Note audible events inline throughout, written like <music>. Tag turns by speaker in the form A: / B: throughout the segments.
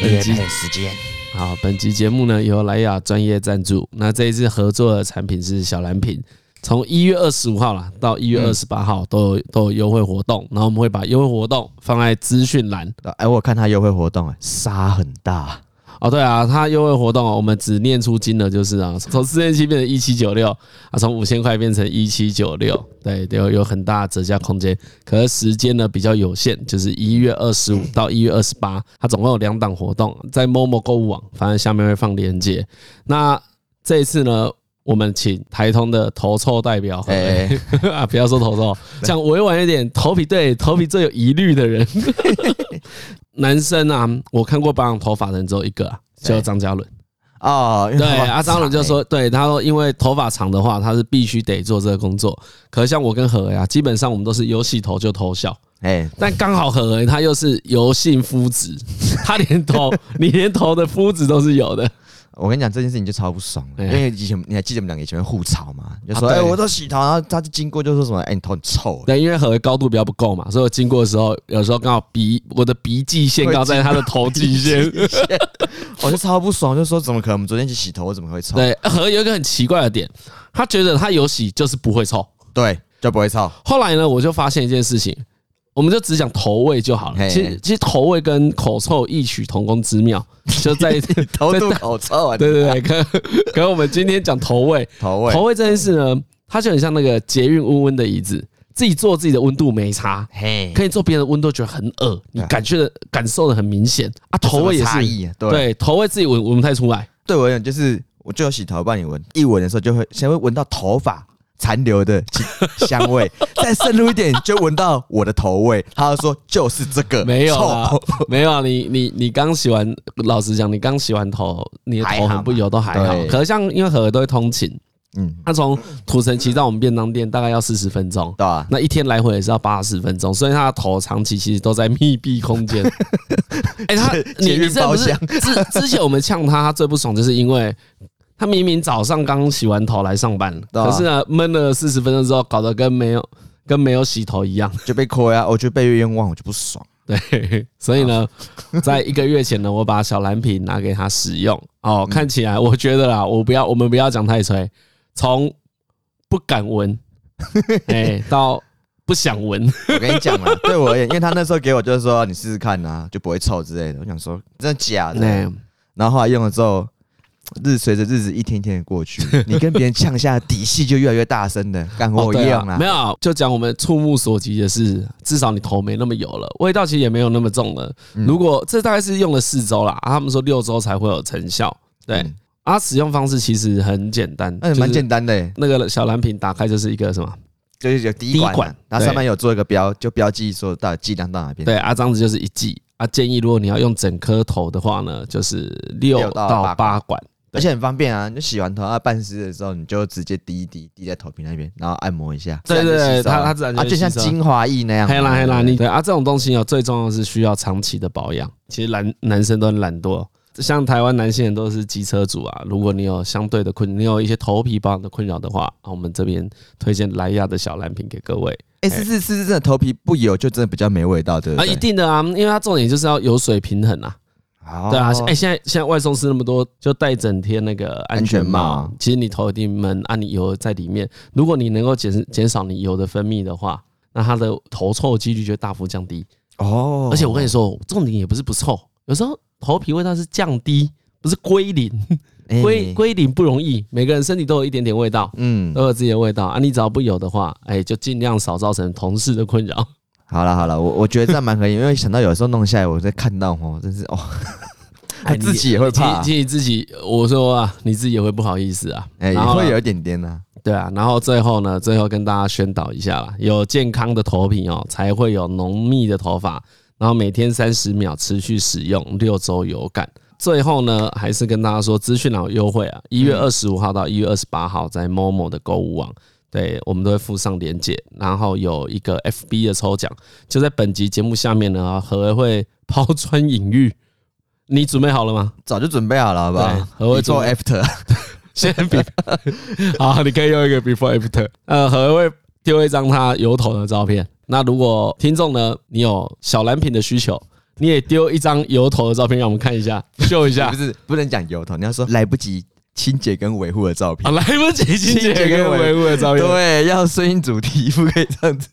A: 本
B: 夜
A: 集
B: 配时间，
A: 好，本集节目呢由莱雅专业赞助。那这一次合作的产品是小蓝瓶，从一月二十五号啦到一月二十八号都有都有优惠活动，然后我们会把优惠活动放在资讯栏。
B: 哎，我有看他优惠活动，哎，杀很大，
A: 哦，对啊，它优惠活动哦，我们只念出金额就是啊，从四千七变成一七九六啊，从五千块变成一七九六，对，有有很大的折价空间。可是时间呢比较有限，就是一月二十五到一月二十八，它总共有两档活动，在 Momo 购物网，反正下面会放链接。那这一次呢？我们请台通的头臭代表
B: 哎
A: 回来， <laughs> 啊，不要说头臭，讲委婉一点，头皮对头皮最有疑虑的人，男生啊，我看过保养头发的人只有一个啊，
B: 谁
A: 就张嘉伦。
B: 哦，因为
A: 对，
B: 他
A: 啊，张伦就说，对，他说因为头发长的话，他是必须得做这个工作。可是像我跟何为啊，基本上我们都是由细头就头小，
B: 哎，
A: 但刚好何为他又是油性肤质，他连头你连头的肤质都是有的。
B: 我跟你讲这件事情就超不爽的，
A: 哎
B: 因为以前你还记得我们两个以前会互吵嘛，就说
A: 啊
B: 哎
A: 对
B: 我都洗头，然后他就经过就说什么哎你头很臭，
A: 对，因为何为高度比较不够嘛，所以我经过的时候，有时候刚好鼻我的鼻际线
B: 会
A: 高在他的头际线。
B: <laughs> 我就超不爽，就说怎么可能我们昨天去洗头，我怎么会臭？
A: 对， <laughs> 何为有一个很奇怪的点，他觉得他有洗就是不会臭。
B: 对，就不会臭，
A: 后来呢，我就发现一件事情，我们就只讲头味就好了。
B: 嘿
A: 其实其实头味跟口臭异曲同工之妙，就
B: <laughs>
A: 在对
B: 头肚口臭啊，
A: 对对。可可我们今天讲头味，
B: 头味，
A: 头味这件事呢，它就很像那个捷运温温的椅子，自己做自己的温度没差。
B: 嘿，
A: 可以做别人的温度觉得很恶，你
B: 对
A: 感觉的感受的很明显啊，头味也
B: 差
A: 是，
B: 异啊，对
A: 对，头味自己闻闻不太出来，
B: 对我而言就是，我就有洗头帮你闻，一闻的时候就会先会闻到头发残留的气香味，再深入一点就闻到我的头味。他就说就是这个，
A: 没有啦
B: 臭， <laughs>
A: 没有啊，你你你刚洗完，老实讲，你刚洗完头，你的
B: 还
A: 头
B: 好
A: 很不
B: 嘛
A: 油，都还好
B: 对。
A: 可是像因为河都会通勤，
B: 嗯，
A: 他从土城骑到我们便当店大概要四十分钟，
B: 对吧、啊？
A: 那一天来回也是要八十分钟，所以他的头长期其实都在密闭空
B: <laughs>
A: 间。哎、他
B: 捷捷
A: 你
B: 运
A: 你这不是
B: 包
A: 之之前我们呛他，他最不爽就是因为。他明明早上刚洗完头来上班，
B: 对啊
A: 可是呢闷了四十分钟之后，搞得跟没有跟没有洗头一样。
B: 就被亏啊，我就被冤枉，我就不爽。
A: 对， <laughs> 所以呢，在一个月前呢，我把小蓝瓶拿给他使用。哦，
B: 嗯
A: 看起来我觉得啦，我不要，我们不要讲太吹，从不敢闻，
B: <laughs>
A: 哎，到不想闻，
B: 我跟你讲啊，对我而言，因为他那时候给我就是说你试试看啊，就不会臭之类的。我想说真的假的？
A: 哎，
B: 然后后来用了之后，日随着日子一天一天的过去，你跟别人呛下的底细就越来越大声的，干和
A: 哦
B: 我
A: 对
B: 一样
A: 啊，没有啊，就讲我们触目所及的是，至少你头没那么油了，味道其实也没有那么重了。
B: 嗯
A: 如果这大概是用了四周啦，啊他们说六周才会有成效。对
B: 嗯，
A: 啊，使用方式其实很简单，
B: 那
A: 就是
B: 蛮简单的、欸。
A: 那个小蓝瓶打开就是一个什么？
B: 就是有滴管,、
A: 滴管
B: 然后上面有做一个标，就标记说到底剂量到哪边。
A: 对，啊，这样子就是一剂啊。建议如果你要用整颗头的话呢，就是六
B: 六到
A: 到八
B: 八
A: 管。
B: 而且很方便啊，你就洗完头啊，半湿的时候你就直接滴一滴，滴在头皮那边，然后按摩一下。
A: 对对
B: 自然就
A: 对，
B: 吸收了
A: 它它自然
B: 啊，就像
A: 金。
B: 精华液那样嘛。
A: 黑啦黑啦，
B: 对
A: 你
B: 不对
A: 对啊，这种东西哦，最重要的是需要长期的保养。其实男男生都很懒惰，像台湾男性人都是机车主啊。如果你有相对的困，你有一些头皮保养的困扰的话，啊我们这边推荐莱雅的小蓝瓶给各位
B: 哎，是是是，真的头皮不油就真的比较没味道，对不
A: 啊，
B: 对？
A: 一定的啊，因为它重点就是要油水平衡啊。
B: 哦
A: 对啊，哎，现在现在外送吃那么多，就戴整天那个安全
B: 安
A: 帽
B: 全帽，
A: 其实你头一定闷啊，你油在里面。如果你能够减减少你油的分泌的话，那它的头臭的几率就会大幅降低。
B: 哦，
A: 而且我跟你说，重点也不是不臭，有时候头皮味道是降低，不是归零。
B: 哎
A: 归，归零不容易，每个人身体都有一点点味道，
B: 嗯，
A: 都有自己的味道啊。你只要不有的话，哎，就尽量少造成同事的困
B: 啊
A: 扰。
B: 好了好了，我我觉得这样蛮可以，因为想到有时候弄下来，我在看到哦，真是哦，
A: 哎
B: 自己也会怕
A: 其实其实自己，我说啊，你自己也会不好意思啊。
B: 哎，也
A: 然后呢
B: 会有一点点呢。
A: 对啊，然后最后呢，最后跟大家宣导一下啦，有健康的头皮哦，才会有浓密的头发。然后每天三十秒持续使用，六周有感。最后呢，还是跟大家说，资讯栏有优惠啊，一月二十五号到一月二十八号在 Momo 的购物网，对我们都会附上链接，然后有一个 FB 的抽奖，就在本集节目下面呢，哦何为会抛砖引玉。你准备好了吗？
B: 早就准备好了，好不
A: 对
B: 好？
A: 我会
B: Before after，
A: 先比， <laughs> 好，你可以用一个 before after。呃，何会丢一张他油头的照片。那如果听众呢，你有小蓝瓶的需求，你也丢一张油头的照片让我们看一下，秀
B: <laughs>
A: 一下
B: 不是不能讲油头，你要说来不及清洁跟维护的照
A: <laughs>
B: 片
A: 啊，。来不及清洁跟维护的照片
B: 对，要顺应主题，不可以这样子。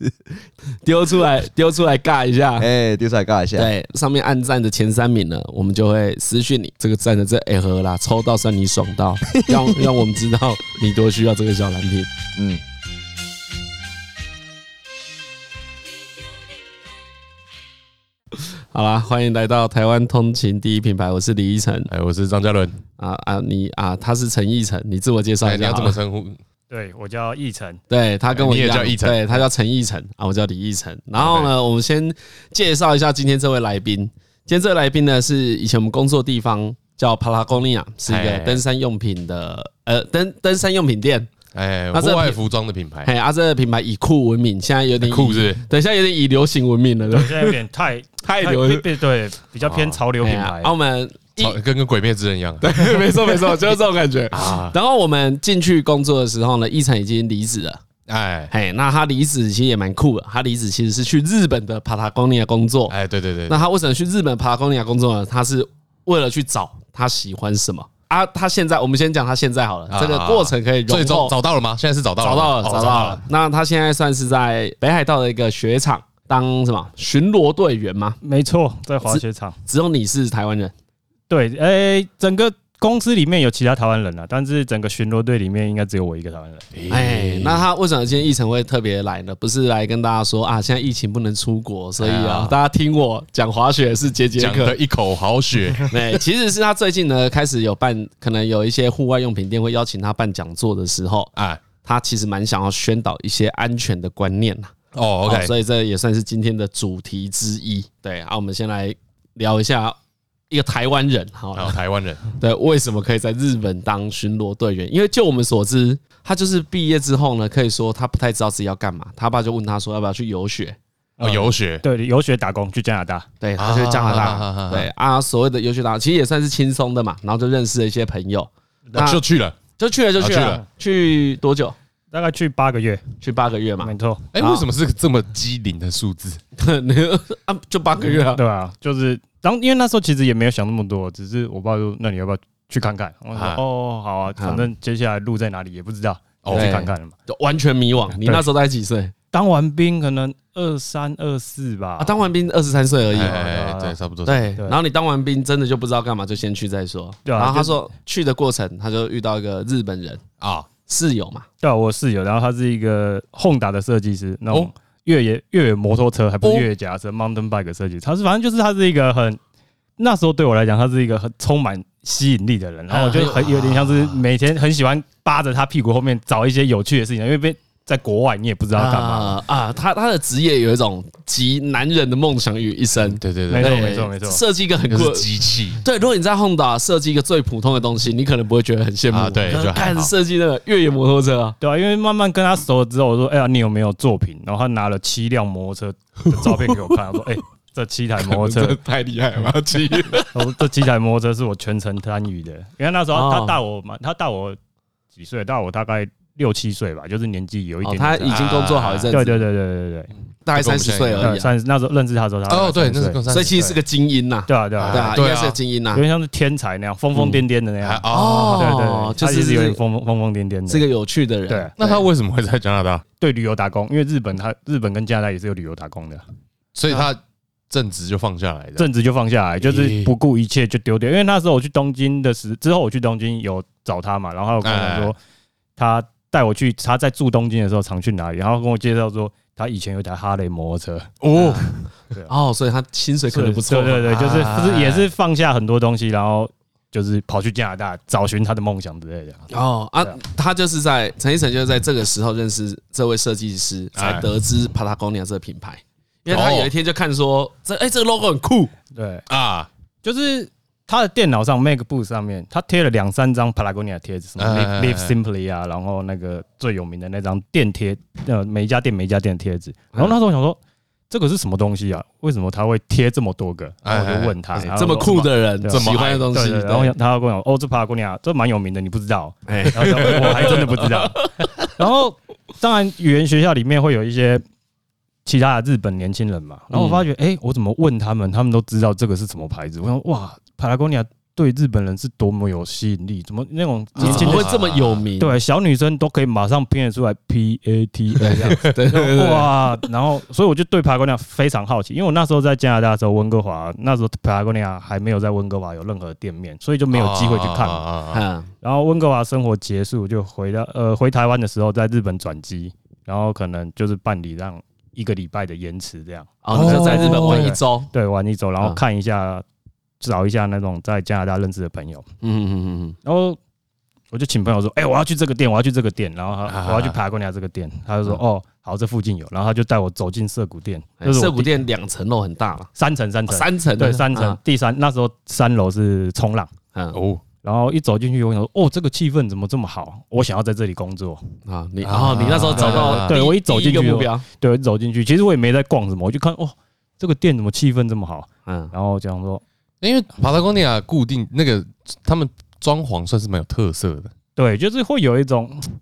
A: 丢出来，丢出来尬一下。
B: 哎，丢出来尬一下。
A: 啊
C: 啊
A: 对，上面按赞的前三名呢，我们就会私讯你这个赞的这哎呵啦，抽到算你爽
C: <laughs>
A: 到，让让我们知道你多需要这个小蓝瓶。
B: 嗯，
A: 好啦，欢迎来到台湾通勤第一品牌，我是李依晨
C: 哎，我是张嘉伦，
A: 啊啊，你啊，他是陈奕晨，你自我介绍
C: 哎，
A: 一
C: 你
A: 下
C: 要
A: 好
C: 怎
A: 了。
C: 么称呼？
D: 对我叫奕晨，
A: 对他跟我
C: 你
A: 一
C: 也
A: 样，
C: 叫奕晨
A: 对他叫陈奕晨啊，我叫李奕晨。然后呢，我们先介绍一下今天这位来宾。今天这位来宾呢，是以前我们工作地方叫帕拉贡尼亚，是一个
C: 哎
A: 登山用品的呃登登山用品店。
C: 哎，
A: 那这
C: 户
A: 个
C: 外
A: 品
C: 服装的品牌，
A: 哎，啊，这个品牌以酷闻名，现在有点以
C: 酷是不是？
A: 对，现在有点以流行闻名了，对
D: 我
A: 不对
D: 现在有点太
A: 太
D: 太
A: 流
D: 偏
A: 行。
D: 偏对比较偏
C: 哦
D: 潮流品
A: 哎呀
D: 牌
A: 啊，。我们一
C: <laughs> 超跟跟鬼灭之刃一样
A: 没错没错，就是这种感 <laughs> 觉。
C: 啊！
A: 然后我们进去工作的时候呢，一晨已经离职了。
C: 哎
A: 哎，那他离职其实也蛮酷的，他离职其实是去日本的帕塔光尼亚工作。
C: 哎，对对对，
A: 那他为什么去日本帕塔光尼亚工作呢？他是为了去找他喜欢什么啊？他现在我们先讲他现在好了，
C: 啊
A: 这个过程可以
C: 最
A: 融
C: 终
A: 后
C: 找到了吗？现在是找到了
A: 找
C: 吗，
A: 到了，
C: 哦
A: 找到了。。那他现在算是在北海道的一个雪场当什么巡逻队员吗？
D: 没错，在滑雪场。
A: 只有你是台湾人，
D: 对，诶、整个公司里面有其他台湾人啊，但是整个巡逻队里面应该只有我一个台湾人。
A: 哎，那他为什么今天议程会特别来呢？不是来跟大家说啊，现在疫情不能出国，所以啊
C: 啊，
A: 大家听我讲滑雪是解解
C: 讲
A: 渴
C: 的。一口好 <laughs> 血，
A: <laughs> 对，哎其实是他最近呢开始有办，可能有一些户外用品店会邀请他办讲座的时候，
C: 哎，
A: 他其实蛮想要宣导一些安全的观念呐。
C: 哦
A: 哦
C: ，OK，
A: 所以这也算是今天的主题之一。对啊，我们先来聊一下一个台湾人，好了
C: 好，哦台湾人，
A: 对，为什么可以在日本当巡逻队员？因为就我们所知，他就是毕业之后呢，可以说他不太知道自己要干嘛。他爸就问他说要不要去游学，
C: 哦，游学，
D: 对，游学打工去加拿大。
A: 对他去加拿
C: 啊啊啊
A: 大，
C: 啊
A: 对啊，所谓的游学打，其实也算是轻松的嘛。然后就认识了一些朋友，那
C: 哦就去了。
A: 就去了就去
C: 啊去
A: 了
C: 了，
A: 去多久？
D: 大概去八个月，
A: 去八个月嘛，
D: 没错，
C: 哎，
A: 啊
C: 为什么是这么机灵的数字？
A: 啊，就八个月啊。
D: 对啊？就是，然后因为那时候其实也没有想那么多，只是我爸说：“那你要不要去看看？”我说：“
C: 啊
D: 哦，好啊，反正接下来路在哪里也不知道，
C: 哦
D: 我去看看了嘛。
A: 就完全迷惘。你
D: 对
A: 那时候大概几岁”
D: 当完兵可能二三二四吧，
A: 啊？当完兵二十三岁而已
C: 哎
A: 嘛。
C: 哎，哎
D: 啊
C: 对，差不多。
A: 对，
D: 对
A: 然后你当完兵真的就不知道干嘛，就先去再说。
D: 对啊
A: 然后他
D: 就是
A: 说去的过程，他就遇到一个日本人
C: 啊，
A: 室友嘛，
D: 对、啊，我室友，然后他是一个 Honda 的设计师，那
C: 哦
D: 种越野越野摩托车，还不
C: 哦
D: 是越野脚踏车、mountain bike 的设计师。他是反正就是他是一个很那时候对我来讲，他是一个很充满吸引力的
A: 啊
D: 人，然后我就很有点像是每天很喜欢扒着他屁股后面找一些有趣的事情，因为被在国外你也不知道干嘛。
A: 啊啊，他他的职业有一种集男人的梦想于一身，
C: 对对
D: 没
C: 对，
D: 错
A: 对
D: 没错没错
A: 设计一个很
C: 就
A: 酷
C: 是
A: 的。
C: 机器
A: 对，如果你在 Honda 设计一个最普通的东西，你可能不会觉得很羡慕
C: 啊，。对，
A: 可
C: 就
A: 能
C: 还
A: 看
C: 好。
A: 设计那个越野摩托车啊，
D: 对啊，因为慢慢跟他熟了之后，我说：“哎呀，你有没有作品？”然后他拿了七辆摩托车的照片给我看，我说：“哎，这七台摩托
C: <laughs>
D: 车
C: 太厉害了吧， <laughs> 机
D: 我说这七台摩托车是我全程参与的，因为那时候
A: 哦
D: 他大我嘛，他大我几岁？大我大概六七岁吧，就是年纪有一
A: 哦，
D: 点
A: 他
D: 点
A: 已经工作好一阵
D: 大。对
A: 子，
D: 对对对对对
A: 大概三十岁
C: 对
D: 对，
A: 而
D: 对
A: 已啊，
D: 算是那时候认识他的时候他
C: 哦，对，
D: 三十
C: 那
D: 岁
C: 是
A: 所以其实是个精英呐，
D: 对啊对啊
A: 对
D: 对啊，
A: 啊，应
C: 对啊
A: 该是个精英呐
D: 有。点像是天才那样疯疯癫癫的那
C: 还
D: 样。
C: 哦。
D: 对对，对他
A: 就是
D: 其实有点
A: 是
D: 疯疯疯疯癫癫的。
A: 是个有趣的人。
D: 对
C: 那他为什么会在加拿大？
D: 对旅游打工，因为日本他日本跟加拿大也是有旅游打工的，
C: 所以他正职就放下来的。
D: 正职就放下来，就是
C: 咦
D: 不顾一切就丢掉。因为那时候我去东京的时之后，我去东京有找他嘛，然后他有跟我
C: 哎
D: 说，他带我去他在住东京的时候常去哪里，然后跟我介绍说他以前有一台哈雷摩托车，
C: 哦，
A: 哦，所以他薪水可能不错嘛。啊
D: 对对对，就是
C: 哎
D: 就是也是放下很多东西，然后就是跑去加拿大找寻他的梦想之类的。
A: 哦啊
D: 对啊，
A: 他就是在陈奕晨就是在这个时候认识这位设计师，
C: 哎
A: 才得知 Patagonia 这个品牌。因为他
C: 哦
A: 有一天就看说，这哎、这个 logo 很酷，
D: 对，
C: 啊，
D: 就是他的电脑上 MacBook 上面，他贴了两三张 Patagonia 的贴纸，什么
C: 哎
D: Live,
C: 哎
D: Live
C: 哎
D: Simply 啊，然后那个最有名的那张电贴，呃，每一家店每一家店的贴纸。然后那时候我想说，这个是什么东西啊？为什么他会贴这么多个？然后我就问他，哎然后
A: 啊这么
D: 我说
A: 酷。的人
D: 对啊
A: 喜欢的东
D: 对
A: 西，
D: 对对然后他跟我讲，哦，这 Patagonia 这蛮有名的，你不知道？
A: <laughs> 哎
D: 然后我就 <laughs> 我还真的不知道。然后当然，语言学校里面会有一些其他的日本年轻人嘛，
A: 嗯
D: 然后我发觉，哎、我怎么问他们，他们都知道这个是什么牌子。我想，哇，Patagonia 对日本人是多么有吸引力，怎么那种
A: 怎
D: 年
A: 么
D: 轻
A: 会
D: 的
A: 这么有名？
D: 对小女生都可以马上拼得出来 P A T A
A: <laughs>
D: 这样
A: 对对对对，
D: 哇！然后，所以我就对 Patagonia 非常好奇，因为我那时候在加拿大的时候，温哥华那时候 Patagonia 还没有在温哥华有任何店面，所以就没有机会去看。
C: 啊啊啊啊啊
A: 啊，
D: 然后温哥华生活结束，就回到呃回台湾的时候，在日本转机，然后可能就是办理让一个礼拜的延迟这样，
A: 哦，你就在日本玩一周，
D: 对，玩一周，然后
A: 嗯
D: 看一下，找一下那种在加拿大认识的朋友，
A: 嗯嗯嗯
D: 然后我就请朋友说，哎、我要去这个店，我要去这个店，然后
C: 啊
D: 他我要去爬 a g 这个店，他就说，
A: 嗯
D: 哦，好，这附近有，然后他就带我走进涩谷店，
A: 嗯，
D: 就是我
A: 涩谷
D: 第
A: 店两层楼很大嘛，
D: 三层三
A: 哦
D: 层、
A: 三层
D: 对三层、
A: 啊
D: 第三那时候三楼是冲浪。
A: 嗯
C: 哦，
D: 然后一走进去，我想说，哦，这个气氛怎么这么好？我想要在这里工作。
A: 啊，你然后你那时候找到
C: 啊
A: 第
D: 对我一走进去
A: 第个目标，
D: 对，我走进去，其实我也没在逛什么，我就看哦，这个店怎么气氛这么好？
A: 嗯，
D: 然后讲说，
C: 因为 Patagonia 固定那个他们装潢算是蛮有特色的，
D: 对，就是会有一种嗯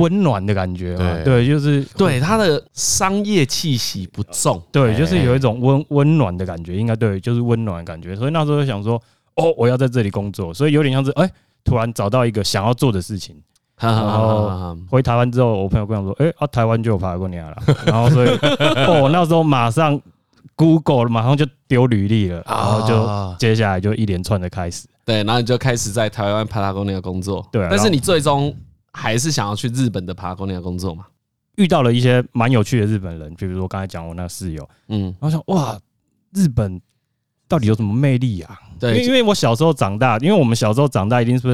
D: 温暖的感觉嘛，
C: 对
D: 对，就是
A: 对，它的商业气息不重，
D: 哦对，就是有一种温温暖的感觉，应该对，就是温暖的感觉。所以那时候就想说，哦，我要在这里工作，所以有点像是哎、突然找到一个想要做的事情。
A: <laughs> 哈哈哈哈哈哈
D: 回台湾之后，我朋友跟我说，哎、啊，台湾就有爬过你了， <laughs> 然后所以哦，我那时候马上 Google 马上就丢履历了，然后就
C: 啊
D: 接下来就一连串的开始。
A: 对，然后你就开始在台湾 Patagonia 工作，
D: 对啊
A: 但
D: 然
A: 是
D: 后
A: 你最终还是想要去日本的 Patagonia 工作嘛？
D: 遇到了一些蛮有趣的日本人，比如说我刚才讲我那室友，
A: 嗯，
D: 然后想哇，日本到底有什么魅力啊？因为
A: 对
D: 因为我小时候长大，因为我们小时候长大一定是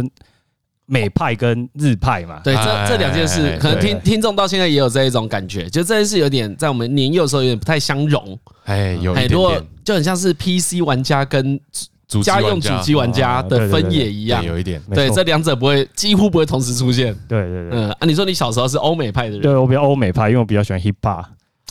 D: 美派跟日派嘛，
A: 对，
C: 哎
A: 这这两件事
C: 哎，
A: 可能
D: 对
A: 听听众到现在也有这一种感觉，就这件事有点在我们年幼的时候有点不太相容，
C: 哎有
A: 哎，
C: 一点
A: 如果
C: 点
A: 就很像是 PC 玩家跟
C: 主
A: 家用主机玩家
D: 啊对对
A: 的分
D: 对
A: 野一
C: 一
A: 样，
C: 有一点
D: 没
A: 对，
D: 错
A: 这两者不会几乎不会同时出现。
D: 对对对。
A: 嗯啊，你说你小时候是欧美派的人，
D: 对我比较欧美派，因为我比较喜欢 hip hop，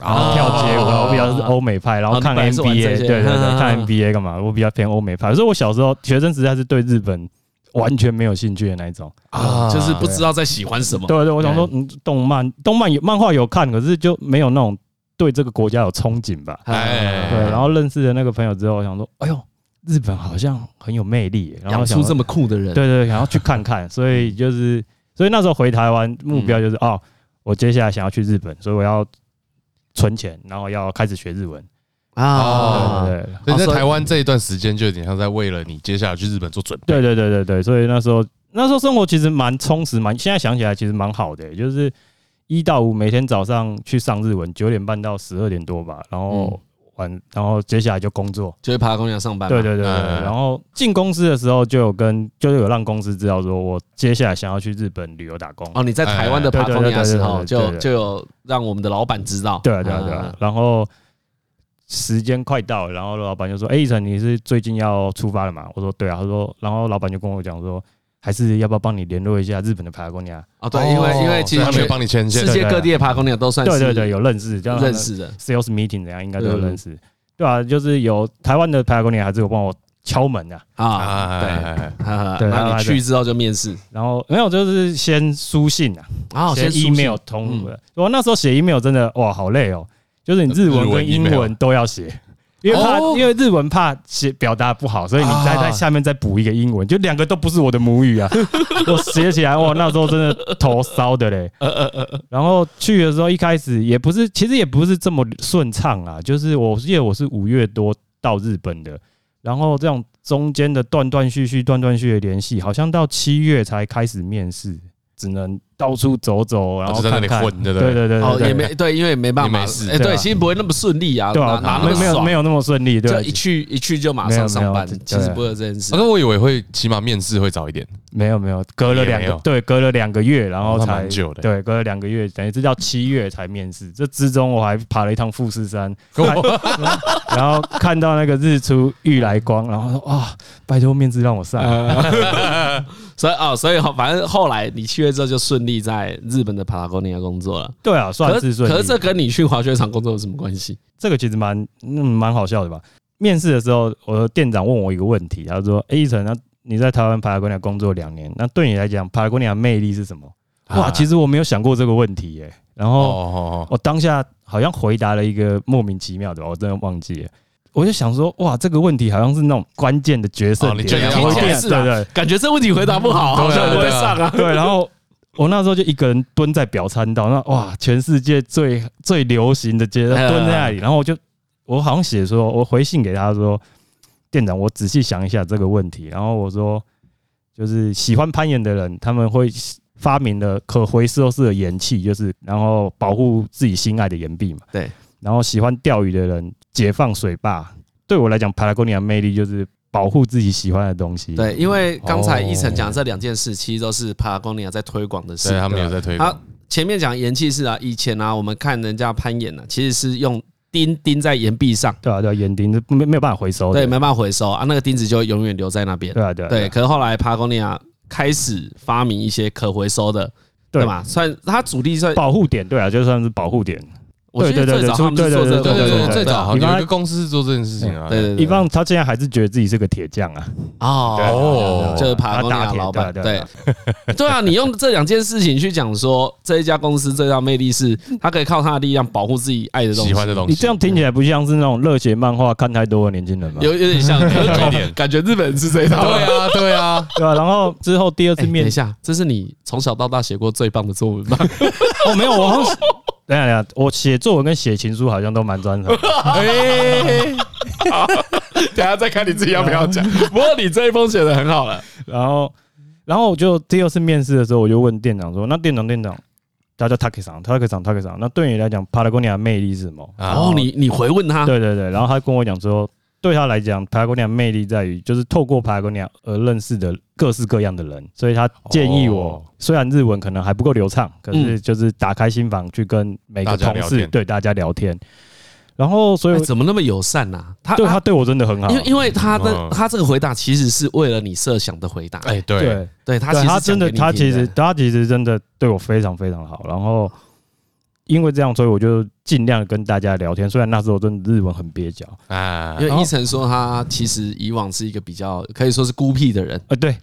D: 然
C: 啊
D: 后跳街舞，啊然后我比较是欧美派，然后看
A: 哦哦你本来是玩
D: NBA，
A: 这
D: 对
A: 些
D: 对对，
A: 嗯嗯嗯
D: 看 NBA 干嘛？我比较偏欧美派，所以我小时候学生时代是对日本完全没有兴趣的那一种。
A: 啊，就是不
D: 对
A: 知道在喜欢什么。
D: 对对，我想说，嗯，动漫动漫有漫画有看，可是就没有那种对这个国家有憧憬吧。
A: 哎
D: 对，
C: 哎
D: 然后认识了那个朋友之后，我想说，哎呦，日本好像很有魅力耶，然后
A: 养
D: 想
A: 出
D: 说
A: 这么酷的人，
D: 对对，想要去看看，
A: <laughs>
D: 所以就是，所以那时候回台湾目标就是、
A: 嗯
D: 哦，我接下来想要去日本，所以我要存钱，然后要开始学日文。
A: 啊，
D: 对对
C: 所以在
A: 哦所以
C: 台湾这一段时间就有点像在为了你接下来去日本做准备。
D: 对对对对对对，所以那时候那时候生活其实蛮充实，蛮现在想起来其实蛮好的、就是一到五每天早上去上日文，九点半到十二点多吧，然后晚、然后接下来就工作。
A: 就会爬公园上班嗯嘛。啊
D: 对对对对，
C: 嗯
D: 然后进公司的时候就有跟就有让公司知道说我接下来想要去日本旅游打工。
A: 哦，你在台湾的
D: 哎
A: 爬
D: 对对
A: 公园的时
D: 对对对
A: 候，就
D: 对对
A: 就有让我们的老板知道。
D: 对啊，对啊，对啊
A: 啊。。
D: 然后时间快到了，然后老板就说：“哎，一晨，你是最近要出发了嘛？”我说：“对啊。”他说，然后老板就跟我讲说：“还是要不要帮你联络一下日本的爬公亚
A: 哦，对，因为因为其
C: 所
A: 实
C: 以他们有帮你牵线
A: 世，界各地的爬公园都？”算
D: 对
A: 是
D: 对对，有认识，这样
A: 认识的。
D: sales meeting 怎样，应该都有
A: 对对
D: 认识，对啊，就是有台湾的爬公亚还是有帮我敲门的、
A: 啊，对，哈
C: 哎，
A: 哈
D: 对
A: 然后你
D: 他
A: 去之后就面试，
D: 然后没有，就是先书信啊，
A: 然后
D: 先
A: 先
D: email
A: 嗯
D: 通文。我那时候写 email 真的哇，好累哦，就是你日
C: 呃日
D: 文
C: 文
D: 跟英
C: email
D: 文都要写。因为怕，
A: 哦
D: 因为日文怕写表达不好，所以你再
C: 啊
D: 在下面再补一个英文，就两个都不是我的母语啊。我写起来，哇，那时候真的头烧的嘞。然后去的时候，一开始也不是，其实也不是这么顺畅啊。就是我记得我是五月多到日本的，然后这样中间的断断续续、断断续续的联系，好像到七月才开始面试，只能到处走走，然
C: 然后
D: 后
C: 哦就在那
D: 看
C: 里
D: 看。
C: 混，对不
D: 对
C: 对？
D: 对对，
A: 哦，
D: 对
A: 也没对，因为没办
C: 也
A: 法
C: 没，事
A: 哎，
D: 对
A: 对，
D: 啊
A: 其实不会那么顺利啊，
D: 对啊，
A: 哪哪
D: 没有
A: 那
D: 没
A: 么
D: 有
A: 爽
D: 没，有那么顺利，对
A: 就
D: 啊，
A: 一去一去就马上上班
D: 没有没，有
A: 其实
D: 对
A: 不会有这件事
C: 啊。那我以为会起码面试会早一点，
D: 没有没有，隔了两
C: 也没有
D: 个对，隔了两个月，然后
C: 那
D: 才
C: 蛮久的。
D: 对，隔了两个月，等于是到七月才面试。这之中我还爬了一趟富士
C: <laughs>
D: 山，
C: 哦
D: 然后看到那个日出欲来光，然后说哇，拜托面试让我
C: 嗯
D: 上。
A: <laughs> 所以哦，所以哦反正后来你七月之后就顺利在日本的 Patagonia 工作了。
D: 对啊，算
A: 可
D: 是
A: 是
D: 顺利。
A: 可是这跟你去滑雪场工作有什么关系？
D: 这个其实蛮嗯蛮好笑的吧？面试的时候，我的店长问我一个问题，他说：“哎，一晨，那你在台湾爬塔哥尼亚工作两年，那对你来讲，爬塔哥尼亚魅力是什么？”哇，其实我没有想过这个问题耶、然
C: 啊哦
D: 后
C: 哦哦，
D: 我当下好像回答了一个莫名其妙的，我真的忘记了。我就想说，哇，这个问题好像是那种关键的角色
C: 哦你觉得
D: 我
C: 要
D: 一定
A: 解释啊
D: 对对
A: 感觉这问题回答不好，
C: 对啊
A: 好像不会
C: 对啊
A: 上 <laughs> 啊。
D: 对，然后我那时候就一个人蹲在表参道，那哇，全世界最最流行的街道
A: 哎呀
D: 蹲在那里，然后我就我好像写说，我回信给他说，店长，我仔细想一下这个问题，然后我说，就是喜欢攀岩的人，他们会发明了可回收式的岩器，就是然后保护自己心爱的岩壁嘛，
A: 对，
D: 然后喜欢钓鱼的人解放水坝，对我来讲，帕拉贡尼亚魅力就是保护自己喜欢的东西，
A: 对，因为刚才一晨
C: 哦
A: 讲的这两件事，其实都是帕拉贡尼亚在推广的事。
C: 对他们有在推
A: 他
C: 广，
A: 前面讲岩气是啊，以前啊，我们看人家攀岩呢、啊，其实是用钉钉在岩壁上，
D: 对啊，对啊，岩钉没没有办法回收的，
A: 对，没办法回收啊，那个钉子就永远留在那边。
D: 对啊，对啊，
A: 对，可是后来帕拉贡尼亚开始发明一些可回收的，
D: 对
A: 对嘛？算它主力算，
D: 保护点，对啊，就算是保护点。
A: 我觉得
D: 对对对
A: 最早他们是做这个
C: 对
A: 工
C: 对对
A: 作
C: 对，
A: 的，
C: 最早好
D: 你刚
C: 像有
D: 才
C: 一个公司是做这件事情啊，
A: 对对对，
D: 一方他竟然还是觉得自己是个铁匠啊，
A: 哦
D: 对啊
C: 哦
A: 就是帕拉
D: 他
A: 贡尼
D: 打
A: 亚
D: 铁
A: 老板，
D: 对啊对
A: 对
D: 啊，
A: 对啊，你用这两件事情去讲说这一家公司最大魅力是，它可以靠它的力量保护自己爱的东西
C: 喜，欢的东
D: 啊
C: 西，
D: 你这样听起来不像是那种热血漫画看太多的年轻人吗？
A: 有有点像，有
C: 一点
A: 感觉日本人是这一套。
C: 对啊对啊，
D: 对啊，然后之后第二次
A: 哎等
D: 面
A: 一下，这是你从小到大写过最棒的作文吧？
D: 哦，没有，我好像 <laughs> 等一下等一下，我写作文跟写情书好像都蛮
A: <laughs>
D: 专长的。
A: 哎，等下再看你自己要不要 <laughs> 讲。不过你这一封写的很好了，
D: 然后，然后我就第二次面试的时候，我就问店长说：“那店长，店长，他叫 Taki 桑，Taki 桑，Taki 桑，那对你来讲，Patagonia 的魅力是什么？”
C: 啊
A: 哦，你你回问他，
D: 对对对，然后他跟我讲说，对他来讲，Patagonia 魅力在于就是透过 Patagonia 而认识的各式各样的人，所以他建议我，
C: 哦
D: 虽然日文可能还不够流畅，可是就是打开心房去跟每个
C: 大家
D: 同
C: 聊
D: 事
C: 天
D: 对大家聊天，然后所以
A: 哎
D: 我、
A: 怎么那么友善呐？他
D: 对他对哦我真的很好
A: 因，为因为他的
C: 嗯
A: 他这个回答其实是为了你设想的回答，
C: 哎对，
D: 对
A: 对他其
D: 对
A: 实
D: 他
A: 是讲
D: 真
A: 给
D: 的
A: 你
D: 他
A: 听
D: 其实他其实真的对我非常非常好，然后。因为这样，所以我就尽量跟大家聊天。虽然那时候真的日文很蹩脚，
C: 啊
A: 因为一晨说他其实以往是一个比较可以说是孤僻的人，
D: 呃，对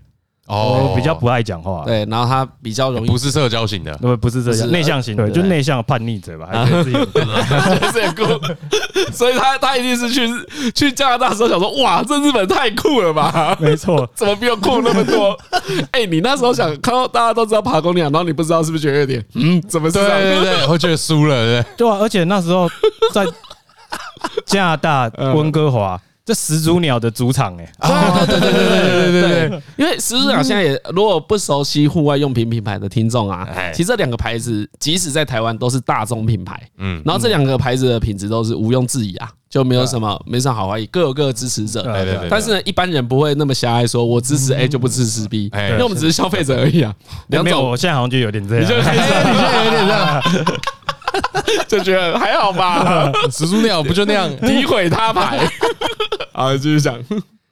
C: 哦
D: 我比较不爱讲话，
A: 对，然后他比较容易
C: 不是社交型的，
D: 不不是这
A: 不
D: 样，
A: 是
D: 内向型
A: 呃
D: 对，
A: 对啊
D: 就内向的叛逆者吧，还是自己 <laughs>
A: <laughs> 就是孤，所以他他一定是去去加拿大的时候想说，哇，这日本太酷了吧？
D: 没错，
A: 怎么比我酷那么多？ <laughs> 哎、你那时候想看到大家都知道爬公鸟，啊然后你不知道是不是觉得有点，嗯，怎么是
C: 对
A: 这样？
C: 对对，会觉得输了，对不
D: 对啊，而且那时候在 <laughs> 加拿大
A: 嗯
D: 温哥华，这始祖鸟的主场哎，
A: 啊， <laughs> 对对对对对对对，因为始祖鸟现在也，如果不熟悉户外用品品牌的听众啊，其实这两个牌子即使在台湾都是大众品牌，
C: 嗯，
A: 然后这两个牌子的品质都是毋庸置疑啊，就没有什么没什么好怀疑，各有各的支持者，
D: 对啊
C: 对对
D: 对
C: 对
D: 啊
C: 对，
A: 但是呢，一般人不会那么狭隘，说我支持 A 就不支持 B，
C: 哎
A: 因为我们只是消费者而已啊。两
D: 没有，
A: 种
D: 我现在好像就有啊哎点这
A: 你就
D: 样，
A: 开始
C: 你现在有点像
A: <laughs> 就觉得还
D: <laughs>
A: 好吧，
C: 始祖鸟不就那样？
A: 诋毁他牌。好，继续讲。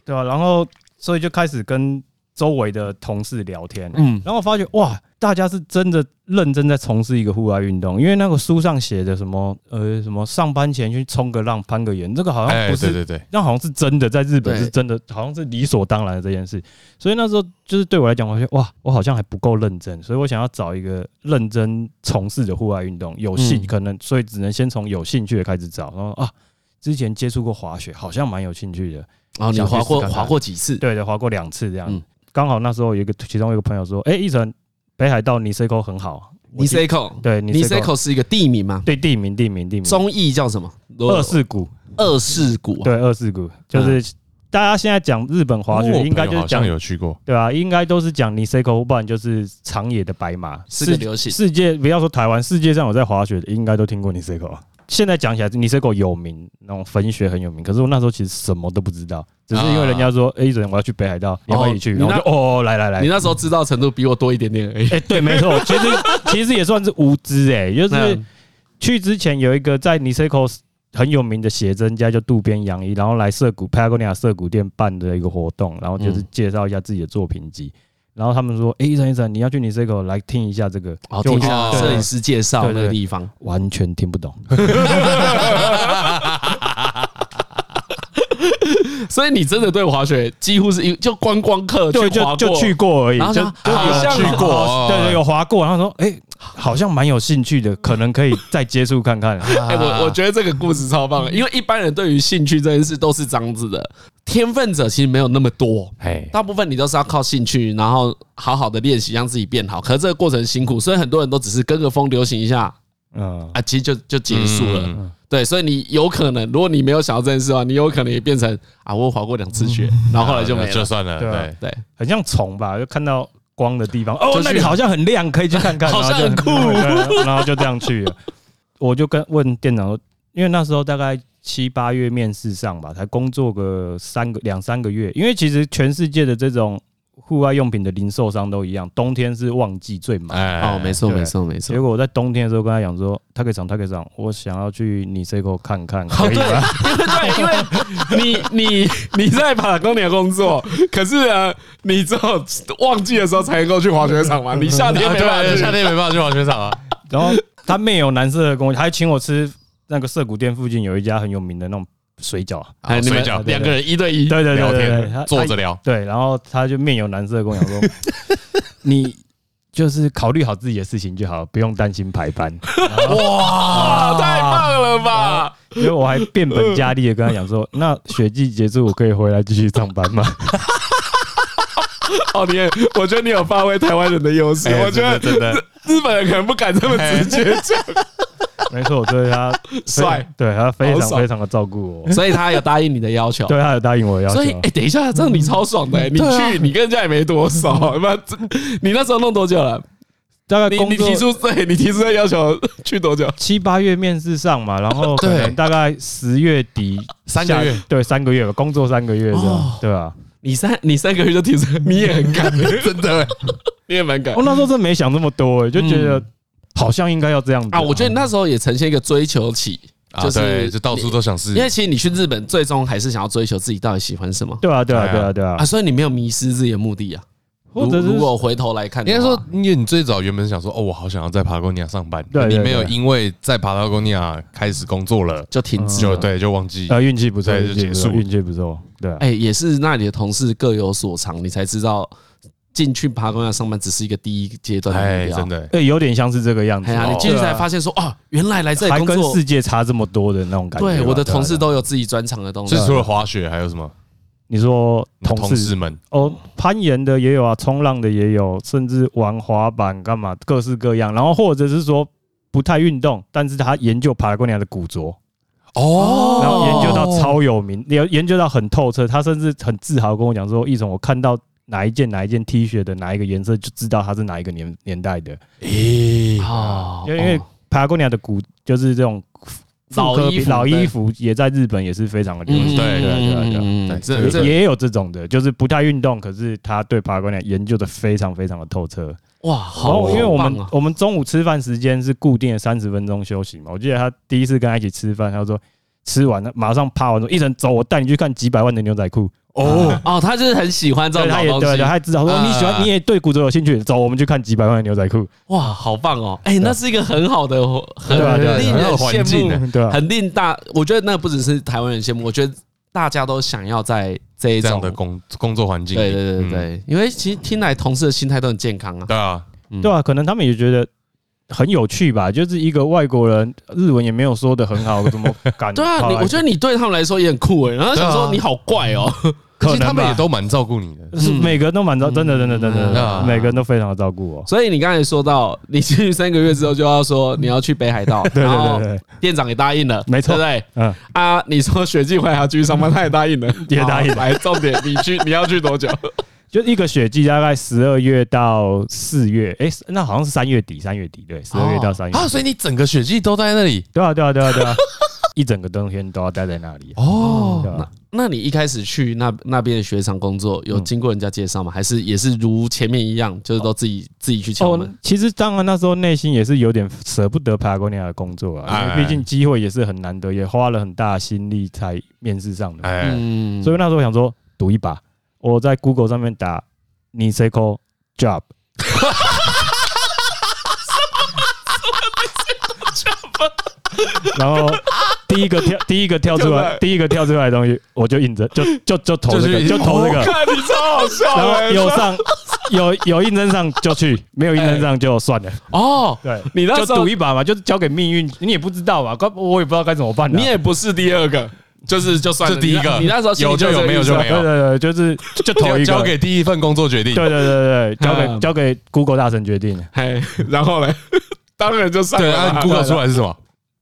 D: 对吧？啊然后所以就开始跟周围的同事聊天，
A: 嗯，
D: 然后我发觉哇，大家是真的认真在从事一个户外运动，因为那个书上写的什么呃什么上班前去冲个浪、攀个岩，这个好像
C: 哎，
D: 不
C: 对
D: 是
C: 对对，
D: 那好像是真的，在日本
A: 对
D: 是真的，好像是理所当然的这件事。所以那时候就是对我来讲，我觉得哇，我好像还不够认真，所以我想要找一个认真从事的户外运动，有兴
A: 嗯
D: 可能，所以只能先从有兴趣的开始找。然后啊，之前接触过滑雪，好像蛮有兴趣的，
A: 然后你
D: 想去
A: 划过
D: 试看看
A: 划过几次？
D: 对对，滑过两次这样
A: 嗯。
D: 刚好那时候有一个其中有一个朋友说，哎，一晨，北海道尼塞沟很好，
A: 尼塞口，
D: 对尼
A: 尼
D: 塞
A: 塞
D: 沟
A: 口是一个地名嘛？
D: 对地名地名地名，
A: 中译叫什么？
D: 嗯二世谷
A: 二世谷啊。
D: 对二世谷
A: 嗯
D: 就是。大家现在讲日本滑雪，
C: 哦我
D: 应该
C: 朋友
D: 就是
C: 好像
D: 讲
C: 有去过，
D: 对啊，应该都是讲尼塞口，不然就是长野的白马，
A: 是个流行
D: 世界不要说台湾，世界上有在滑雪的，应该都听过尼塞口。现在讲起来，尼塞口有名，那种粉雪很有名。可是我那时候其实什么都不知道，只是因为人家说，哎、一准我要去北海道，你要不要一起去？
A: 啊你
D: 然后我
A: 那
D: 就哦，来来来
A: 你，那时候知道程度比我多一点点而已。
D: 哎、对，没错，其实其实也算是无知哎、就是
A: 嗯
D: 去之前有一个在尼塞口很有名的写真家叫渡边洋一，然后来涩谷 Patagonia 涩谷店办的一个活动，然后
A: 嗯
D: 就是介绍一下自己的作品集。然后他们说：“哎、医生医生，你要去尼塞口来听一下这个。”
A: 哦，
D: 就我
A: 听一下
D: 就
A: 摄影师介绍
D: 对对
A: 那个地方，
D: 完全听不懂。
A: 所以你真的对滑雪几乎是一就观光客
D: 对，
A: 去滑
D: 就就
A: 过
D: 去过而已，
A: 然后
D: 就
A: 想
D: 就
A: 好
D: 有
A: 像哦
D: 去
A: 很
C: 好
D: 过，对对，有滑过，然后说，哎，好像蛮有兴趣的，可能可以再接触看
A: <laughs>
D: 看。
C: 啊
A: 哎、我我觉得这个故事超棒的，
C: 嗯
A: 因为一般人对于兴趣这件事都是这样子的，天分者其实没有那么多，
C: 哎，
A: 大部分你都是要靠兴趣，然后好好的练习，让自己变好。可是这个过程辛苦，所以很多人都只是跟个风流行一下
D: 嗯，
A: 啊，其实就就结束了。
C: 嗯
A: 对，所以你有可能，如果你没有想到这件事的话，你有可能也变成啊，我滑过两次雪，然后后来就没
C: 嗯就
A: 了。
C: 算了，
D: 对啊
C: 对，
A: 对，
D: 很像虫吧，就看到光的地方，哦
A: 就，去
D: 那里好像很亮，可以去看
A: <laughs>
D: 看，
A: 好像很酷
D: 然后就对然后就这样去了。 <laughs> 我就跟问店长说，因为那时候大概七八月面试上吧，才工作个三个两三个月，因为其实全世界的这种户外用品的零售商都一样，冬天是旺季最忙。
C: 哎，
A: 哦，没错，
D: 对
A: 没错，没错
D: 结。果我在冬天的时候跟他讲说，他可以长，他可以长，我想要去你这口看看，
A: 哦，
D: 可以
A: 对，
D: 吗？
A: 因为因为你你你在帕拉贡尼亚工作，可是呢，你只有旺季的时候才能够去滑雪场嘛，你夏天
C: 啊
A: 没
C: 对
A: 办
C: 啊，
A: 法
C: 夏
A: 去。
C: 天没办法去滑雪场啊，
D: <laughs> 然后他面有难色的跟我，他还请我吃那个涩谷店附近有一家很有名的那种水饺啊，
A: 哎，你
C: 睡
A: 们
C: 觉
A: 两个人一对一，
D: 对对
C: 聊
D: 对对对，
C: 天，
D: 他
C: 坐着
D: 他
C: 聊，
D: 对，然后他就面有难色的跟我讲 <laughs> 说，你就是考虑好自己的事情就好，不用担心排班。
A: 哇，啊太棒了吧！
D: 因为我还变本加厉的跟他讲说，那雪季结束我可以回来继续上班吗？
A: 哦，你也我觉得你有发挥台湾人的优势，
C: 哎
A: 我觉得
C: 真的真的
A: 日日本人可能不敢这么直接讲，
D: <laughs> 没错，我对他
A: 帅，
D: 对他非
A: 好
D: 常
A: 爽
D: 非常的照顾我，
A: 哎所以他有答应你的要求。
D: 对他有答应我的要求
A: 所以，。哎，等一下，这样你超爽的，你去，你跟人家也没多 <laughs> 少，妈，这你那时候弄多久了？
D: 大概
A: 你
D: 工
A: 你
D: 作
A: 提出对，你提出的要求去多久？
D: 七八月面试上嘛，然后可
C: 对
D: 能大概十月底
C: 三个月
D: 下，对三个月吧，工作三个月这
A: 哦
D: 样，对啊吧？
A: 你三你三个月就提出，你也很敢，真的，你也蛮敢
D: 我哦那时候真没想这么多，欸就觉得好像应该要这样子
A: 嗯啊！我觉得你那时候也呈现一个追求期，
C: 啊
A: 就是
C: 对就到处都想试
A: 因，为其实你去日本最终还是想要追求自己到底喜欢什么
D: 对啊，对啊，
C: 对
D: 对
C: 啊
D: 啊，对啊
A: 啊，，所以你没有迷失自己的目的啊。
D: 或
A: 如
D: 者是
A: 如果回头来看的
C: 应
A: 话，
C: 该说，因为你最早原本想说，哦，我好想要在帕拉贡尼亚上班，
D: 对对
C: 你没有
D: 对
C: 因为在帕拉贡尼亚开始工作了，
A: 就停止
C: 就
A: 了。
C: 嗯对，就忘记
D: 啊运气不错，
C: 对
D: 运
C: 就
D: 气不
C: 结
D: 错，
C: 束
D: 运气不错，对啊，
A: 哎，也是那里的同事各有所长，你才知道进去爬公园上班只是一个第一阶段的
C: 哎，
A: 目标。
C: 真，的，
D: 哎，有点像是这个样子哦啊
A: 哎，呀，你进去才发现说，哦，原来来这里
D: 还
A: 工
D: 跟
A: 作
D: 世，界差这么多的那种感觉吧。
A: 对，我的
D: 啊
A: 同事，
D: 啊
A: 都有自己专长的东西
C: 所。以除了滑雪还有什么？
D: 你说
C: 你的同事
D: 事
C: 们，
D: 哦，攀岩的也有啊，冲浪的也有，甚至玩滑板干嘛，各式各样。然后或者是说不太运动，但是他研究爬拉贡尼亚的古着，
C: 哦
D: 然后研究到超有名，研研究到很透彻，他甚至很自豪地跟我讲说：“易总，我看到哪一件哪一件 T 恤的哪一个颜色，就知道它是哪一个年年代的。
C: 咦，
A: 哦，
D: 因为因为
A: 哦
D: 帕拉贡尼亚的古就是这种复
A: 老
D: 刻
A: 衣服
D: 老
A: 对
D: 衣服，也在日本也是非常的流
A: 嗯
D: 行。
C: 对
D: 对对对
A: 嗯
C: 对
A: 这
C: 对
A: 这
D: 也也有这种的，就是不太运动，可是他对帕拉贡尼亚研究的非常非常的透彻。
A: 嗯哇，
D: 然
A: 好
D: 后，因为我们
A: 好棒啊
D: 我们中午吃饭时间是固定的三十分钟休息嘛，我记得他第一次跟他一起吃饭，他就说吃完了马上趴完说，一人走，我带你去看几百万的牛仔裤。
C: 哦，
A: 哦，他就是很喜欢这
D: 对，
A: 种
D: 他也
A: 老
D: 对对，
A: 东西，
D: 他也知道说
C: 啊
D: 你喜欢，你也对古着有兴趣，走，我们去看几百万的牛仔裤，
A: 哇，好棒哦！哎，那是一个很好的，很
D: 对啊对啊
A: 令
D: 很
C: 好
A: 人
C: 的环境
A: 羡
C: 呢
A: 慕，
D: 对啊，
A: 很令大。我觉得那不只是台湾人羡慕，我觉得大家都想要在这一
C: 这样
A: 种
C: 的工工作环境，
A: 对对对
C: 嗯，
A: 对，因为其实听来同事的心态都很健康啊。
C: 对啊，
D: 对啊，可能他们也觉得很有趣吧，就是一个外国人，日文也没有说的很好，怎么敢？
A: <laughs> 对啊，你我觉得你对他们来说也很酷哎，然后想
C: 对
A: 说
C: 啊
A: 你好怪哦，
C: 可
D: 可
C: 是
D: 能
C: 他们
D: 吧
C: 也都蛮照顾你
D: <laughs>
C: 的，
D: 是
A: 嗯
D: 每个人都蛮照，真的真的真的真的，
C: 嗯
D: 每个人都非常的照顾我。 <laughs>
A: 所以你刚才说到，你进去三个月之后就要说你要去北海道，
D: <laughs> 对
A: 然后
D: 对对对，
A: 店长也答应了，
D: 没错
A: 对不对？
D: 嗯，
A: 啊，你说雪季回来还要继续上班，他也答应了，
D: <laughs> 也答应了
A: 好来，重点，你
D: <laughs>
A: 去你要去多久？
D: 就一个雪季大概十二月到四月，哎，那好像是三月底，三月底对，十二月到
A: 哦
D: 三月
C: 啊，，所以你整个雪季都在那里，
D: 对啊对啊对啊对啊， <laughs> 一整个冬天都要待在那里。
C: 哦，
D: 对啊
A: 那你一开始去那那边的雪场工作，有经过人家介绍吗？还是也是如前面一样，就是都自己自己去敲
D: 哦
A: 门？，
D: 其实当然那时候内心也是有点舍不得帕拉贡尼亚的工作啊，因
C: 哎
D: 为毕竟机会也是很难得，也花了很大的心力才面试上的。
C: 哎，
A: 嗯，
D: 所以那时候我想说赌一把，我在 Google 上面打 Niseko <laughs> job，然后第一个跳，第一个跳出来，第一个跳出来的东西，我就印着，就就就投这
C: 就是
D: 个，
C: 已经
D: 就投这
C: 我
D: 个，
C: 看你超好笑
D: 然后
C: 欸
D: 有上有有应征上就去，没有应征上就算了。
C: 哦，
D: <laughs> 对，
C: 你那
D: 就
C: 时候
D: 赌一把嘛，就是交给命运，你也不知道嘛，我也不知道该怎么办啊。
C: 你也不是第二个，就是就算
A: 就
C: 了
A: 第一个
C: 你那你那时候心里就有没有就没
D: 对
C: 有，
D: 对对，就是就投一个，
C: <laughs> 交给第一份工作决定。
D: 对对对对，交
A: 嗯
D: 给交给 Google 大神决定。
A: <laughs> 嘿，然后嘞， <laughs> 当然就上
C: 对，
A: 了
C: 按
D: 啊
A: 嘛
C: Google 出来是什么？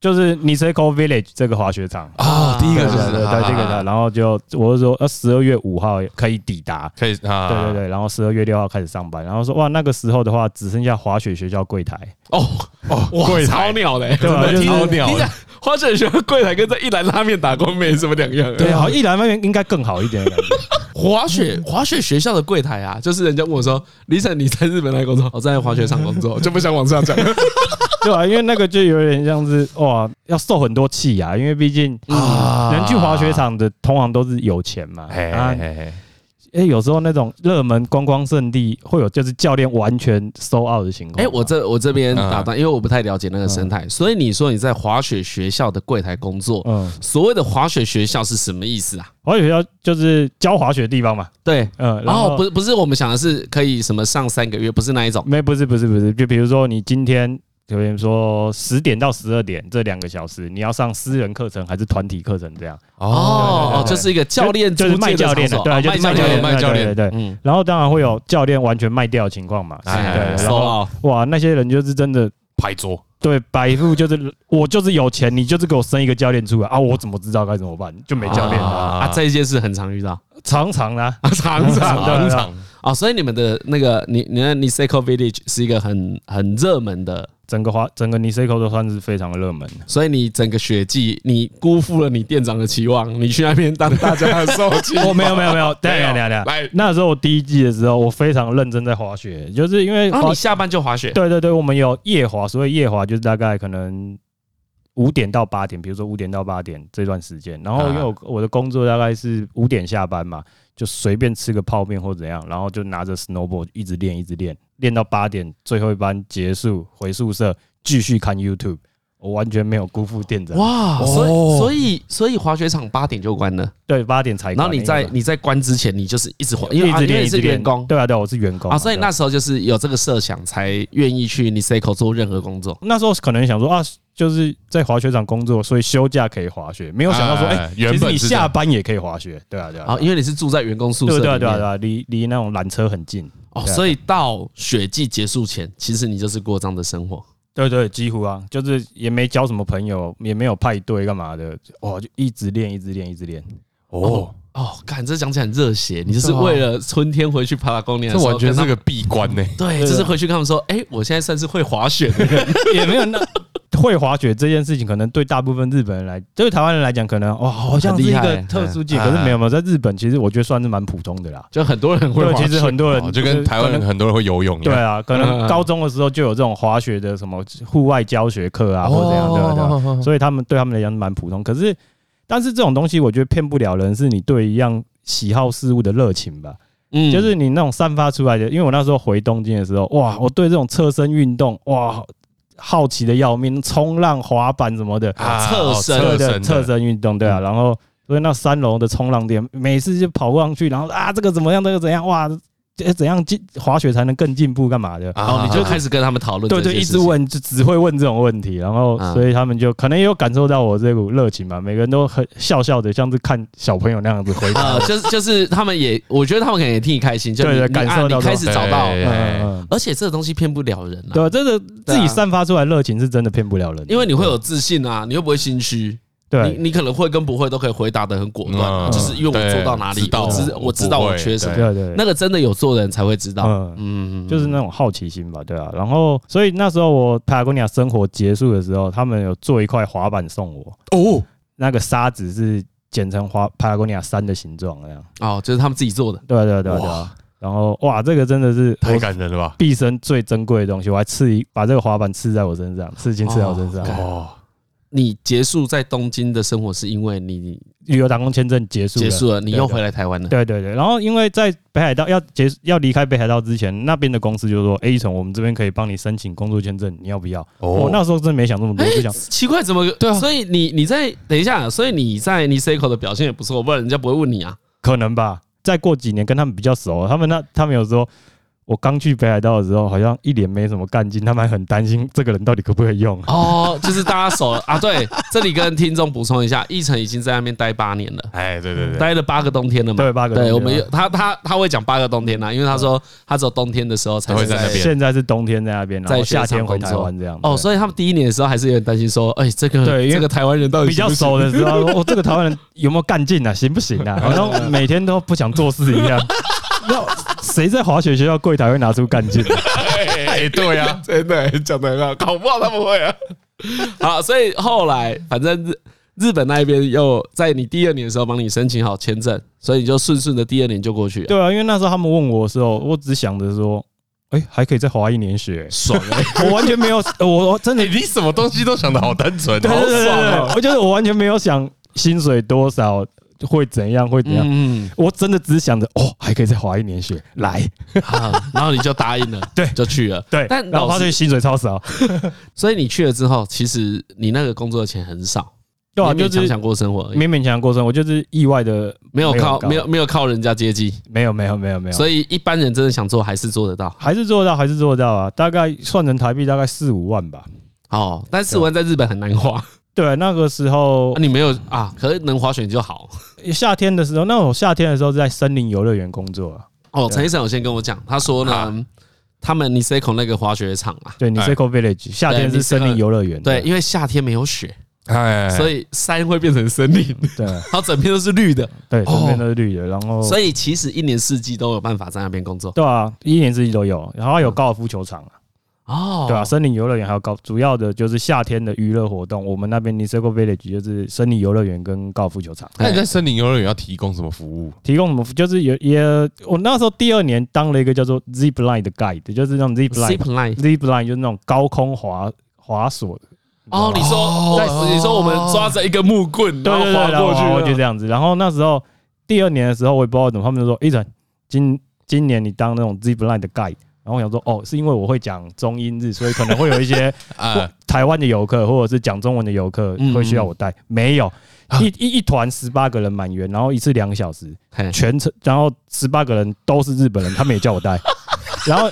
D: 就是 Niseko Village 这个滑雪场，
C: 啊，第一个
D: 对
C: 就
D: 对
C: 是
D: 对，对这个的，然后就我就说，呃，十二月五号可以抵达，
C: 可以啊，
D: 对对对，然后十二月六号开始上班，然后说哇，那个时候的话只剩下滑雪学校柜台，
A: 哦
C: 哦，
A: 哇，
C: 柜台
A: 超鸟嘞，
D: 对啊吧
A: 真
D: 就
A: 的
D: 是
A: 听着
C: 超鸟
A: 你讲花卷学柜台跟在一兰拉面打工没什么两样。啊
D: 好，一兰那边应该更好一点的感觉，
A: 滑雪滑雪学校的柜台啊，就是人家问我说：“李晨，你在日本来工作？”我在滑雪场工 <laughs> 作，就不想往上讲。
D: 对啊吧？因为那个就有点像是哇，要受很多气啊，因为毕竟
C: 啊
D: 能去滑雪，场的通常都是有钱嘛，
C: 哎
D: 啊
C: 哎，哎
D: 哎，有时候那种热门观光胜地会有就是教练完全收 out 的情况嘛，
A: 哎、我这我这边打断，因为我不太了解那个生态，所以你说你在滑雪学校的柜台工作，
D: 嗯，
A: 所谓的滑雪学校是什么意思啊？
D: 滑雪学校就是教滑雪的地方嘛，
A: 对，
D: 嗯，
A: 然
D: 然
A: 后
D: 后
A: 哦不是不是我们想的是可以什么上三个月，不是那一种
D: 没不是不是不是，就比如说你今天。比如说十点到十二点这两个小时，你要上私人课程还是团体课程？这样
A: 哦
C: 哦，
A: 哦，就是一个教练
D: 就是
A: 租借
D: 卖
A: 的
D: 教练的，
A: 场所
D: 对
A: 哦
D: 啊，就是
A: 卖教
C: 练
A: 练，
C: 卖教练
D: 对对对。
A: 嗯，
D: 然后当然会有教练完全卖掉的情况嘛，
C: 哎哎
D: 对。
A: 收
D: 然后
A: 了，
D: 哇，那些人就是真的
C: 拍桌，
D: 对摆副就是我就是有钱，你就是给我生一个教练出来啊，我怎么知道该怎么办？就没教练了，
A: 啊，这一件事很常遇到，
D: 常常啦，
A: <laughs> 常
D: 常啊
C: 当场
A: 哦，所以你们的那个你你的 Niseko Village 是一个很很热门的，
D: 整个花整个 Niseko 都算是非常热门。
A: 所以你整个雪季你辜负了你店长的期望，你去那边当大家的受气
D: 我哦没有没有没有，等一下等一下等一下，
C: 来
D: 那时候我第一季的时候，我非常认真在滑雪，就是因为
A: 然后
D: 滑
A: 你下班就滑雪，
D: 对对对，我们有夜滑，所以夜滑就是大概可能五点到八点，比如说五点到八点这段时间。然后因为
A: 啊
D: 我我的工作大概是五点下班嘛，就随便吃个泡面或怎样，然后就拿着 snowboard 一直练一直练，练到八点最后一班结束回宿舍继续看 YouTube，我完全没有辜负店长。
A: 哇，所以所以所以滑雪场八点就关了，
D: 对，八点哎才关。
A: 然后你在你在关之前，你就是一直滑，因为
D: 一
A: 啊
D: 直
A: 因为
D: 练
A: 你
D: 一直
A: 是
D: 练
A: 员工
D: 对啊对啊，我是员工
A: 啊，所以
D: 对
A: 那时候就是有这个设想，才愿意去 Niseko 做任何工作。
D: 那时候可能想说啊，就是在滑雪场工作，所以休假可以滑雪，没有想到说，
C: 哎
D: 哎，
C: 原
D: 其实
C: 本
D: 你
C: 是这样
D: 下班也可以滑雪，对啊，对啊
A: 啊，，因为你是住在员工宿
D: 对
A: 舍里
D: 对啊
A: 面，
D: 对啊对啊，离离那种缆车很近，
A: 哦，
D: 对啊
A: 所以到雪季结束前，其实你就是过这样的生活。
D: 对对，几乎啊，就是也没交什么朋友，也没有派对干嘛的，哇，就一直练，一直练，一直练，
C: 哦，
A: 哦，看这讲起来很热血，你
D: 啊
A: 就是为了春天回去爬拉公年，
C: 这完全是个闭关呢。
A: 对，
D: 啊
A: 就是回去跟他们说，哎，我现在算是会滑雪
D: <laughs>
A: 的人，
D: <laughs> 也没有那会滑雪这件事情，可能对大部分日本人来，对台湾人来讲，可能哇，哦好像是一
A: 很
D: 个
A: 厉害
D: 特殊技，可
C: 哎
D: 是没有没有，在日本其实我觉得算是蛮普通的啦。
A: 就很多人会
D: 对，
A: 滑
D: 其实
A: 雪。
D: 很多人
C: 哦就跟台湾人很多人会游泳
D: <laughs>
C: 一
D: 对
C: 样，
D: 啊，可
A: 嗯嗯
D: 能
A: 嗯
D: 高中的时候就有这种滑雪的什么户外教学课
A: 哦
C: 哦
D: 啊，或者怎样，对啊对啊
C: 对
D: 所以他们对他们来讲是蛮普通。可是，但是这种东西我觉得骗不了人，是你对一样喜好事物的热情吧，
A: 嗯
D: 就是你那种散发出来的。因为我那时候回东京的时候，哇，我对这种侧身运动，哇，好奇的要命，冲浪、滑板什么的，
A: 啊侧身
D: 对
C: 哦侧
D: 对，
C: 身
D: 侧身运动，对啊，
A: 嗯
D: 然后。所以那三楼的冲浪店，每次就跑上去，然后啊，这个怎么样，这个怎样，哇，这怎样进滑雪才能更进步，干嘛的？
A: 然后你啊就开始跟他们讨论，
D: 对对，一直，问，就只会问这种问题，然后
A: 啊
D: 所以他们就可能也有感受到我这股热情吧，每个人都很笑笑的，像是看小朋友那样子
A: <laughs>
D: 回答
A: 呃，。就是就是他们也，我觉得他们可能也替你开心，就
D: 对
A: 你
D: 对
A: 你
D: 感
A: 啊
D: 受到
A: 你开始找到，
C: 对
D: 嗯嗯，嗯
A: 而且这个东西骗不了人啊，
D: 对，真的自己散发出来热情是真的骗不了人的，
A: 因为你会有自信啊，你又不会心虚，你
D: 对
A: 你可能会跟不会都可以回答的很果断，
C: 嗯
A: 就是因为我做到哪
C: 对
A: 里
C: 知，道
A: 我知
C: 我
A: 我知道
C: 不会
A: 我缺什么，
D: 对对，
A: 那个真的有做的人才会知道，
D: 嗯。
A: 嗯，
D: 就是那种好奇心吧，对啊。然后，所以那时候我 Patagonia 生活结束的时候，他们有做一块滑板送我，
C: 哦，
D: 那个沙子是剪成滑 Patagonia 山的形状那样。
A: 哦，就是他们自己做的，
D: 对啊对啊对啊对啊。然后，哇，这个真的是
C: 太
D: 我
C: 感人了吧？
D: 毕生最珍贵的东西，我还刺一把这个滑板刺在我身上，刺青刺在我身上，
A: 哦
C: 哦，
A: 你结束在东京的生活，是因为你
D: 旅游打工签证结束了
A: 结束了，你又
D: 对对啊
A: 回来台湾了。
D: 对对对，然后因为在北海道要结要离开北海道之前，那边的公司就说：“哎，一成，我们这边可以帮你申请工作签证，你要不要？”我、
C: 哦，
D: 那时候真的没想这么多，就想
A: 奇怪，怎么对啊？所以你你在等一下，所以你在 Niseko 的表现也不错，不然人家不会问你啊。
D: 可能吧。再过几年跟他们比较熟，他们那他们有时候我刚去北海道的时候，好像一脸没什么干劲，他们还很担心这个人到底可不可以用。
A: 哦，就是大家熟了啊。对，这里跟听众补充一下，一晨已经在那边待八年了。
C: 哎，对对对，
A: 待了八个冬天了嘛？
D: 对八个冬天
A: 对，
D: 了
A: 我们有他他他会讲八个冬天啊啦，因为他说他只有冬天的时候才
C: 才会
A: 是
C: 在那边
D: 现在是冬天在那边，然后
A: 在雪
D: 夏
A: 场
D: 天回
A: 工
D: 台
A: 作
D: 湾这样。
A: 哦，所以他们第一年的时候还是有点担心，说，哎，这个
D: 对因为
A: 这个台湾人到底
D: 比较
A: 行不行
D: 熟的时候，我、哦、这个台湾人有没有干劲啊？行不行啊？好
A: <laughs>
D: 像每天都不想做事一样。那谁在滑雪学校柜台会拿出干
A: <laughs>
D: 劲？
C: 哎，对呀，
A: 真的讲的很好，搞不好他们会啊。好，所以后来反正日日本那一边又在你第二年的时候帮你申请好签证，所以你就顺顺的第二年就过去了，，
D: 对啊，因为那时候他们问我的时候，我只想着说，哎、还可以再滑一年雪
A: 爽哎、
D: <laughs> 我完全没有，呃我我真
A: <laughs>
D: 的
C: 哎，你什么东西都想的好单纯
D: 对
C: 哦，
D: 对对对对
A: 哦
D: 我就是我完全没有想薪水多少会怎样会怎样，
A: 嗯，
D: 我真的只想着哦，还可以再滑一年雪来。
A: 好，啊然后你就答应了，
D: <laughs> 对
A: 就去了。
D: 对，
A: 但
D: 然后
A: 老
D: 发
A: 师
D: 现薪水超少，
A: 所以你去了之后，其实你那个工作的钱很少，
D: 对啊，
A: 勉
D: 就
A: 勉强
D: 是
A: 强过生活而已，
D: 勉勉强强过生活，我就是意外的
A: 没有靠
D: 没有高啊
A: 没有没有靠人家接济，
D: 没有没有没有没有，
A: 所以一般人真的想做还是做得到。
D: 还是做得到，还是做得到啊！大概算成台币大概四五万吧。啊
A: 哦，但四万在日本很难花，
D: 对，那个时候
A: 啊你没有啊，可是能滑雪就好。
D: 夏天的时候，那我夏天的时候是在森林游乐园工作啊。
A: 哦，
D: 对啊
A: 陈医生有先跟我讲，他说呢，他们 Niseko 那个滑雪场啊，
D: 对 n i s e k o Village，夏天是森林游乐园。
A: 对，因为夏天没有雪，
C: 哎，
A: 所以山会变成森林，
D: 对
A: <laughs> 然后整片都是绿的，
D: 对，
A: 哦
D: 这边都是绿的，然后
A: 所以其实一年四季都有办法在那边工作。
D: 对啊，一年四季都有，然后有高尔夫球场啊，
A: 嗯哦，
D: 对啊，森林游乐园还有高，主要的就是夏天的娱乐活动。我们那边 n i s e k o Village 就是森林游乐园跟高尔夫球场。
A: 哎
C: 那你在森林游乐园要提供什么服务？
D: 提供我们就是有也，我那时候第二年当了一个叫做 Zip Line 的 guide，就是那种 Zip
A: zip
D: Line
A: line。
D: zip line 就是那种高空滑滑索，
A: 哦，你说在你说我们抓着一根木棍，然后
D: 对对，然
A: 滑
D: 后滑
A: 过
D: 过
A: 去
D: 去这，样子。然后那时候第二年的时候，我也不知道怎么，他们就说：“一晨，今今年你当那种 zip line 的 guide。”然后我想说：“哦，是因为我会讲中英日，所以可能会有一些
C: 啊，
D: 台湾的游客或者是讲中文的游客
A: 嗯
D: 会需要我带。”没有，一一一团十八个人满员，然后一次两个小时，
A: 嘿
D: 全程，然后十八个人都是日本人，他们也叫我
C: <laughs>
D: 带，然后。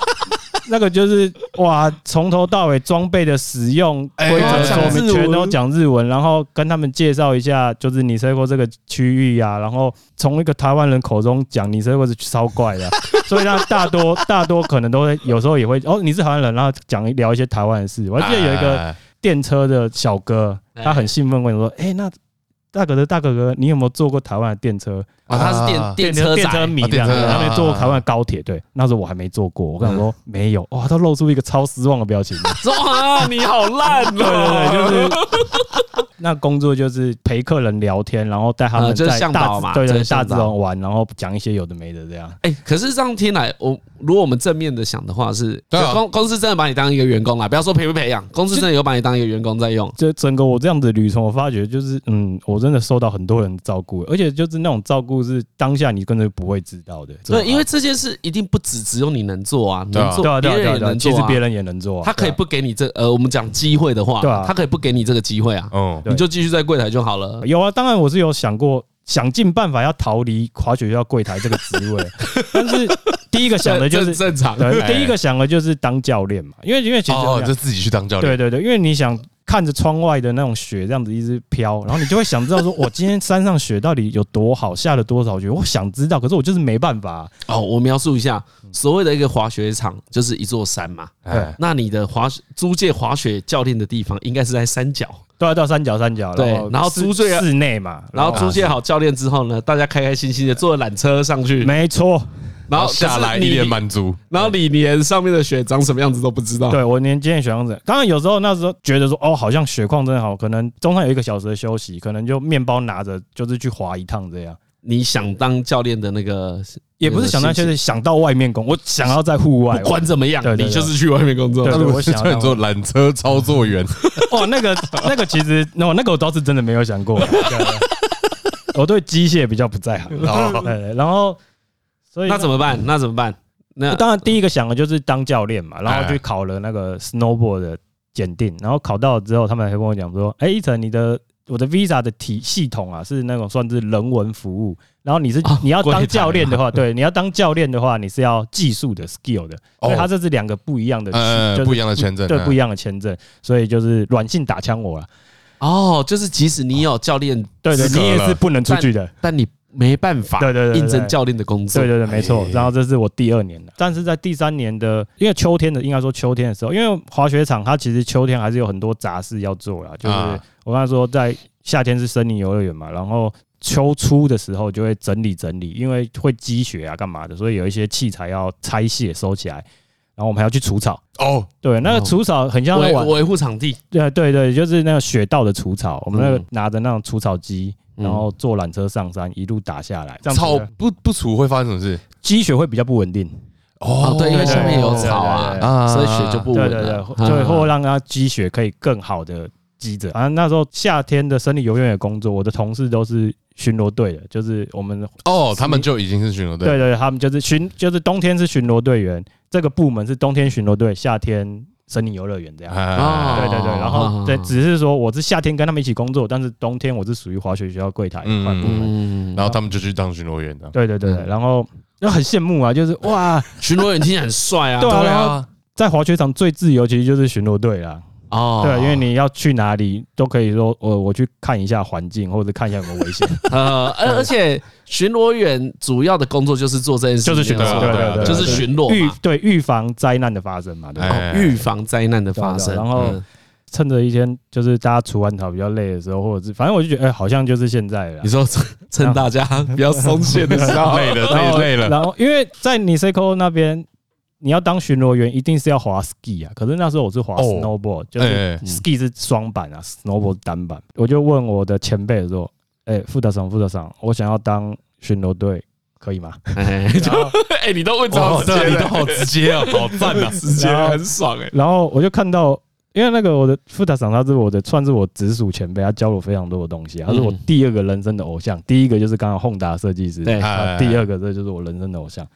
D: 那个就是哇，从头到尾装备的使用
C: 哎
D: 规则
C: 哇
D: 说
C: 讲
D: 明
A: 日文
D: 全都讲日文，然后跟他们介绍一下，就是你塞过这个区域啊，然后从一个台湾人口中讲你塞过是超怪
C: <laughs>
D: 的啊、所以让大多大多可能都会有时候也会哦，你是台湾人，然后讲聊一些台湾的事。我还记得有一个
C: 哎
D: 电车的小哥，
A: 哎
D: 他很兴奋问我说：“哎、那大哥的大哥哥，你有没有坐过台湾的电车？
A: 哦，他是电
C: 啊
A: 电车
D: 电
A: 仔嗯
D: 车，迷
C: 啊
D: 这样
C: 电
D: 子，
C: 车
D: 他没坐过台湾的高铁。对，那时候我还没坐过，我跟他说没有，哇，他露出一个超失望的表情。
A: <laughs> 说啊， <laughs> 你好烂哦，
D: 对对对，就是那工作就是陪客人聊天，然后带他
A: 啊
D: 们
A: 就是
D: 在
A: 向
D: 大
A: 导
D: 自
A: 嘛
D: 对
A: 就是
D: 对
A: 向
D: 大
A: 导
D: 自然玩，然后讲一些有的没的这样。
A: 哎、可是这样听来，我如果我们正面的想的话是，
C: 对啊
A: 公公司真的把你当一个员工啦，不要说培不培养，公司真的有把你当一个员工在用。
D: 这整个我这样的旅程，我发觉就是，嗯，我真的受到很多人的照顾，而且就是那种照顾是当下你根本不会知道的。
A: 对，因为这件事一定不只只有你能做啊，
C: 对啊
A: 能做
D: 啊对啊，对
A: 别
D: 啊，对啊
A: 人也
D: 对啊，
A: 能
D: 其
A: 做、
D: 实
A: 啊，
D: 别人也能做啊，
A: 他可以不给你这呃，我们讲机会的话，
D: 对啊
A: 他可以不给你这个机会啊，
C: 嗯，
D: 对
A: 你就继续在柜台就好
D: 对
A: 了
D: 啊。有啊，当然我是有想过，想尽办法要逃离滑雪校柜台这个职位， <laughs> 但是第一个 <laughs> 想的就
A: 这哎
D: 是，
A: 正常，
D: 对，第一个想的就是当教练嘛，因为因为其实
C: 哦，就自己去当教练
D: 对，对对，因为你想看着窗外的那种雪这样子一直飘，然后你就会想知道说，我今天山上雪到底有多好，下了多少雪，我想知道，可是我就是没办法啊、
A: <laughs> 哦，我描述一下，
D: 嗯
A: 所谓的一个滑雪场就是一座山嘛，
C: 哎，
A: 那你的滑雪租借滑雪教练的地方应该是在山脚。
D: <laughs> 都要到三角三角，
A: 对然后
D: 室
A: 租最
D: 室内嘛，
A: 然后租借好教练之后呢，大家开开心心的坐缆车上去，
D: 啊没错，
A: 然后
C: 下来
A: 可是
C: 一
A: 你
C: 脸满足，
A: 然后你连上面的雪长什么样子都不知道。
D: 对我年纪的雪况子，当然有时候那时候觉得说，哦，好像雪况真的好，可能中场有一个小时的休息，可能就面包拿着就是去滑一趟这样。
A: 你想当教练的那个，
D: 也不是想到，就是想到外面工，我想要在户
A: 不
D: 外。
A: 管怎么样，
D: 对对对
A: 你就是去外面工作
D: 对。
C: 那如果
D: 我
C: 是
D: 想
C: 叫你做缆车操作员，
D: 哦，那
A: <laughs>
D: 个那个其实，哦那、那个我倒是真的没有想过。对我对机械比较不在
A: <laughs>
D: 行。
C: 哦
D: <laughs> 对，然后所以
A: 那怎么办？那怎么办？那
D: 当然，第一个想的就是当教练嘛，然
C: 哎
D: 后去考了那个 snowboard 的检定，然后考到了之后，他们还跟我讲说：“哎，一晨，你的我的 visa 的体系统啊，是那种算是人文服务，然后你是
A: 哦
D: 你要
A: 柜台
D: 当教练
A: 啊
D: 的话，对，你要当教练的话，你是要技术的 skill 的，所以它这是两个不一样的，
C: 呃
D: 就是
C: 不一样的签证
D: 对，
C: 哦嗯
D: 不一样的签证，所以就是软性打枪我了，
A: 哦，就是即使你有教练，
D: 对对，
C: 资格
D: 你也是
C: 了
D: 不能出去的，
A: 但你没办法
D: 对对对对
A: 应征教练的工作。
D: 对对对，没错。然后这是我第二年的，但是在第三年的，因为秋天的，应该说秋天的时候，因为滑雪场它其实秋天还是有很多杂事要做啦。就是
C: 啊
D: 我刚才说，在夏天是森林游乐园嘛，然后秋初的时候就会整理整理，因为会积雪啊，干嘛的，所以有一些器材要拆卸收起来，然后我们还要去除草。
C: 哦，
D: 对，那
A: 哦
D: 个除草很像在
A: 维
D: 玩，
A: 维护场地，
D: 对对对，就是那个雪道的除草，我们那个
A: 嗯
D: 拿着那种除草机。
A: 嗯
D: 然后坐缆车上山，一路打下来，这样子
C: 草不不除会发生什么事？
D: 积雪会比较不稳定。
A: 哦，对，因为下面有
D: 对
A: 草
D: 对对对
A: 啊，
C: 啊
A: 所以雪就不
D: 对
A: 稳
D: 对
A: 了
D: 对，。对，或
A: 啊
D: 让它积雪可以更好的积着啊。那时候夏天的森林游乐园的工作，我的同事都是巡逻队的，就是我们
C: 哦，他们就已经是巡逻队
D: 对对，对，他们就是巡，就是冬天是巡逻队员，这个部门是冬天巡逻队，夏天森林游乐园这
C: 啊
D: 样。
C: 哎
A: 哦
D: 对对对，然后对，
A: 哦
D: 只是说我是夏天跟他们一起工作，但是冬天我是属于滑雪学校柜台
C: 嗯
D: 一块部门。
A: 嗯，
C: 然后他们就去当巡逻员的。
D: 对对对，对
A: 嗯
D: 然后就很羡慕啊，就是哇，
A: 巡逻员听起来很帅啊。
D: 对啊，然后在滑雪场最自由其实就是巡逻队啦。
A: 哦，
D: 对，因为你要去哪里都可以说，呃我我去看一下环境，或者看一下有没有危险。
A: <laughs> <laughs> 呃，而而且巡逻员主要的工作就是做这件事情，
D: 就是巡逻
A: 没有错
C: 对对对对
A: 就是巡逻
D: 预
A: 嘛，
D: 对预防灾难的发生嘛，对吧。
C: 哎
A: 哦预防灾难的发生。
D: 对啊对啊然后
A: 嗯
D: 趁着一天就是大家除完草比较累的时候，或者是反正我就觉得，哎、好像就是现在了
A: 你。说趁趁大家比较松懈的时候，
C: 累了，
D: 然
C: 累
D: 后
C: 累了。
D: 然后因为在你 s i c o 那边，你要当巡逻员一定是要滑 ski 啊，可是那时候我是滑
C: 哦
D: snowboard，、就
C: 哎
D: 是
C: 哎
D: ski 是双板啊，snowboard 单板。我就问我的前辈说：“哎、副德长，副德长，我想要当巡逻队，可以吗？”
A: <laughs> 哎，
D: 然后
A: <laughs> 哎，你都问
C: 哦
A: 超直接
C: 对你
A: <laughs>
C: 都
A: 的，
C: 好直接哦，好赞啊！
A: 直接
D: 然后
A: 很爽哎。
D: <laughs> 然后我就看到，因为那个我的富达赏他是我的算是我直属前辈，他教了我非常多的东西，他是我
A: 嗯
D: 第二个人生的偶像。第一个就是刚刚宏达设计师，
A: 对
D: 啊第二个这就是我人生的偶像。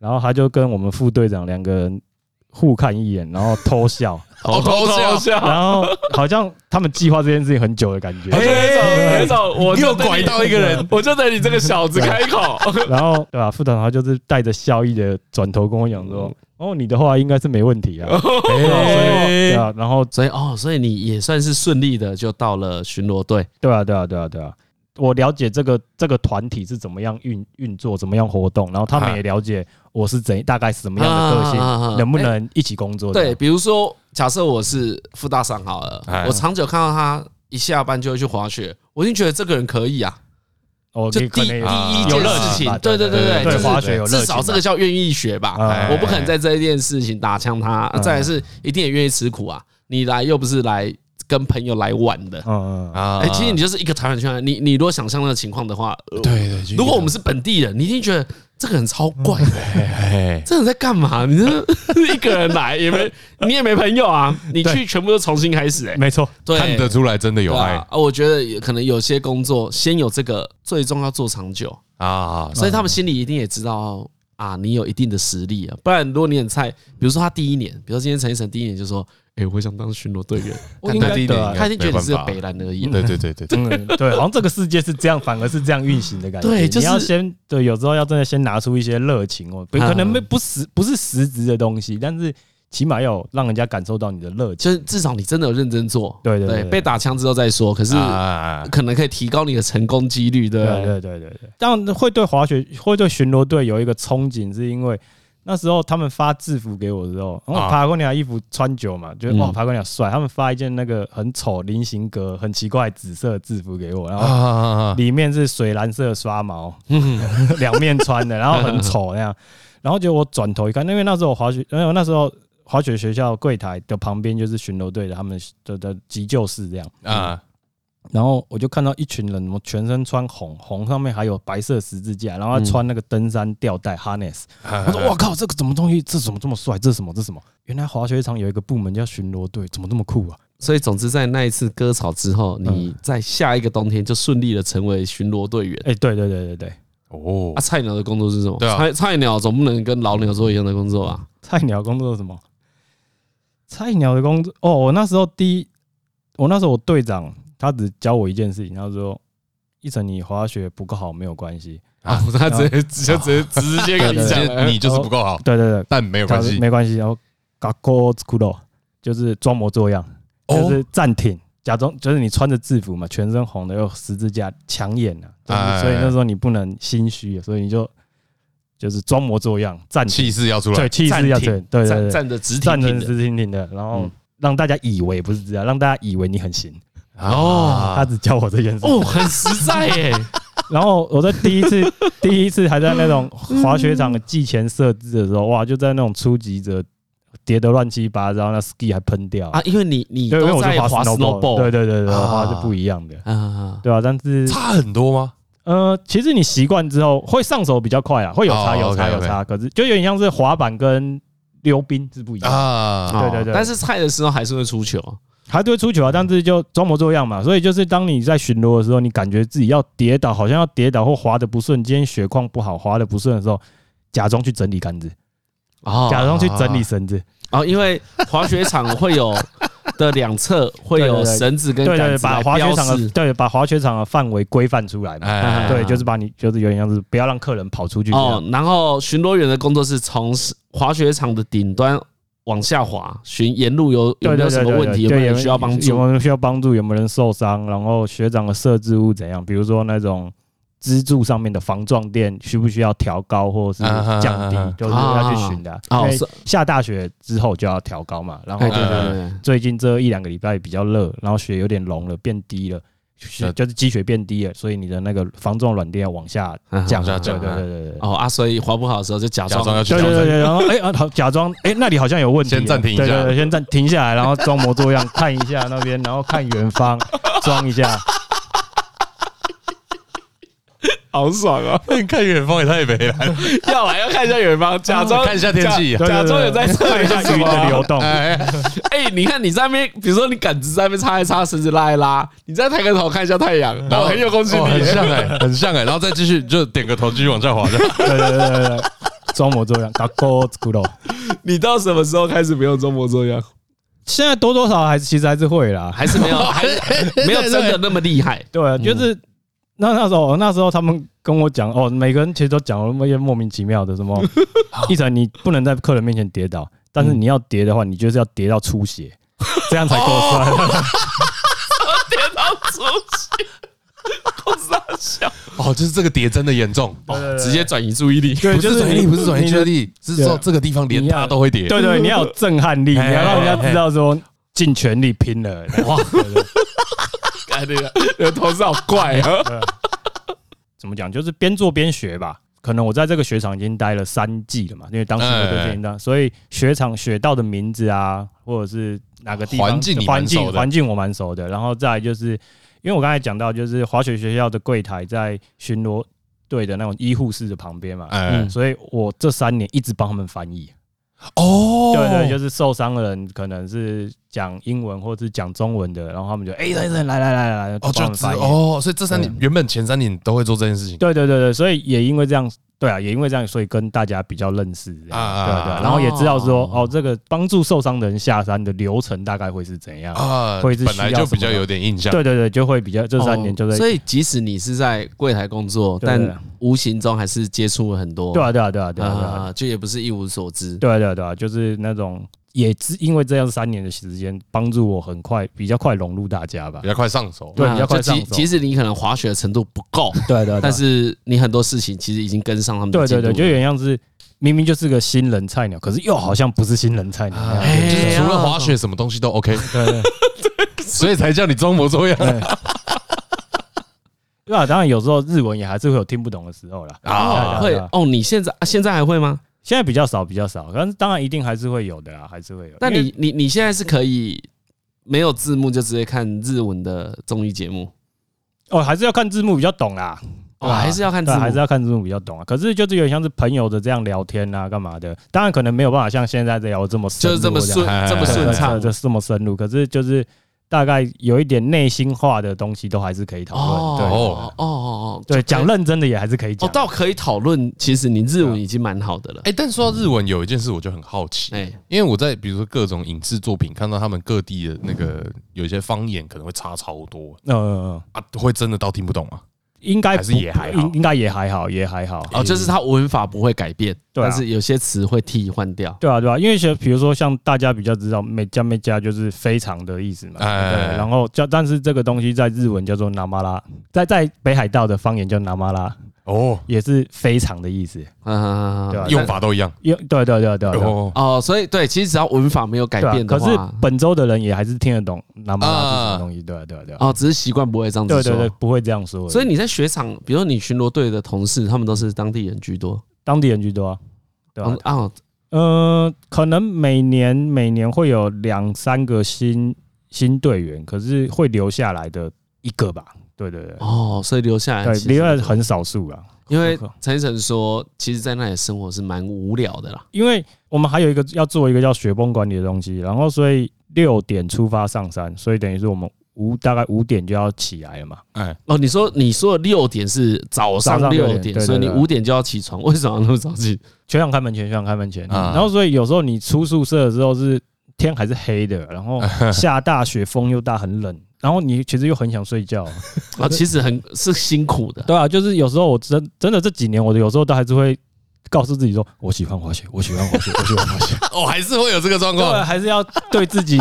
D: 然后他就跟我们副队长两个人互看一眼，然后偷
A: <laughs>
D: 笑，
C: 哦，偷笑
D: 然后好像他们计划这件事情很久的感觉。
A: 哎，总，我就
C: 又
A: 等你
C: 拐到一个人，
A: <laughs> 我就等你这个小子开
D: <laughs>
A: 口。
D: 然后对吧、副团长他就是带着笑意的转头跟我讲
A: 嗯
D: 说：“哦，你的话应该是没问题
A: 哦
D: 啊。”
A: 哎
D: 对啊，然后
A: 所以哦，所以你也算是顺利的就到了巡逻队。
D: 对啊，对啊，对啊，对啊。我了解这个这个团体是怎么样运运作，怎么样活动，然后他们
C: 啊
D: 也了解我是怎大概是怎么样的个性，
A: 啊啊啊啊
D: 能不能一起工作？
A: 对，，比如说，假设我是副大赏好了
C: 哎，
A: 我长久看到他一下班就会去滑雪，我已经觉得这个人可以啊。
D: 我
A: 就
D: 可
A: 第
D: 以哦可
A: 第
D: 能也
A: 一
D: 啊有
A: 件
D: 热
A: 事
D: 情
A: 情
D: 吧，
A: 对对
D: 对
A: 对
D: 对
A: 就
D: 滑
A: 是
D: 雪有热
A: 至
D: 情吧，
A: 少这个叫愿意学吧。
D: 哎嗯
A: 我不可能在这一件事情打枪他，啊再来是一定也愿意吃苦啊。你来又不是来跟朋友来玩的，
D: 嗯嗯嗯
C: 啊
A: 哎，其实你就是一个台湾圈，你你如果想象那个情况的话，呃
C: 对对，
A: 如果我们是本地人，你一定觉得这个人超怪的。
C: 哎
A: 这人在干嘛？你
C: <laughs>
A: 这一个人来也没，你也没朋友啊，你去全部都重新开始哎、
D: 嗯没错，
A: 对，
C: 看得出来真的有
A: 对
C: 爱
A: 啊。啊我觉得也可能有些工作先有这个，最终要做长久，
C: 啊，
A: 所以他们心里一定也知道啊，你有一定的实力啊，不然如果你很菜，比如说他第一年，比如说今天陈医生第一年就说，哎，我想当巡逻队员，
D: 应
C: 但
D: 该
C: 第一
D: 对
C: 点
D: 啊
C: 应
A: 他
C: 该
A: 一定觉得你是个
C: 没办法
A: 北兰而已。
C: 对对对对对，
D: 嗯，对，好像这个世界是这样，反而是这样运行的感觉。
A: 对就是
D: 你要先对，有时候要真的先拿出一些热情哦，不
A: 嗯
D: 可能没不实不是实质的东西，但是起码要有让人家感受到你的热情。
A: 就是至少你真的有认真做，
D: 对对对
A: 对，
D: 对
A: 被打枪之后再说，可是
C: 啊，
A: 可能可以提高你的成功几率，对不对？
D: 对对对对对，这样会对滑雪会对巡逻队有一个憧憬，是因为那时候他们发制服给我的时候，哦然后
C: 啊
D: 爬过鸟衣服穿久嘛，觉得哦哇
A: 嗯
D: 爬过鸟帅，他们发一件那个很丑菱形格很奇怪紫色的制服给我，然后
C: 啊
D: 里面是水蓝色的刷毛， <laughs> 两面穿的，然后很丑那样，然后结果我转头一看，因为那时候我滑雪，因为我那时候。滑雪学校柜台的旁边就是巡逻队的他们的的急救室这样，
C: 啊
D: 然后我就看到一群人，我全身穿红，红上面还有白色十字架，然后他穿那个登山吊带 harness。我说：“我靠，这个什么东西？这怎么这么帅？这是什么？这是什么？”原来滑雪场有一个部门叫巡逻队，怎么这么酷啊？
A: 所以，总之，在那一次割草之后，
D: 嗯
A: 你在下一个冬天就顺利的成为巡逻队员。
D: 哎，对对对对对，
C: 哦
A: 啊，，菜鸟的工作是什么？
C: 对啊
A: 菜菜鸟总不能跟老鸟做一样的工作吧？
D: 菜鸟工作是什么？菜鸟的工作哦，我那时候第一，我那时候我队长他只教我一件事情，他说：“一晨，你滑雪不够好没有关系。
A: 啊，他直接就直接直接跟
C: 直
A: 你讲了
C: 接，你就是不够好”，
D: 对对对，
C: 但没有
D: 他
C: 关
D: 说
C: 系。
D: 没关系。然后 g a k o s k u d o 就是装模作样，就
C: 哦，
D: 是暂停，假装就是你穿着制服嘛，全身红的，又有十字架，抢眼啊，就是
C: 哎
D: 所以那时候你不能心虚，所以你就就是装模作样暂停，
C: 气势要出
D: 对，
C: 来。
D: 气势要对对
A: 站
D: 对对，
A: 站得直挺
D: 站
A: 挺
D: 成
A: 的。
D: 直挺挺的，然后
A: 嗯
D: 让大家以为不是这样，让大家以为你很行。
C: 哦
D: 他只教我这件事，
A: 哦，很实在耶！
D: <laughs> 然后我在第一次第一次还在那种滑雪场的季前设置的时候，哇，就在那种初级者跌得乱七八糟，那 ski 还喷掉
A: 啊，因为你你
D: 对，因为
A: 都
D: 我
A: 在
D: 是滑
A: snowball，
D: 对对对对，
A: 啊
D: 滑是不一样的，
A: 啊，
D: 对啊，但是
C: 差很多吗？
D: 呃，其实你习惯之后会上手比较快啊，会有差
C: 哦
D: 有差
C: OK，OK
D: 有差，可是就有点像是滑板跟溜冰是不一样，
C: 啊，
D: 对对对
A: 但是菜的时候还是会出球啊，
D: 还是会出球啊，但是就装模作样嘛，所以就是当你在巡逻的时候，你感觉自己要跌倒，好像要跌倒或滑的不顺，今天雪况不好，滑的不顺的时候。假装去整理杆子，假
A: 哦
D: 装去整理绳子，
A: 哦，因为滑雪场会有的两侧会
D: 对
A: 有
D: 对对
A: 绳子跟
D: 对对
A: 杆
D: 对，
A: 子
D: 把
A: 来
D: 滑雪
A: 标
D: 场的
A: 示。
D: 对，把滑雪场的范围规范出来嘛，
A: 哎
C: 哎，
D: 对，就是把你就是有点像是不要让客人跑出去这样
A: 哦，然后巡逻员的工作是从滑雪场的顶端往下滑，巡沿路有
D: 对
A: 有没有
D: 对
A: 什
D: 对
A: 么
D: 对，
A: 问题，有
D: 对
A: 没有人需要帮
D: 有
A: 助？
D: 没有人需要帮助？有没有人受伤？然后学长的设置物怎样？比如说那种支柱上面的防撞垫需不需要调高或是降低
C: 啊啊啊啊？
D: 就是要去巡的啊。因
A: 哦，
D: 为
A: 是，
D: 下大雪之后就要调高嘛。然后
A: 哎，对对
C: 呃
A: 对对，
D: 最近这一两个礼拜比较热，然后雪有点融了，变低了。就是
C: 呃
D: 就是积雪变低了，所以你的那个防撞软垫要往下
A: 嗯
D: 降，
C: 往下
D: 对
C: 降
D: 对对
C: 啊
D: 对对对。
A: 哦啊，所以滑不好的时候就假
C: 假
A: 装
C: 装要去
D: 对
C: 挑
D: 对对
C: 战。
D: 对，然后哎啊，好，假装哎那里好像有问题啊，
C: 先暂停一下
D: 对对对，先暂停下来，然后装模作样看一下那边，然后看远方，装一下，
A: 好爽啊！
C: 你看远方也太美了，
A: 要来要看一下远方，假装
C: 看一下天气
A: 假
D: 对对对
A: 假装有在测
D: 看
A: 一
D: 一
A: 下
D: 下
A: 什
D: 云
A: 么
D: 的流
A: 啊。
D: 动。
C: 哎，
A: 哎，你看你在那边，比如说你杆子在那边擦一擦，绳子拉一拉，你再抬个头看一下太阳，然后很有公信
C: 哦很
A: 力。
C: 像哎，很像哎，然后再继续就点个头，继续往下滑。
D: 对对对对对，装模作样，搞够骨头。
A: 你到什么时候开始不用装模作样？
D: 现在多多少少还是其实还是会啦，
A: 还是没有，还是没有真的那么厉害。
D: 对啊，就是那那时候那时候他们跟我讲哦，每个人其实都讲了那些莫名其妙的 <laughs> 什么，一晨你不能在客人面前跌倒，但是你要跌的话，你就是要跌到出 <laughs> 血，这样才够算。
A: 跌到出去，公司大笑，
C: 哦，就是这个叠真的严重，
D: 哦
A: 直接转移注意力。
D: 对，
C: 不
D: 就是是
C: 转移
D: 你
C: 力，不是转移
D: 你
C: 注
D: 的
C: 意力，是说这个地方连他都会叠。
D: 对对，你要有震撼力，你要
C: 哎
D: 让人家知道说尽全力拼了。
C: <laughs> 哇，
A: 哎，那个那个同事好怪啊！
D: 怎么讲？就是边做边学吧。可能我在这个雪场已经待了三季了嘛，因为当时我就这
C: 哎
D: 样，所以雪场雪道的名字啊，或者是哪个地方
C: 环境你
D: 环
C: 蛮熟
D: 境
C: 的
D: 环境我蛮熟的。然后再来就是，因为我刚才讲到，就是滑雪学校的柜台在巡逻队的那种医护室的旁边嘛，嗯
C: 哎，
D: 所以我这三年一直帮他们翻译。
C: 哦，
D: 对对，就是受伤的人可能是讲英文或是讲中文的，然后他们就哎，来来来来来来，
C: 哦，
D: 帮
C: 就
D: 我们
C: 只
D: 翻译。
C: 哦，所以这三年原本前三年都会做这件事情
D: 对对对对，所以也因为这样，对啊，也因为这样，所以跟大家比较认识这样，
C: 啊
D: 对啊对啊，然后也知道说哦，这个帮助受伤的人下山的流程大概会是怎样，
C: 啊，
D: 会是需要
C: 本来就比较
D: 什么的
C: 有点印象。
D: 对对 <laughs> 对，就会比较这三年就
A: 哦
D: 在。
A: 所以即使你是在柜台工作，
D: 对对
A: 但无形中还是接触了很多。
D: 对啊，对啊，对啊，对啊，对啊，
A: 啊，就也不是一无所知。
D: 对啊，对啊，对啊，就是那种也是因为这样三年的时间，帮助我很快比较快融入大家吧
C: 比。较快上手。
D: 对
A: 啊
D: 比较
A: 就
D: 快上
A: 即
D: 手
A: 即使你可能滑雪的程度不够，
D: 对啊对啊，对啊
A: 但是你很多事情其实已经跟上他们的
D: 对
A: 进
D: 对
A: 度
D: 对，
A: 了。
D: 就有点像是明明就是个新人菜鸟，可是又好像不是新人菜鸟
C: 啊
D: 那
A: 哎
D: 样。
C: 就是除了滑雪，什么东西都
D: <laughs>
C: OK，
D: 对对对
C: 所以才叫你装模作
D: 哎
C: 样
D: <laughs> 对啊，当然有时候日文也还是会有听不懂的时候啦。
C: 啊
D: 啊
A: 会
D: 对啊
A: 哦。你现在啊现在还会吗？
D: 现啊在比较少，比较少，但是当然一定还是会有的啦，还是会有。
A: 那
D: 因为
A: 你你你现在是可以没有字幕就直接看日文的综艺节目，
D: 哦，还是要看字幕比较懂啦。
A: 哦，
D: 对啊
A: 还是要看字
D: 对，还是
A: 幕。
D: 要看字幕比较懂啊。可是就是有点像是朋友的这样聊天啊，干嘛的？当然可能没有办法像现在这聊得这么深
A: 就是这么
D: 入
A: 顺
C: 哎，
A: 这么
D: 对
A: 顺
D: 对
A: 畅
D: 对就是这么深入。可是就是大概有一点内心化的东西，都还是可以讨论。对
A: 哦哦哦，
D: 对，讲认真的也还是可以
A: 哦
D: 讲，。
A: 到可以讨论。其实你日文已经蛮好的了。
C: 哎、但说到日文，有一件事我就很好奇，
A: 哎，
C: 因为我在比如说各种影视作品看到他们各地的那个有一些方言可能会差超多
D: 嗯嗯嗯，
C: 啊，会真的到听不懂吗？
D: 应该
C: 还是
D: 不
C: 也还好
D: 应应该也还好，也还好。
A: 哦，就是它文法不会改变，
D: 对啊
A: 但是有些词会替换掉。
D: 对啊，对啊，因为像比如说像大家比较知道“美加美加”就是非常的意思嘛，
C: 哎
D: 对。然后叫，但是这个东西在日文叫做“拿马拉”，在在北海道的方言叫“拿马拉
C: 哦”，，
D: 也是非常的意思。
A: 嗯，
D: 对啊
C: 用法都一样
D: 因为对对对对对，
C: 哦。
A: 哦，所以对，其实只要文法没有改
D: 对啊
A: 变的
D: 可是
A: 话，
D: 本州的人也还是听得懂“拿马拉”是什
C: 啊
D: 么东西。对啊对啊对啊，
A: 哦，只是习惯不会这样子
D: 对对对
A: 说，。
D: 不会这样说的。
A: 所以你在雪场，比如说你巡逻队的同事，他们都是当地人居多。
D: 当地人居多啊，对吧、
A: 嗯啊，
D: 呃，可能每年每年会有两三个新新队员，可是会留下来的一个吧。对对对，
A: 哦，所以留下来
D: 对
A: 其，实，
D: 留下来很少数啦。
A: 因为陈晨说，其实，在那里生活是蛮无聊的啦。
D: 因为我们还有一个要做一个叫雪崩管理的东西，然后所以六点出发上山，所以等于是我们五大概五点就要起来了嘛。
C: 哎，
A: 哦，你说你说的六点是早
D: 早
A: 上
D: 上
A: 六
D: 六点
A: 点，
D: 对
A: 所以你
D: 对对
A: 五点就要起床，为什么要那么早起？
D: 全场开门前，全场开门前。
C: 啊
D: 然后所以有时候你出宿舍的时候是天还是黑的，然后下大雪，风又大，很冷，然后你其实又很想睡觉。
A: 啊，其实很是辛苦的。
D: 对啊，就是有时候我真真的这几年，我有时候都还是会告诉自己说，我喜欢滑雪，我喜欢滑雪，我喜欢滑
A: <laughs>
D: 雪。
C: 哦，还是会有这个状
D: 对，啊
C: 况。
D: 还是要对自己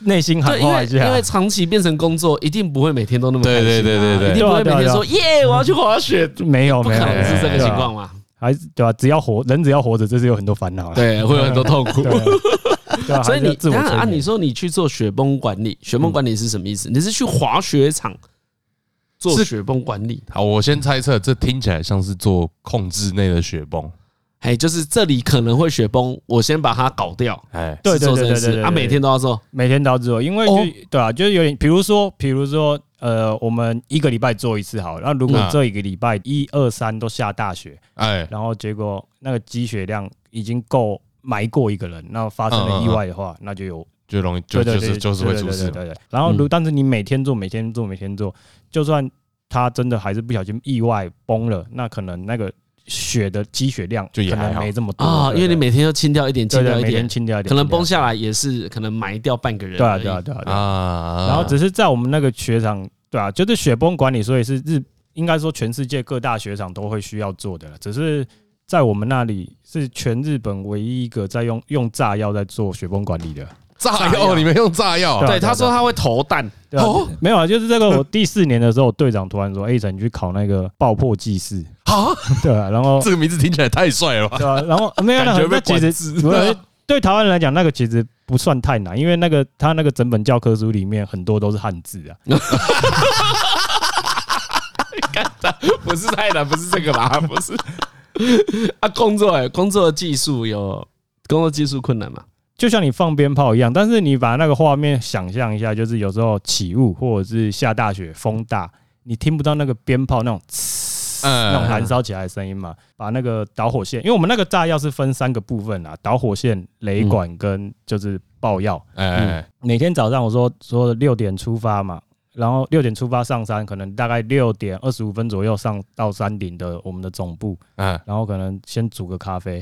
D: 内心喊
A: 对，因
D: 话
A: 为
D: 一下
A: 因为。长期变成工作，一定不会每天都那么开心啊
C: 对对对对对
A: 一定不会每
D: 对啊对
A: 天
D: 啊嗯
A: 说耶，我要去滑雪，
D: 没有
A: 不
D: 没
A: 可
D: 有，
A: 能是这个
D: 对啊
A: 情，况嘛？
D: 还是对吧、啊只要活，人只要活着，这是有很多烦恼啊。
A: 对，会有很多痛苦
D: 对。啊，对啊
A: <laughs> 所
D: 还
A: 以
D: 是要
A: 你
D: 自
A: 等
D: 我
A: 一下
D: 催
A: 啊，
D: 眠嗯
A: 你说你去做雪崩管理，雪崩管理是什么意思？你是去滑雪场做
C: 是
A: 雪崩管理？
C: 好，我先猜测，这听起来像是做控制内的雪崩。
A: 哎，就是这里可能会雪崩，我先把它搞掉。
C: 哎，
D: 对
A: 是
D: 对
A: 做
D: 对对
A: 这件
D: 对对
A: 事
D: 对
A: 啊，每天都要做。
D: 每天都要做，因为就、
A: 哦
D: 对啊，就是有点，比如说，比如说，呃，我们一个礼拜做一次好了，那如果
C: 嗯
D: 这一个礼拜一二三都下大雪，
C: 哎，
D: 然后结果那个积雪量已经够埋过一个人，那发生了意外的话，那就有
C: 就容易嗯就
D: 对
C: 就
D: 对
C: 是
D: 对
C: 就是会
D: 对对
C: 出
D: 对
C: 事
D: 对。
C: 嗯
D: 对对。然后如但是你每天做，每天做，每天做，就算他真的还是不小心意外崩了，那可能那个雪的积雪量
C: 就也
D: 可
C: 还
D: 能
C: 好
D: 没这么多
A: 啊，因为你每天都清掉一点，
D: 对
A: 清
D: 对
A: 掉一
D: 每
A: 点
D: 天，清掉一点，
A: 可能崩
D: 清
A: 下来也是可能埋掉半个人
D: 掉
A: 而
D: 一
A: 已。
D: 点对啊对啊对啊对啊。
C: 啊
D: 然后只是在我们那个雪场，对啊，就是雪崩管理，所以是日应该说全世界各大雪场都会需要做的了，只是在我们那里是全日本唯一一个在用用炸药在做雪崩管理的。
C: 炸
A: 炸药
C: 药，你们用炸药
D: 对啊
A: 对，他说他会投弹，
D: 对啊
C: 哦
D: 没有啊，就是这个。我第四年的时候，队长突然说：“哎、欸，你去考那个爆破技师。
C: 啊？”
D: <laughs> 对啊，然后
C: 这个名字听起来太帅了吧？
D: 对啊，然后没有
C: 感
D: 那
C: 觉被
D: 那其
C: 管
D: 实
C: 制。
D: 不是对台湾人来讲，那个其实不算太难，因为那个他那个整本教科书里面很多都是汉字啊。
A: <laughs> 不是太难，不是这个 <laughs> 啦，不是。啊，工作哎，工作技术有工作技术困难嘛？
D: 就像你放鞭炮一样，但是你把那个画面想象一下，就是有时候起雾或者是下大雪、风大，你听不到那个鞭炮那种呲
C: 嗯
D: 那种燃烧起来的声音嘛。把那个导火线，因为我们那个炸药是分三个部分啊，导火线、雷管跟就是爆药。
C: 哎，
D: 每天早上我说说六点出发嘛，然后六点出发上山，可能大概六点二十五分左右上到山顶的我们的总部，
C: 哎，
D: 然后可能先煮个咖啡，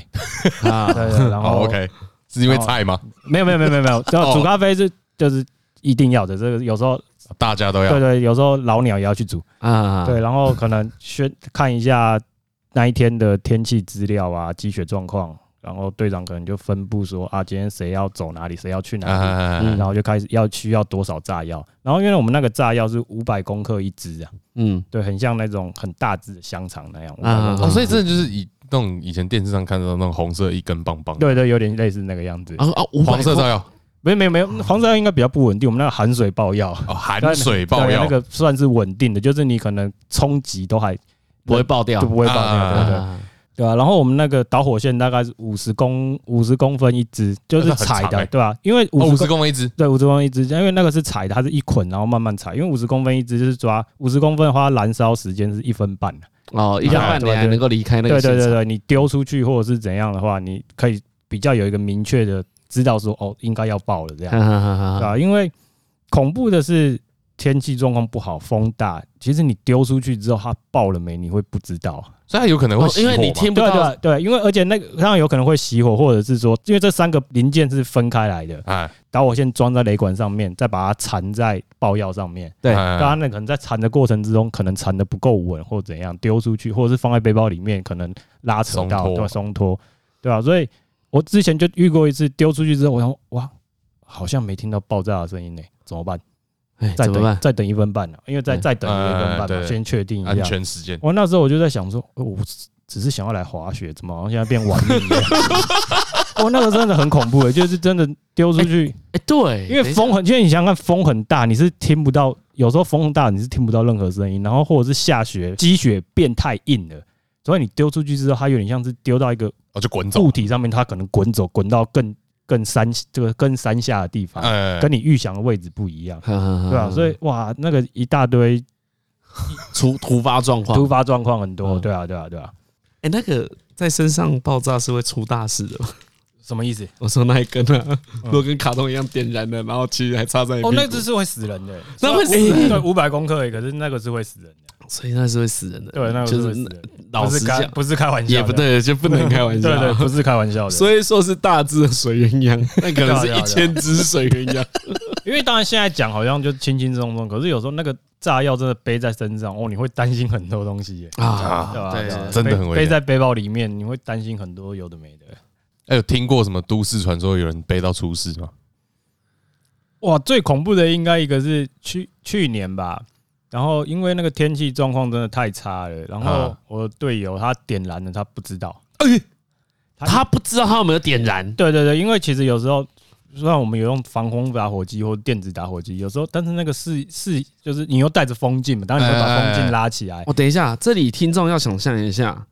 A: 啊
D: 对，对，然
C: 好
D: 后
C: 哦，OK，是因为菜吗？
D: 没有没有没有没有没有，
C: 哦啊
D: 就煮咖啡是就是一定要的，这个有时候
C: 大家都
D: 对
C: 要
D: 对，有时候老鸟也要去煮，
A: 啊，
D: 对，，然后可能先看一下那一天的天气资料啊，积雪状况，然后队长可能就分布说啊，今天谁要走哪里，谁要去哪里。
C: 啊
A: 嗯
D: 然后就开始要需要多少炸药，然后因为我们那个炸药是五百公克一支啊，
A: 嗯，
D: 对，很像那种很大只的香肠那样，500
A: 啊
D: 公克
C: 哦，所以真的就是以那种以前电视上看到的那种红色一根棒棒，，
D: 对对，有点类似那个样子
A: 啊。啊，五百
C: 黄色
A: 块
C: 炸药，
D: 没有没有没有，黄色药应该比较不稳定，我们那个含水爆药，
C: 哦，含水爆
D: 对啊
C: 药哦
D: 那，个算是稳定的，就是你可能冲击都还
A: 不会爆掉
D: 就，不会爆掉，
C: 啊
D: 对不对？
A: 啊
D: 对吧、然后我们那个导火线大概是五十公五十公分一只，就是
C: 那很
D: 踩
C: 长
D: 的，
C: 欸
D: 对吧、因为
C: 哦，
D: 五
C: 五
D: 十
C: 十公分一只，
D: 对，五十公分一只，因为那个是踩的，它是一捆，然后慢慢踩。因为五十公分一只就是抓五十公分的话，燃烧时间是一分半。
A: 哦，一下半年还能够离开那
D: 对
A: 个
D: 对
A: 现
D: 对
A: 场，
D: 对，你丢出去或者是怎样的话，你可以比较有一个明确的知道说哦，应该要爆了这样，
A: 哈哈哈
D: 对
A: 哈，
D: 吧、因为恐怖的是天气状况不好，风大，其实你丢出去之后它爆了没，你会不知道。
C: 所以它有可能会
A: 哦
C: 熄
A: 因
C: 火
A: 为你听不
D: 对啊
A: 到
D: 对对，因为而且那个当然有可能会熄火，或者是说，因为这三个零件是分开来的，
C: 哎，
D: 导火线装在雷管上面，再把它缠在爆药上面。
A: 对
C: 哎
D: 当然，那可能在缠的过程之中，可能缠的不够稳，或怎样丢出去，或者是放在背包里面，可能拉扯到
C: 松脱
D: 对吧松脱，对吧、所以我之前就遇过一次，丢出去之后，我想说哇，好像没听到爆炸的声音呢、怎么办？
A: 哎，
D: 再
A: 怎么
D: 等
A: 办？
D: 再等一分半呢、啊因为再
A: 嗯
D: 再等一分
C: 哎
D: 半
C: 对
D: 嘛，
C: 对
D: 先确定一
C: 安
D: 下。
C: 全时间，
D: 我那时候我就在想说，呃我只是想要来滑雪，怎么好像现在变玩命了？ <laughs> 我那个真的很恐怖、欸，就是真的丢出去。
A: 哎，对，
D: 因为
A: 等一下
D: 风很，因为你想想看，风很大，你是听不到，有时候风很大，你是听不到任何声音，然后或者是下雪，积雪变太硬了，所以你丢出去之后，它有点像是丢到一个
C: 哦，就滚走
D: 物，体上面，它可能滚走，滚到更更山这个更山下的地方，
C: 哎，
D: 跟你预想的位置不一样，
A: 哈哈哈哈
D: 对啊，所以哇，那个一大堆
A: 突突发状况
D: 突，发状况很多，
A: 嗯
D: 对啊，对啊，对啊，
A: 哎，那个在身上爆炸是会出大事的吗。
D: 什么意思？
A: 我说那一根啊，如果跟卡通一样点燃了，然后其实还插在你屁股
D: 哦是会死人的，
A: 那会死人
D: 对，五百公克，可是那个是会死人的，
A: 所以那是会死人的。
D: 对，那个是
A: 就
D: 会
A: 是
D: 死
A: 那
D: 人的，
A: 老
D: 不
A: 实
D: 是开
A: 讲，
D: 不是开玩笑，
A: 也不。对，就不能开玩笑。
D: 对对，不是开玩笑的。
A: 所以说是大只的水鸳鸯，那可能是
D: <laughs> 对啊对啊对啊
A: 一千只水鸳鸯。
D: 因为当然现在讲好像就轻轻松松，可是有时候那个炸药真的背在身上，哦，你会担心很多东西耶，对吧、
C: <laughs> 啊，
A: 对
D: 对吧
C: 真的很危险
D: 背背在背包里面，你会担心很多有的没的。
C: 哎，有听过什么都市传说有人背到出事吗？
D: 哇，最恐怖的应该一个是去去年吧，然后因为那个天气状况真的太差了，然后
C: 啊
D: 我的队友他点燃了，他不知道。他
A: 他不知道他有没有点燃，
D: 对对对，因为其实有时候虽然我们有用防空打火机或电子打火机，有时候但是那个是是就是你又带着风镜嘛，当然你会把风
C: 哎哎哎
D: 镜拉起来，
A: 哦，等一下，这里听众要想象一下，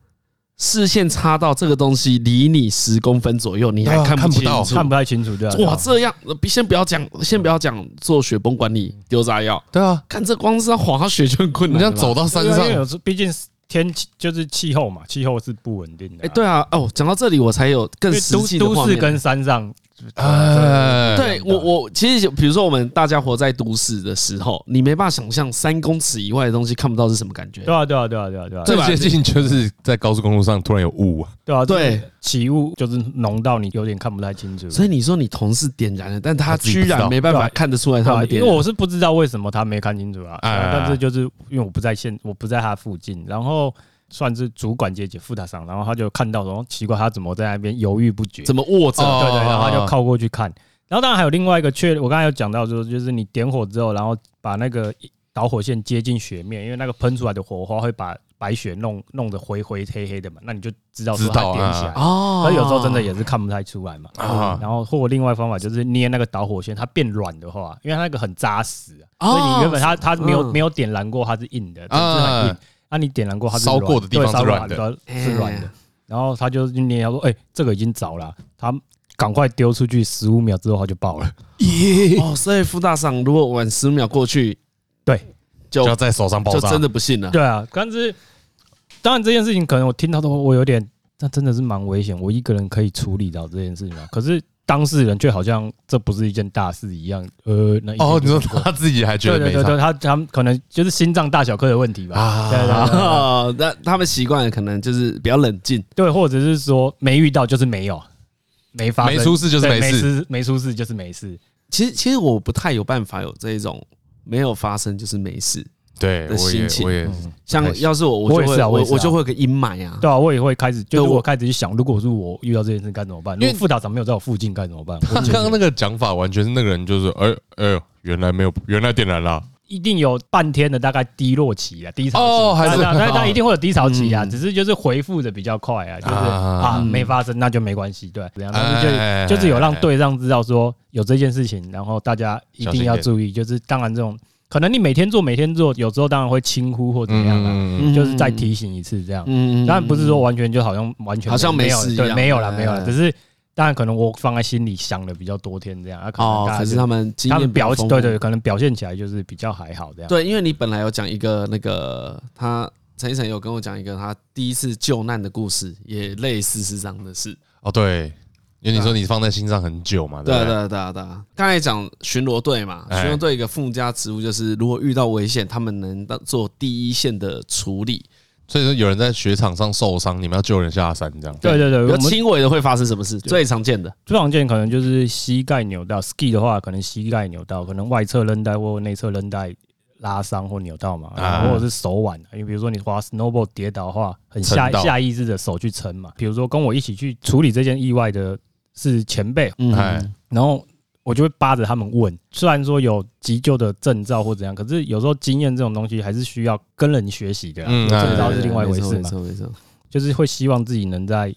A: 视线插到这个东西离你十公分左右，你还
C: 对啊
A: 看
C: 看不
A: 清
C: 到
A: 楚。
D: 看不太清楚，对吧、对啊
A: 哇，这样呃先不要讲，先不要讲做雪崩管理丢炸药，
C: 对啊，
A: 看这光是要滑雪就很困
C: 你
A: 难
C: 这
A: 了
C: 样
A: 吧。
C: 走到山
D: 对啊
C: 上
D: 因为，有时候毕竟是天气就是气候嘛，气候是不稳定的、
A: 哎、对啊，哦，讲到这里我才有更
D: 因为
A: 实
D: 都
A: 际的画
D: 都市
A: 面。
D: 跟山上，啊呃
C: 哎，
A: 对我，我其实比如说我们大家活在都市的时候，你没办法想象三公尺以外的东西看不到是什么感觉。
D: 对啊，对啊，对啊，对啊，对啊，
A: 对
C: 最
A: 吧
C: 接近就是在高速公路上突然有雾啊，
D: 对啊，
A: 对，
D: 起雾就是浓到你有点看不太清楚，
A: 所以你说你同事点燃了，但他
C: 他自己
A: 居
C: 不知道
A: 然没办法
D: 对啊
A: 看得出来
D: 对
A: 他
D: 啊
A: 们
D: 因
A: 点
D: 为
A: 燃。
D: 我是不知道为什么他没看清楚啊，
C: 哎哎哎
D: 但是就是因为我不在现，我不在他附近，然后算是主管阶级副大上，然后他就看到，然后奇怪他怎么在那边犹豫不决，
A: 怎么握着？
C: 哦
D: 对对，然后他就靠过去看。然后当然还有另外一个确，我刚才有讲到，就是就是你点火之后，然后把那个导火线接近雪面，因为那个喷出来的火花会把白雪弄弄得灰灰黑黑的嘛，那你就知道说
C: 知
D: 它
C: 道啊
D: 点起来。
A: 哦，
D: 所以有时候真的也是看不太出来嘛。
C: 啊
D: 然后或另外方法就是捏那个导火线，它变软的话，因为它那个很扎实啊，
A: 哦
D: 所以你原本它它没有
A: 嗯
D: 没有点燃过，它是硬的，就是很硬
C: 啊。
D: 那你点燃过，它是
C: 烧过
D: 软
C: 的地方
D: 对
C: 是
D: 烧过
C: 软
D: 地
C: 的
D: 方是软的
A: 哎。
D: 然后他就捏，他说：“哎，这个已经着了，他赶快丢出去，十五秒之后它就爆
C: <laughs>
D: 了。
A: 哦，所以傅大赏如果晚十秒过去，
D: 对，
A: 就
C: 就要在手上爆
A: 就
C: 炸，
A: 真的不信”了。
D: <laughs> 对啊，但是当然这件事情可能我听到的话，我有点，那真的是蛮危险，我一个人可以处理到这件事情啊。可是当事人却好像这不是一件大事一样，呃，那一定就
C: 哦，你说
D: 是过
C: 他自己还觉
D: 对
C: 得
D: 对
C: 没
D: 对
C: 差
D: 对，他他们可能就是心脏大小颗的问题吧，对对
C: 啊
D: 对
A: 哦，那他们习惯了，可能就是比较冷静。
D: 对，或者是说没遇到就是没有，没发生
C: 没出事就是
D: 对
C: 没
D: 没
C: 事
D: 没出事就是没事，
A: 其实，其实我不太有办法有这种没有发生就是没事。
C: 对，
A: 的
C: 我也
A: 心情
C: 我也
D: 嗯
A: 像
C: 哎
A: 要是我，我
D: 我
A: 就
D: 也
A: 会
D: 是啊我
A: 我
D: 也是啊
A: 我就会有个阴霾啊。
D: 对啊，我也会开始，就
A: 对
D: 是
A: 我
D: 我开始去想，如果是我遇到这件事该怎么办？
C: 因
D: 因为
C: 为
D: 副导长没有在我附近该怎么办？我
C: 他
D: 觉得
C: 刚刚那个讲法完全是那个人就是，哎哎呦，原来没有，原来点燃了，
D: 一定有半天的大概低落期啊，低潮期。
C: 哦还是
D: 那那那一定会有低潮期啊，
A: 嗯
D: 只是就是回复的比较快啊，就是
C: 啊
D: 啊没发生那就没关系，对，怎样？但
C: 哎哎哎
D: 是就就是有让队上知道说有这件事情，然后大家一定要注意，就是当然这种。可能你每天做每天做，有时候当然会轻忽或怎么样啊，
C: 嗯，
D: 就是再提醒一次这样。
A: 嗯，嗯
D: 当然不是说完全就好像完全
A: 好像没
D: 没有
A: 事一
D: 对，
A: 样
D: 没有了没有
A: 哎
D: 了，只是当然可能我放在心里想了比较多天这样啊，可能
A: 哦，
D: 大家
A: 可是
D: 就
A: 他们经
D: 他
A: 验
D: 们表
A: 比较丰富
D: 对对，可能表现起来就是比较还好这样。
A: 对，因为你本来有讲一个那个他陈医生有跟我讲一个他第一次救难的故事，也类似是这样的事。
C: 哦对，因为你说你放在心上很久嘛，
A: 对啊
C: 不
A: 对啊对啊对啊，刚才讲巡逻队嘛，
C: 哎
A: 巡逻队一个附加职务就是如果遇到危险，他们能当做第一线的处理。
C: 所以说有人在雪场上受伤，你们要救人下山这样。
D: 对对对，
A: 比
D: 我
A: 较
D: 们
A: 轻微的会发生什么事？最常见的
D: 最常见可能就是膝盖扭到，ski 的话可能膝盖扭到，可能外侧韧带或内侧韧带拉伤或扭到嘛，
C: 啊
D: 或者是手腕，因为比如说你滑 snowboard 跌倒的话，很
C: 撑
D: 下
C: 到
D: 下意识的手去撑嘛。比如说跟我一起去处理这件意外的是前辈，
A: 嗯
C: 哎，
D: 然后我就会扒着他们问，虽然说有急救的证照或怎样，可是有时候经验这种东西还是需要跟人学习的啊，
C: 嗯
D: 有
C: 哎
D: 证照是另外一回事
A: 没
D: 嘛。
A: 错没错，
D: 就是会希望自己能再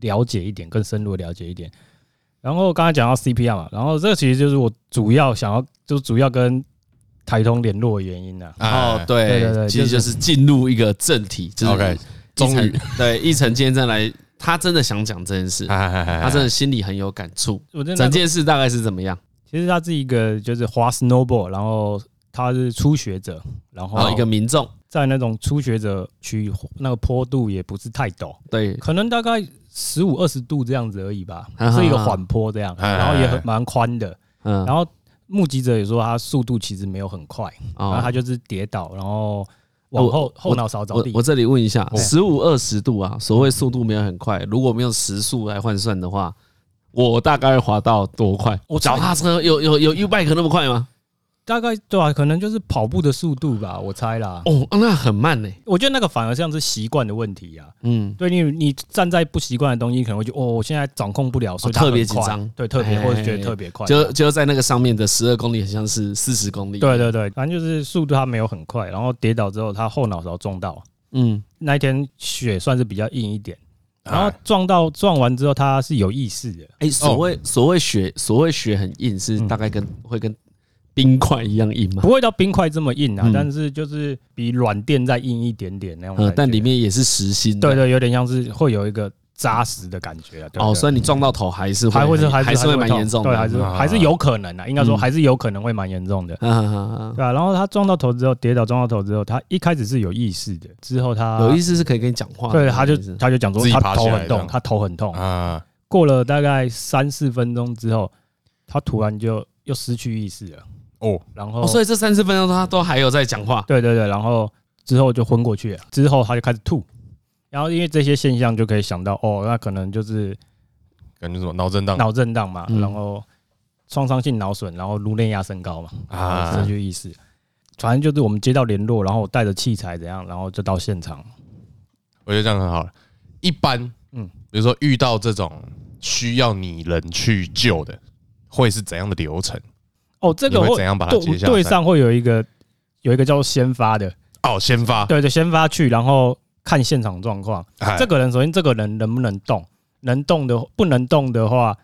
D: 了解一点，更深入的了解一点。然后刚才讲到 CPR 嘛，然后这其实就是我主要想要，就主要跟台通联络的原因啊。
A: 哦
C: 哎，
A: 对
D: 对对对
A: 其实
D: 就
A: 就是进入一个正题，就是
C: OK，
A: 一
C: 终于
A: 层对一晨今天再来，他真的想讲这件事，
C: 哎哎哎
A: 他真的心里很有感触。
D: 我真
A: 整
D: 的，
A: 件事大概是怎么样？
D: 其实他是一个就是滑 snowboard，然后他是初学者，然
A: 然
C: 哦
A: 后
D: 后
A: 一个民众，
D: 在那种初学者区，那个坡度也不是太陡，
A: 对，
D: 可能大概十五二十度这样子而已吧
A: 啊，
D: 是一个缓坡这样，
C: 哎
D: 然后也很蛮宽的。
A: 嗯，
D: 然后目击者也说他速度其实没有很快。然后
A: 哦
D: 他就是跌倒，然后往后后脑勺着
A: 我
D: 地
A: 我。这里问一下，
D: 哎
A: 十五二十度啊，所谓速度没有很快，如果没有时速来换算的话，我大概会滑到多快？我脚踏车有有有 U bike 那么快吗？
D: 大概对啊？可能就是跑步的速度吧，我猜啦。
A: 哦，那很慢呢。
D: 我觉得那个反而像是习惯的问题啊。
A: 嗯，
D: 对你，你站在不习惯的东西，可能会觉得哦，我现在掌控不了，所以它
A: 哦特别
D: 很快
A: 紧张
D: 对，特别
A: 哎
D: 或者觉得特别快。
A: 就就在那个上面的十二公里，很像是四十公里。
D: 对，对对，反正就是速度它没有很快，然后跌倒之后，他后脑勺撞到。
A: 嗯，
D: 那一天雪算是比较硬一点，
C: 哎
D: 然后撞到撞完之后，他是有意识的。
A: 哎，所谓所谓雪，所谓雪很硬，是大概跟会跟冰块一样硬吗
D: 不？会到冰块这么硬啊
A: 嗯，
D: 但是就是比软垫再硬一点点那种感
A: 嗯
D: 觉。，
A: 但里面也是实心的。
D: 对对，有点像是会有一个扎实的感觉啊。对
A: 哦，所
D: 以
A: 以你撞到头还是会
D: 还会是
A: 还
D: 还
A: 是会蛮
D: 痛
A: 严重的，
D: 对，还是
C: 啊
D: 还是有可能的，应该说
A: 嗯
D: 还是有可能会蛮严重的，
A: 嗯嗯嗯嗯
D: 对啊，然后他撞到头之后，跌倒撞到头之后，他一开始是有意识的，之后他
A: 有意思是可以跟你讲话的，
D: 啊对，他就
A: 有意思
D: 他就讲说
C: 自己
D: 他
C: 爬起
D: 头
C: 来
D: 很
C: 这
D: 痛，
C: 样
D: 他头很痛。
C: 啊，
D: 过了大概三四分钟之后，他突然就又失去意识了，
C: 哦，
D: 然
A: 哦，
D: 后
A: 所以这三十分钟他都还有在讲话，
D: 对对对，然后之后就昏过去了，之后他就开始吐，然后因为这些现象就可以想到，哦，那可能就是
C: 感觉什么脑震荡
D: 脑震荡嘛，
A: 嗯
D: 然后创伤性脑损，然后颅内压升高嘛，
C: 啊
D: 失去意识。反正就是我们接到联络，然后我带着器材怎样，然后就到现场。
C: 我觉得这样很好了。一般，嗯
D: 嗯，
C: 比如说遇到这种需要你人去救的，会是怎样的流程？
D: 哦，这个
C: 你会
D: 会
C: 怎样把它接
D: 对
C: 下来
D: 对上会有一个有一个叫做先发的，
C: 哦，先发，
D: 对对，先发去，然后看现场状况。
C: 哎
D: 这个人首先这个人能不能动，能动的不能动的话，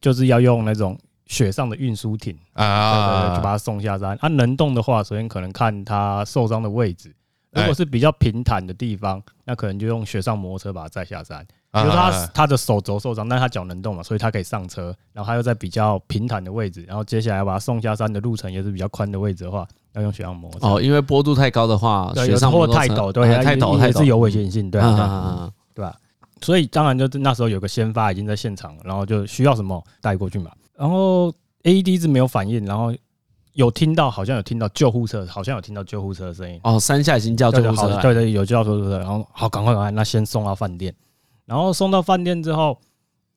D: 就是要用那种雪上的运输艇，对对对，就把
C: 啊，
D: 他送下山。啊，能动的话，首先可能看他受伤的位置，如
C: 哎
D: 果是比较平坦的地方，那可能就用雪上摩托车把他载下山。比
C: 啊
D: 如说
A: 哎
D: 他他的手肘受伤，但他脚能动嘛，所以他可以上车，然后他又在比较平坦的位置，然后接下来把他送下山的路程也是比较宽的位置的话，要用雪上摩托车。
A: 哦，因为坡度太高的话，
D: 对，
A: 雪
D: 有时
A: 上
D: 候
A: 摩托车
D: 太陡，对，
A: 哎太陡
D: 也
A: 太
D: 也
A: 陡
D: 是有危险性，对
A: 啊
D: 啊
A: 啊
D: 对
A: 啊
D: 啊，
A: 啊
D: 对吧？所以当然就是那时候有个先发已经在现场了，然后就需要什么带过去嘛。然后 AED 是没有反应，然后有听到好像有听到救护车，好像有听到救护车的声音，
A: 哦，山下已经叫救
D: 对对
A: 护车
D: 好
A: 了，
D: 对对，有叫救护车，然后好赶快赶快，那先送到饭店，然后送到饭店之后，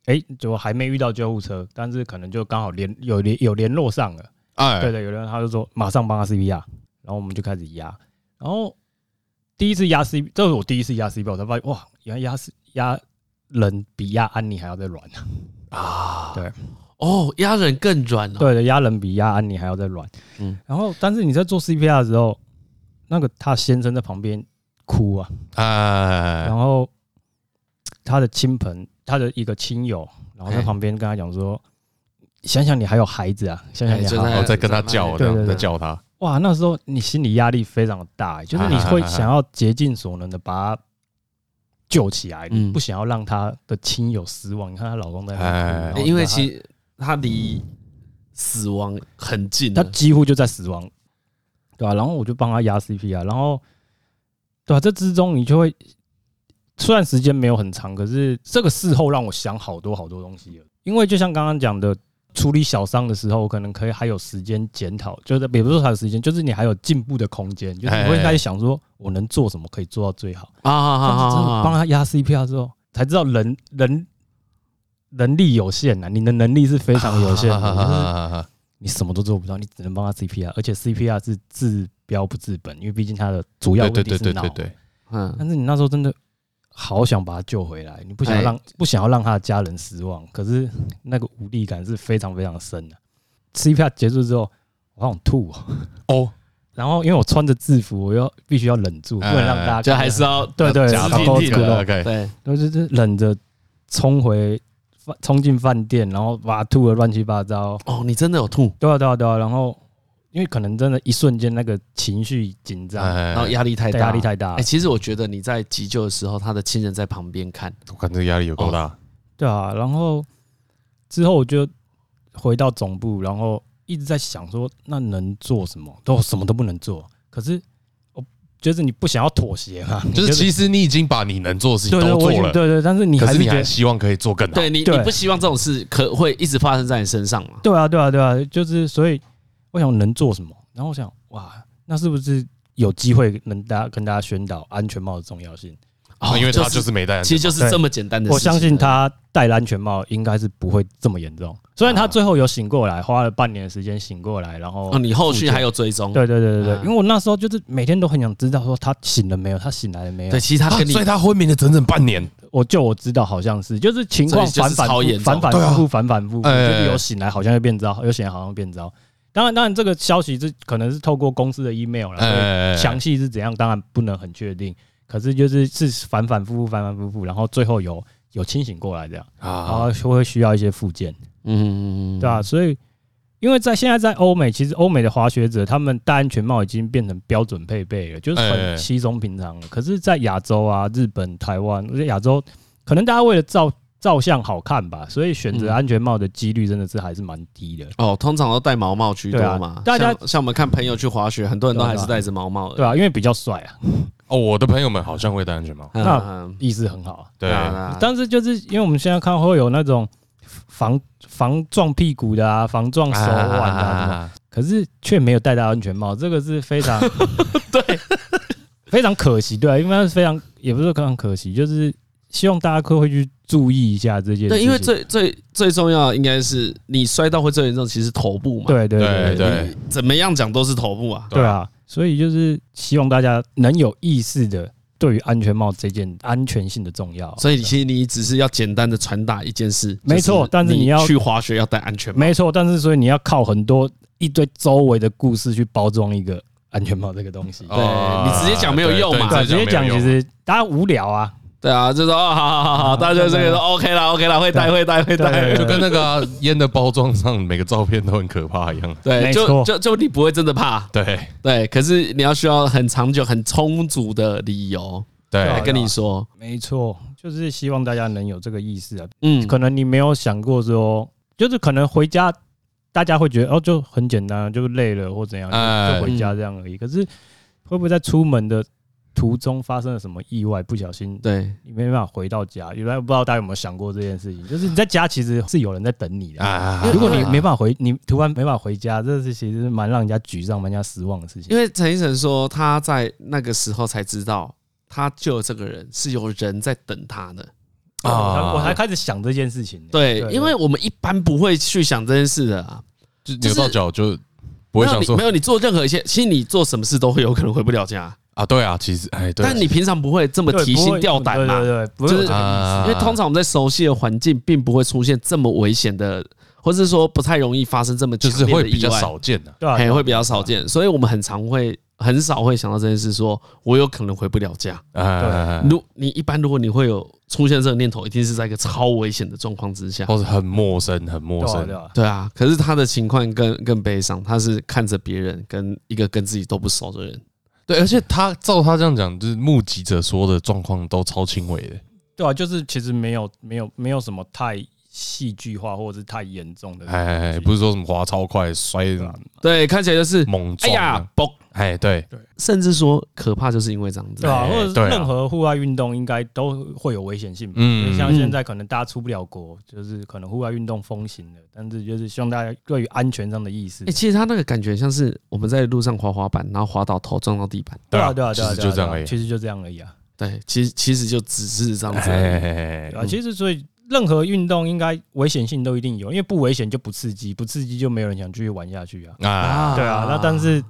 D: 哎，就还没遇到救护车，但是可能就刚好联有联有联络上了。
C: 哎
D: 对，对，有人他就说马上帮他 CPR，然后我们就开始压，然后第一次压 C，这是我第一次压 CPR，我才发现哇，原来压是压人比压安妮还要再软，
A: 啊，
D: 对
A: 哦，压人更软了，
D: 对的，压人比压安妮还要再软。
A: 嗯
D: 嗯，然后但是你在做 CPR 的时候，那个他先生在旁边哭啊，
C: 哎
D: 然后他的亲朋，他的一个亲友，然后在
A: 哎
D: 旁边跟他讲说，想想你还有孩子啊，想想
A: 哎
D: 你还
A: 就
D: 有啊
A: 在
C: 我在跟他叫，
A: 对
C: 这
D: 对对
C: 样
D: 对
C: 在叫他，
D: 哇，那时候你心理压力非常大、
A: <laughs>
D: 就是你会想要竭尽所能的把他救起来，
A: 嗯
D: 你不想要让他的亲友失望。你看她老公在那边
C: 哎
D: 哭然后
A: 欸因为
D: 她
A: 其实他离死亡很近
D: 他
A: 啊了，
D: 几乎就在死亡，对啊吧、然后我就帮他压 CP 啊，然后对吧、啊这之中你就会虽然时间没有很长，可是这个事后让我想好多好多东西了。因为就像刚刚讲的，处理小伤的时候，可能可以还有时间检讨，就是也不是说还有时间，就是你还有进步的空间，就是你会开始想说，我能做什么可以做到最好。
A: 啊啊
D: 但
A: 啊
D: 是真
A: 啊
D: 的
A: 啊！
D: 帮他压 CP 啊之后，才知道人人能力有限呐、啊，你的能力是非常有
A: <laughs>
D: 限的。就是你什么都做不到，你只能帮他 CPR，而且 CPR 是治标不治本，因为毕竟他的主要
C: 对
D: 问
C: 对
D: 题
C: 对
D: 是
C: 对
D: 脑
C: 对。对，
A: 嗯，
D: 但是你那时候真的好想把他救回来，你不想要
A: 哎
D: 让不想要让他的家人失望，可是那个无力感是非常非常深的。CPR 结束之后，我好想吐哦、
C: 哦，
D: <laughs> 然后因为我穿着制服，我又必须要忍住，不能让大家看
A: 就
C: 哎
D: 到
A: 还是要
D: 对对
A: 假
D: 打
A: 装
D: 勾
A: 挺
D: 子
A: 的
D: 咯
C: OK，
A: 对，
D: 然后就是忍着冲回饭冲进饭店，然后把他吐的乱七八糟，
A: 哦，你真的有吐，
D: 对啊，对啊，对啊。然后因为可能真的，一瞬间那个情绪紧张，
A: 然后
C: 哎，
A: 压力太
D: 对
A: 大，
D: 压力太大
A: 哎，，其实我觉得你在急救的时候，他的亲人在旁边看，
C: 我看这个压力有够大，
D: 对啊。然后之后我就回到总部，然后一直在想说，那能做什么？都什么都不能做。可是我就是你不想要妥协嘛，你
C: 就是其实你已经把你能做的事情
D: 对对，
C: 都
D: 我
C: 做
D: 已
C: 了
D: 经，对对，但是你
C: 可
D: 还
C: 是
D: 是
C: 你
D: 觉
C: 还
D: 得。
C: 希望可以做更好。
A: 对你，你
D: 对
A: 不希望这种事可会一直发生在你身上嘛？
D: 对啊，对啊，对啊，就是所以我想能做什么，然后我想哇，那是不是有机会能大家跟大家宣导安全帽的重要性？
A: 哦
C: 因为他就是没戴安
A: 其
C: 全
A: 实就是这么简单的事情。
D: 我相信他戴了安全帽应该是不会这么严重，虽然他最后有醒过来，花了半年的时间醒过来，然后
A: 啊哦，你后续还有追踪，
D: 对对对对对，
A: 啊
D: 因为我那时候就是每天都很想知道说他醒了没有，他醒来了没有
A: 对，，其实他
C: 帽，
A: 跟
C: 啊
A: 你
C: 所以他昏迷了整整半年，
D: 我就我知道好像是就是情况
A: 所以就
D: 反
A: 是
D: 反
A: 超
D: 复
A: 严重
D: 反反
C: 对啊
D: 复复反反复复，
C: 哎
D: 就是有醒来好像又变糟，有醒来好像变糟。当然，当然，这个消息是可能是透过公司的 email
C: 哎哎
D: 啦，
C: 哎哎
D: 详细是怎样，当然不能很确定。可是就是是反反复复，反反复复，然后最后有有清醒过来这样，然
C: 啊，
D: 后就会需要一些附件。
A: 嗯，
D: 对啊，所以因为在现在在欧美，其实欧美的滑雪者他们戴安全帽已经变成标准配备了，就是
C: 哎哎
D: 很稀松平常了。可是，在亚洲啊、日本、台湾，而且亚洲可能大家为了照照相好看吧，所以选择
A: 嗯
D: 安全帽的几率真的是还是蛮低的，
A: 哦，通常都戴毛帽居多嘛。
D: 对啊大家
A: 像像我们看朋友去滑雪，很多人都还是戴着毛帽的。
D: 对啊，因为比较帅啊，
C: 哦，我的朋友们好像会戴安全帽，
A: 嗯，
D: 那
A: 嗯
D: 意思很好啊。
C: 对，
A: 啊
D: 但是就是因为我们现在看会有那种防防撞屁股的啊，防撞手腕的啊，什么
C: 啊
D: 可是却没有戴到安全帽，这个是非常对，非常可惜，对啊、因为它是非常也不是说非常可惜，就是希望大家可会去注意一下这件事情。
A: 对，因为最最最重要的应该是你摔到会最严重，其实是头部嘛。
D: 对对
C: 对
D: 对对
C: 对，
A: 怎么样讲都是头部啊。
D: 对啊，所以就是希望大家能有意识的对于安全帽这件安全性的重要。
A: 所以其实你只是要简单的传达一件事，
D: 没错
A: 就
D: 但是
A: 你
D: 你要
A: 去滑雪要戴安全帽。
D: 没错，但是所以你要靠很多一堆周围的故事去包装一个安全帽这个东西。
A: 对
C: 哦
A: 你直接讲没有用嘛
D: 对啊，直接讲
C: 没有
D: 其
C: 用
D: 实大家无聊啊，
A: 对啊，就说哦，好好好好，大家就这个
D: 对
A: 说 OK 啦 OK 啦，会戴
D: 对
A: 会戴会戴
D: 对。
C: 就跟那个啊烟的包装上每个照片都很可怕一样。
A: 对，
D: 没
A: 就
D: 错
A: 就就你不会真的怕，
C: 对
A: 对，可是你要需要很长久、很充足的理由来
C: 对
D: 啊
A: 跟你说，
D: 没错，就是希望大家能有这个意识啊，
A: 嗯，
D: 可能你没有想过说，就是可能回家，大家会觉得哦，就很简单，就累了或怎样，就
C: 哎
D: 就回家这样而已。可是会不会在出门的途中发生了什么意外，不小心
A: 对，
D: 你没办法回到家？原来不知道大家有没有想过这件事情，就是你在家其实是有人在等你的。
C: 啊
D: 如果你没办法回，你突然没办法回家，这是其实是蛮让人家沮丧、蛮让人家失望的事情
A: 因。为陈医生说他在那个时候才知道，他救这个人是有人在等他的，
D: 啊，我才开始想这件事情呢。
A: 对，
D: 对
A: 因为我们一般不会去想这件事的啊，
C: 就扭到脚就不
A: 没
C: 会
A: 有
C: 想
A: 你
C: 说
A: 没有你做任何一些，其实你做什么事都会有可能回不了家，
C: 啊，对啊，其实哎，对，
A: 但你平常不会这么
D: 对
A: 提
D: 不
A: 心
D: 会
A: 吊胆嘛，
D: 对对对，不会有
A: 就是
D: 这个意思
A: 因为通常我们在熟悉的环境，并不会出现这么危险的，或是说不太容易发生这么
C: 就是
A: 强烈
C: 会
A: 的
C: 比较
A: 意外
C: 少见的。
D: 对啊，
A: 还
D: 对啊
A: 会比较少见，所以我们很常会很少会想到这件事，说我有可能回不了家。
C: 哎，
A: 如你一般如果你会有出现这个念头，一定是在一个超危险的状况之下。
C: 或是很陌生，很陌
D: 对啊
C: 生
D: 对。啊，
A: 对啊，可是他的情况更更悲伤，他是看着别人跟一个跟自己都不熟的人，
C: 对，而且他照他这样讲，就是目击者说的状况都超轻微的。
D: 对啊，就是其实没有没有没有什么太戏剧化或者是太严重的东西，
C: 哎，不是说什么滑超快、摔
D: 对啊
A: 对，看起来就是
C: 猛
A: 哎
C: 撞
A: 呀
C: 啊，，
A: 嘣，
C: 哎，对，
A: 甚至说可怕就是因为这样子
D: 对。啊，
C: 哎
D: 或者
C: 对啊
D: 是任何户外运动应该都会有危险性吧。
C: 嗯
D: 像现在可能大家出不了国，就是可能户外运动风行了，但是就是希望大家对于安全上的意识
A: 哎，。其实他那个感觉像是我们在路上滑滑板，然后滑倒头撞到地板。
D: 对啊，对啊，
C: 其
D: 对啊，
C: 实
D: 对啊
C: 就这样
D: 对啊
C: 而已。嗯
D: 其实就这样而已啊。
A: 对，其实其实就只是这样子而已。
C: 哎
D: 对，啊，其实所以任何运动应该危险性都一定有，因为不危险就不刺激，不刺激就没有人想继续玩下去啊。
C: 啊，
D: 对啊，那但是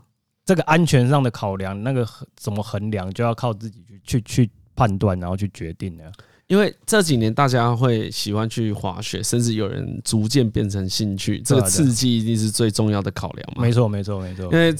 D: 这个安全上的考量，那个衡怎么衡量，就要靠自己去去去判断，然后去决定了。
A: 因为这几年大家会喜欢去滑雪，甚至有人逐渐变成兴趣，这
D: 对啊
A: 个刺激一定是最重要的考量嘛
D: 没。错，没错，没错
A: 因。为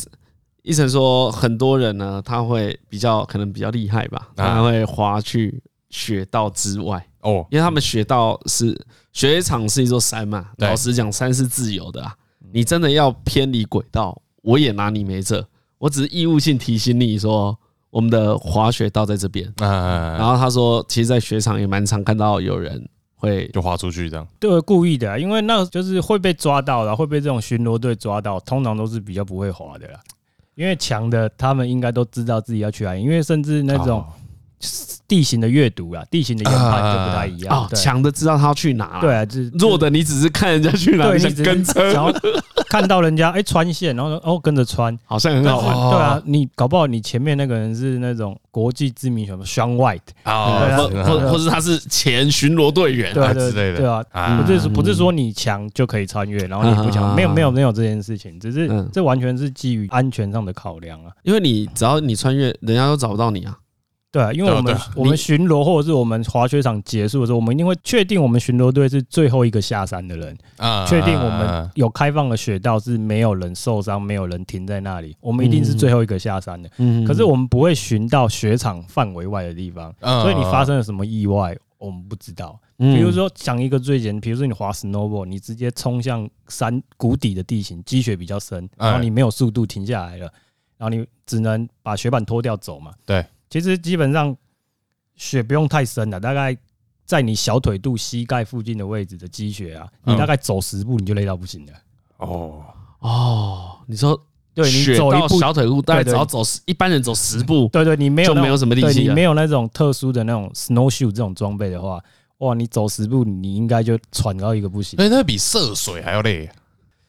A: 医生说，很多人呢，他会比较可能比较厉害吧，
C: 啊
A: 他会滑去雪道之外，
C: 哦，
A: 因为他们雪道是雪场是一座山嘛，
C: 对
A: 老实讲，山是自由的啊，你真的要偏离轨道，我也拿你没辙，我只是义务性提醒你说，我们的滑雪道在这边。然
D: 嗯
C: 啊，
A: 后他说，其实，在雪场也蛮常看到有人会，
C: 就滑出去这样。
D: 对，故意的啊，因为那就是会被抓到了，会被这种巡逻队抓到，通常都是比较不会滑的啦。因为强的他们应该都知道自己要去哪里，因为甚至那种
C: 哦
D: 地形的阅读啊，地形的研判就不太一样。
A: 哦，强的知道他要去哪，
D: 对，啊，就是
A: 弱的你只是看人家去哪，
D: 对，你
A: 你想
D: 只
A: 跟
D: 是
A: 车，
D: 想要看到人家哎穿线，然后说哦跟着穿，
A: 好像很
D: 但
A: 好
D: 是
A: 玩。
C: 哦
D: 对啊，你搞不好你前面那个人是那种国际知名选手 Sean White，
C: 啊，
A: 哦或
C: 是
A: 或或是他是前巡逻队员，
D: 对啊
C: 啊
D: 对
C: 之类的
D: 对啊，
C: 啊
D: 不是说不是说你强就可以穿越，然后你不
A: 嗯啊
D: 强，没有没有没有这件事情，只是
A: 嗯
D: 这完全是基于安全上的考量啊。
A: 因为你只要你穿越，人家都找不到你啊。
D: 对啊，因为
C: 对啊
D: 我们
C: 对啊
D: 我
A: 你
D: 们巡逻或者是我们滑雪场结束的时候，我们一定会确定我们巡逻队是最后一个下山的人，
C: 啊
D: 确定我们有开放的雪道是没有人受伤、没有人停在那里，我们一定是最后一个下山的。
A: 嗯
D: 可是我们不会巡到雪场范围外的地方，
C: 嗯
D: 所以你发生了什么意外，我们不知道。
A: 比
D: 比如，说讲一个最简单，比如说你滑 snowboard，你直接冲向山谷底的地形，积雪比较深，
C: 哎
D: 然后你没有速度停下来了，然后你只能把雪板脱掉走嘛。
C: 对，
D: 其实基本上雪不用太深了，大概在你小腿肚、膝盖附近的位置的积雪啊，
C: 嗯
D: 你大概走十步你就累到不行了。
C: 哦，
A: 哦，你说
D: 对你
A: 雪
D: 走一
A: 到
D: 步，
A: 小腿裤，大概只
D: 对对
A: 要走十一般人走十步，
D: 对对，你没有
A: 就
D: 那
A: 没
D: 种
A: 有什么力
D: 对
A: 气啊
D: 你
A: 了
D: 没有那种特殊的那种 snowshoe 这种装备的话，哇，你走十步你应该就喘到一个不行。
C: 所以那比涉水还要累。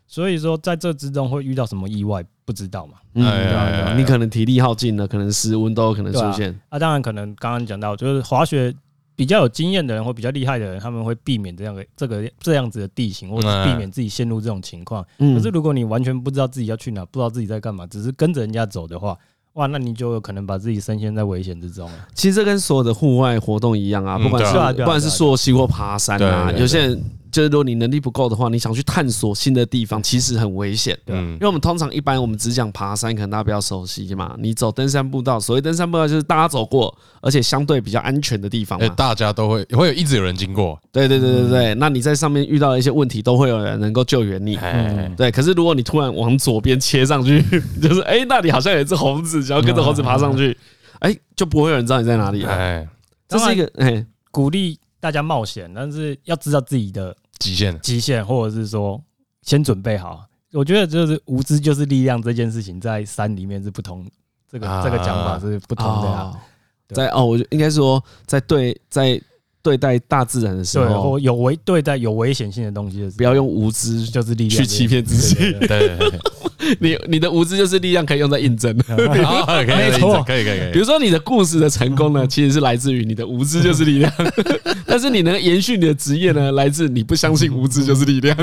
D: 所以说，在这之中会遇到什么意外，不知道嘛？
A: 嗯
C: 哎
A: 对啊
C: 哎
A: 对啊
C: 哎
A: 你可能体力耗尽了，可能失温都有可能
D: 对啊
A: 出现。
D: 啊，当然可能刚刚讲到，就是滑雪比较有经验的人或比较厉害的人，他们会避免这样的这个这样子的地形，或者是避免自己陷入这种情况。
A: 哎嗯
D: 可是如果你完全不知道自己要去哪，不知道自己在干嘛，只是跟着人家走的话，哇，那你就有可能把自己深陷在危险之中了。
A: 其实这跟所有的户外活动一样啊，
C: 嗯
A: 不管是
D: 对啊对啊对啊
A: 不管是溯溪或爬山
C: 对
A: 啊
C: 对，对
A: 有些人就是如果你能力不够的话，你想去探索新的地方，其实很危险。
D: 对啊
C: 嗯
A: 因为我们通常一般我们只讲爬山，可能大家比较熟悉嘛。你走登山步道，所谓登山步道就是大家走过，而且相对比较安全的地方
C: 哎，
A: 嘛。
C: 大家都会会有一直有人经过，
A: 对对对对对，那你在上面遇到一些问题，都会有人能够救援你。
D: 嗯
C: 哎，
A: 对，可是如果你突然往左边切上去， <laughs> 就是哎、那里好像有一只猴子，想要跟着猴子爬上去，哎，就不会有人知道你在哪里了。
C: 哎，
A: 这是一个哎，
D: 鼓励大家冒险，但是要知道自己的
C: 极限
D: 极限，或者是说先准备好。我觉得就是无知就是力量这件事情，在山里面是不同，这个、
C: 啊
D: 这个讲法是不同的啊。
A: 哦
D: 对
A: 在哦，我就应该说在对在对待大自然的时
D: 对，
A: 候
D: 或，有危对待有危险性的东西的时候，
A: 不要用无知
D: 就是力量
A: 去欺骗自己
D: 对对对
C: 对，对对
A: <laughs> 你你的无知就是力量，可以用在印证。
D: <laughs>
C: 对好可以可以
D: 没错
C: 可以可以可以
A: 比。如说，你的故事的成功呢，其实是来自于你的无知就是力量； <laughs> 但是你能延续你的职业呢，来自你不相信无知就是力量。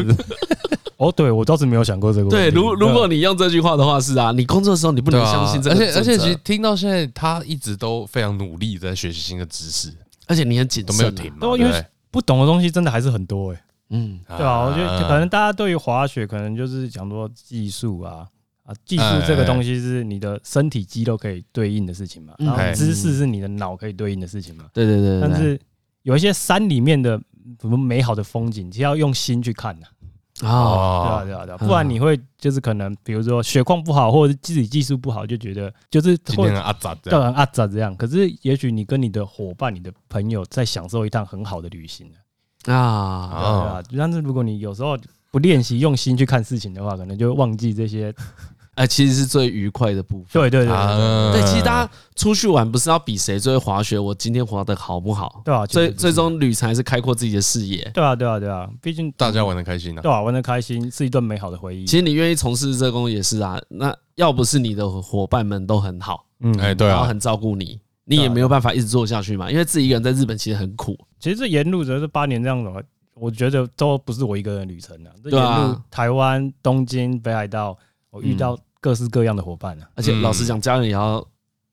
D: 哦，对我倒是没有想过这个问题。
A: 对，如如果你用这句话的话，是啊，你工作的时候你不能相信这
C: 啊对
A: 个
C: 啊而
A: 准
C: 且
A: 则，
C: 而且，其实听到现在，他一直都非常努力在学习新的知识，
A: 而且你很谨
C: 都没
A: 慎
C: 有
A: 啊，
C: 停嘛，
D: 对啊
C: 对
D: 因
C: 不
D: 为
C: 对？
D: 不懂的东西真的还是很多哎、
A: 嗯，
D: 对啊，我觉得可
C: 啊
D: 能大家对于滑雪可能就是讲说技术啊，啊，技术这
A: 哎
D: 个东西是你的身体肌肉可以对应的事情嘛，
A: 嗯
D: 然后
C: 哎
D: 知识是你的脑可以对应的事情嘛。
A: 对对对对
D: 但是有一些山里面的什么美好的风景，是要用心去看的、
A: 啊，
D: 对啊，
C: 哦，
D: 对啊，对啊，
A: 嗯
D: 不然你会就是可能，比如说血况不好，或者是自己技术不好，就觉得就是
C: 今
D: 会
C: 天的阿杂这
D: 叫
C: 样，
D: 人阿杂这样。可是也许你跟你的伙伴、你的朋友在享受一趟很好的旅行啊
A: 啊，
D: 对
C: 哦
D: 啊。但是如果你有时候不练习用心去看事情的话，可能就会忘记这些。 <laughs>
A: 哎，其实是最愉快的部分。
D: 对对对对对
C: 啊
A: 对，其实大家出去玩不是要比谁最会滑雪，我今天滑的好不好？
D: 对啊，其实
A: 最
D: 不是
A: 最终旅程还是开阔自己的视
C: 嗯
A: 野。
D: 对啊对啊对啊，毕竟
C: 大家玩的开心啊，
D: 对啊玩的开心是一段美好的回忆
A: 其。实你愿意从事这工也是啊，那要不是你的伙伴们都很好，
D: 嗯
C: 哎，对
A: 然后
C: 啊，
A: 很照顾你，你也没有办法一直做下去嘛，因为自己一个人在日本其实很苦。
D: 其实这沿路这八年这样子，我觉得都不是我一个人的旅程啊。这
A: 对
D: 沿
A: 啊嗯
D: 路台湾、东京、北海道，我遇到各式各样的伙伴啊。
A: 而且
C: 嗯
A: 老实讲，家人也要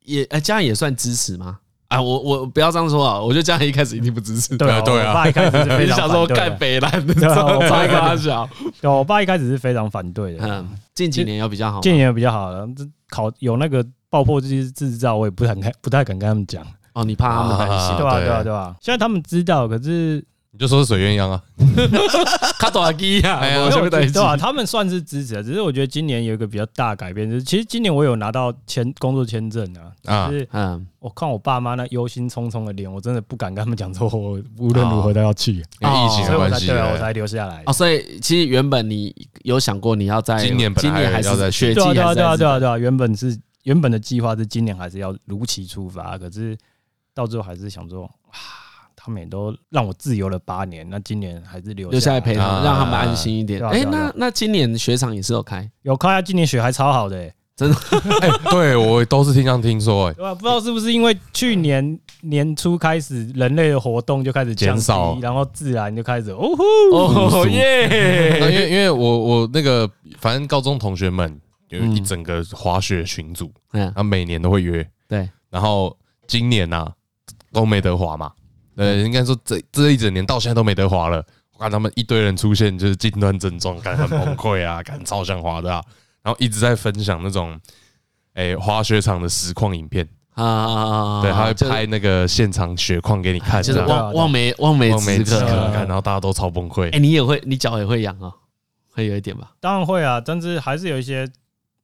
A: 也哎，家人也算支持吗？啊，我我不要这样说啊，我觉得家人一开始一定不支持，
D: 对啊，
C: 对啊
D: 我爸一开始是
A: <laughs> 你
D: 非常
A: 想
D: 反
A: 说
D: 对的
A: 干北兰的，
D: 对啊我爸
A: 超
D: 一开
A: 搞
D: 始
A: 笑。
D: 对我爸一开始是非常反 <laughs> 对的，
A: 嗯，近几年有比较好吗，
D: 近年比较好了。这考有那个爆破机制造，我也不太敢不太敢跟他们讲，
A: 哦，你怕他们担心
C: 啊
D: 对吧？
C: 对
D: 对吧？对吧？虽然他们知道，可是
C: 你就说是水鸳鸯啊，
A: 卡多基呀，
C: 哎呀
A: 我
D: 没
A: 就
D: 有
A: 会担
D: 对
A: 心。
D: 吧？他们算是支持啊，只是我觉得今年有一个比较大的改变，就是其实今年我有拿到签工作签证啊，
C: 啊
D: 就是
A: 嗯，
D: 我看我爸妈那忧心忡忡的脸，我真的不敢跟他们讲说， <laughs> 我无论如何都要去，
C: 因为疫情
D: 所
A: 哦
D: 以
C: 的
D: 我
C: 关
D: 才
C: 系，
D: 对啊，我才留下来。
A: 哦，所以其实原本你有想过你要在
C: 今年本来
A: 今年还
C: 要在
A: 是雪季
D: 对啊，对
A: 还
D: 啊，对啊，
A: 是在日
D: 对啊，
A: 本
D: 对啊，原本是原本的计划是今年还是要如期出发，可是到最后还是想说，啊，他们也都让我自由了八年，那今年还是留
A: 留下来
D: 来
A: 陪他们，
C: 啊
A: 让他们安心一点。
D: 对啊
A: 哎，
D: 对啊对
A: 那
D: 啊
A: 那今年雪场也是有开，
D: 有靠下今年雪还超好的、欸，
C: 哎，对我都是经常听说，哎，
D: <laughs> 对吧、啊不知道是不是因为去年年初开始人类的活动就开始降低
C: 减少
D: 然后自然就开始哦呼，
A: 哦
C: 那因
A: 耶！
C: 为因为我我那个反正高中同学们有一整个滑雪群组，
A: 嗯
C: 他每年都会约，
A: 对，
C: 然后今年呢、都没得滑嘛，呃，应该说这这一整年到现在都没得滑了。我看他们一堆人出现，就是近端症状，感很崩溃啊，感超想滑的啊，然后一直在分享那种。哎、滑雪场的实况影片，
A: 啊啊啊啊！
C: 对，他会
A: 就
C: 拍那个现场雪况给你看，
A: 就
C: 这
A: 是
C: 样
D: 哇
A: 望望梅望梅
C: 望梅
A: 止
C: 止渴，
A: 渴。
D: 渴
C: 看然后大家都超崩溃
A: 哎，。你也会，你脚也会痒啊，会有一点吧？
D: 当然会啊，但是还是有一些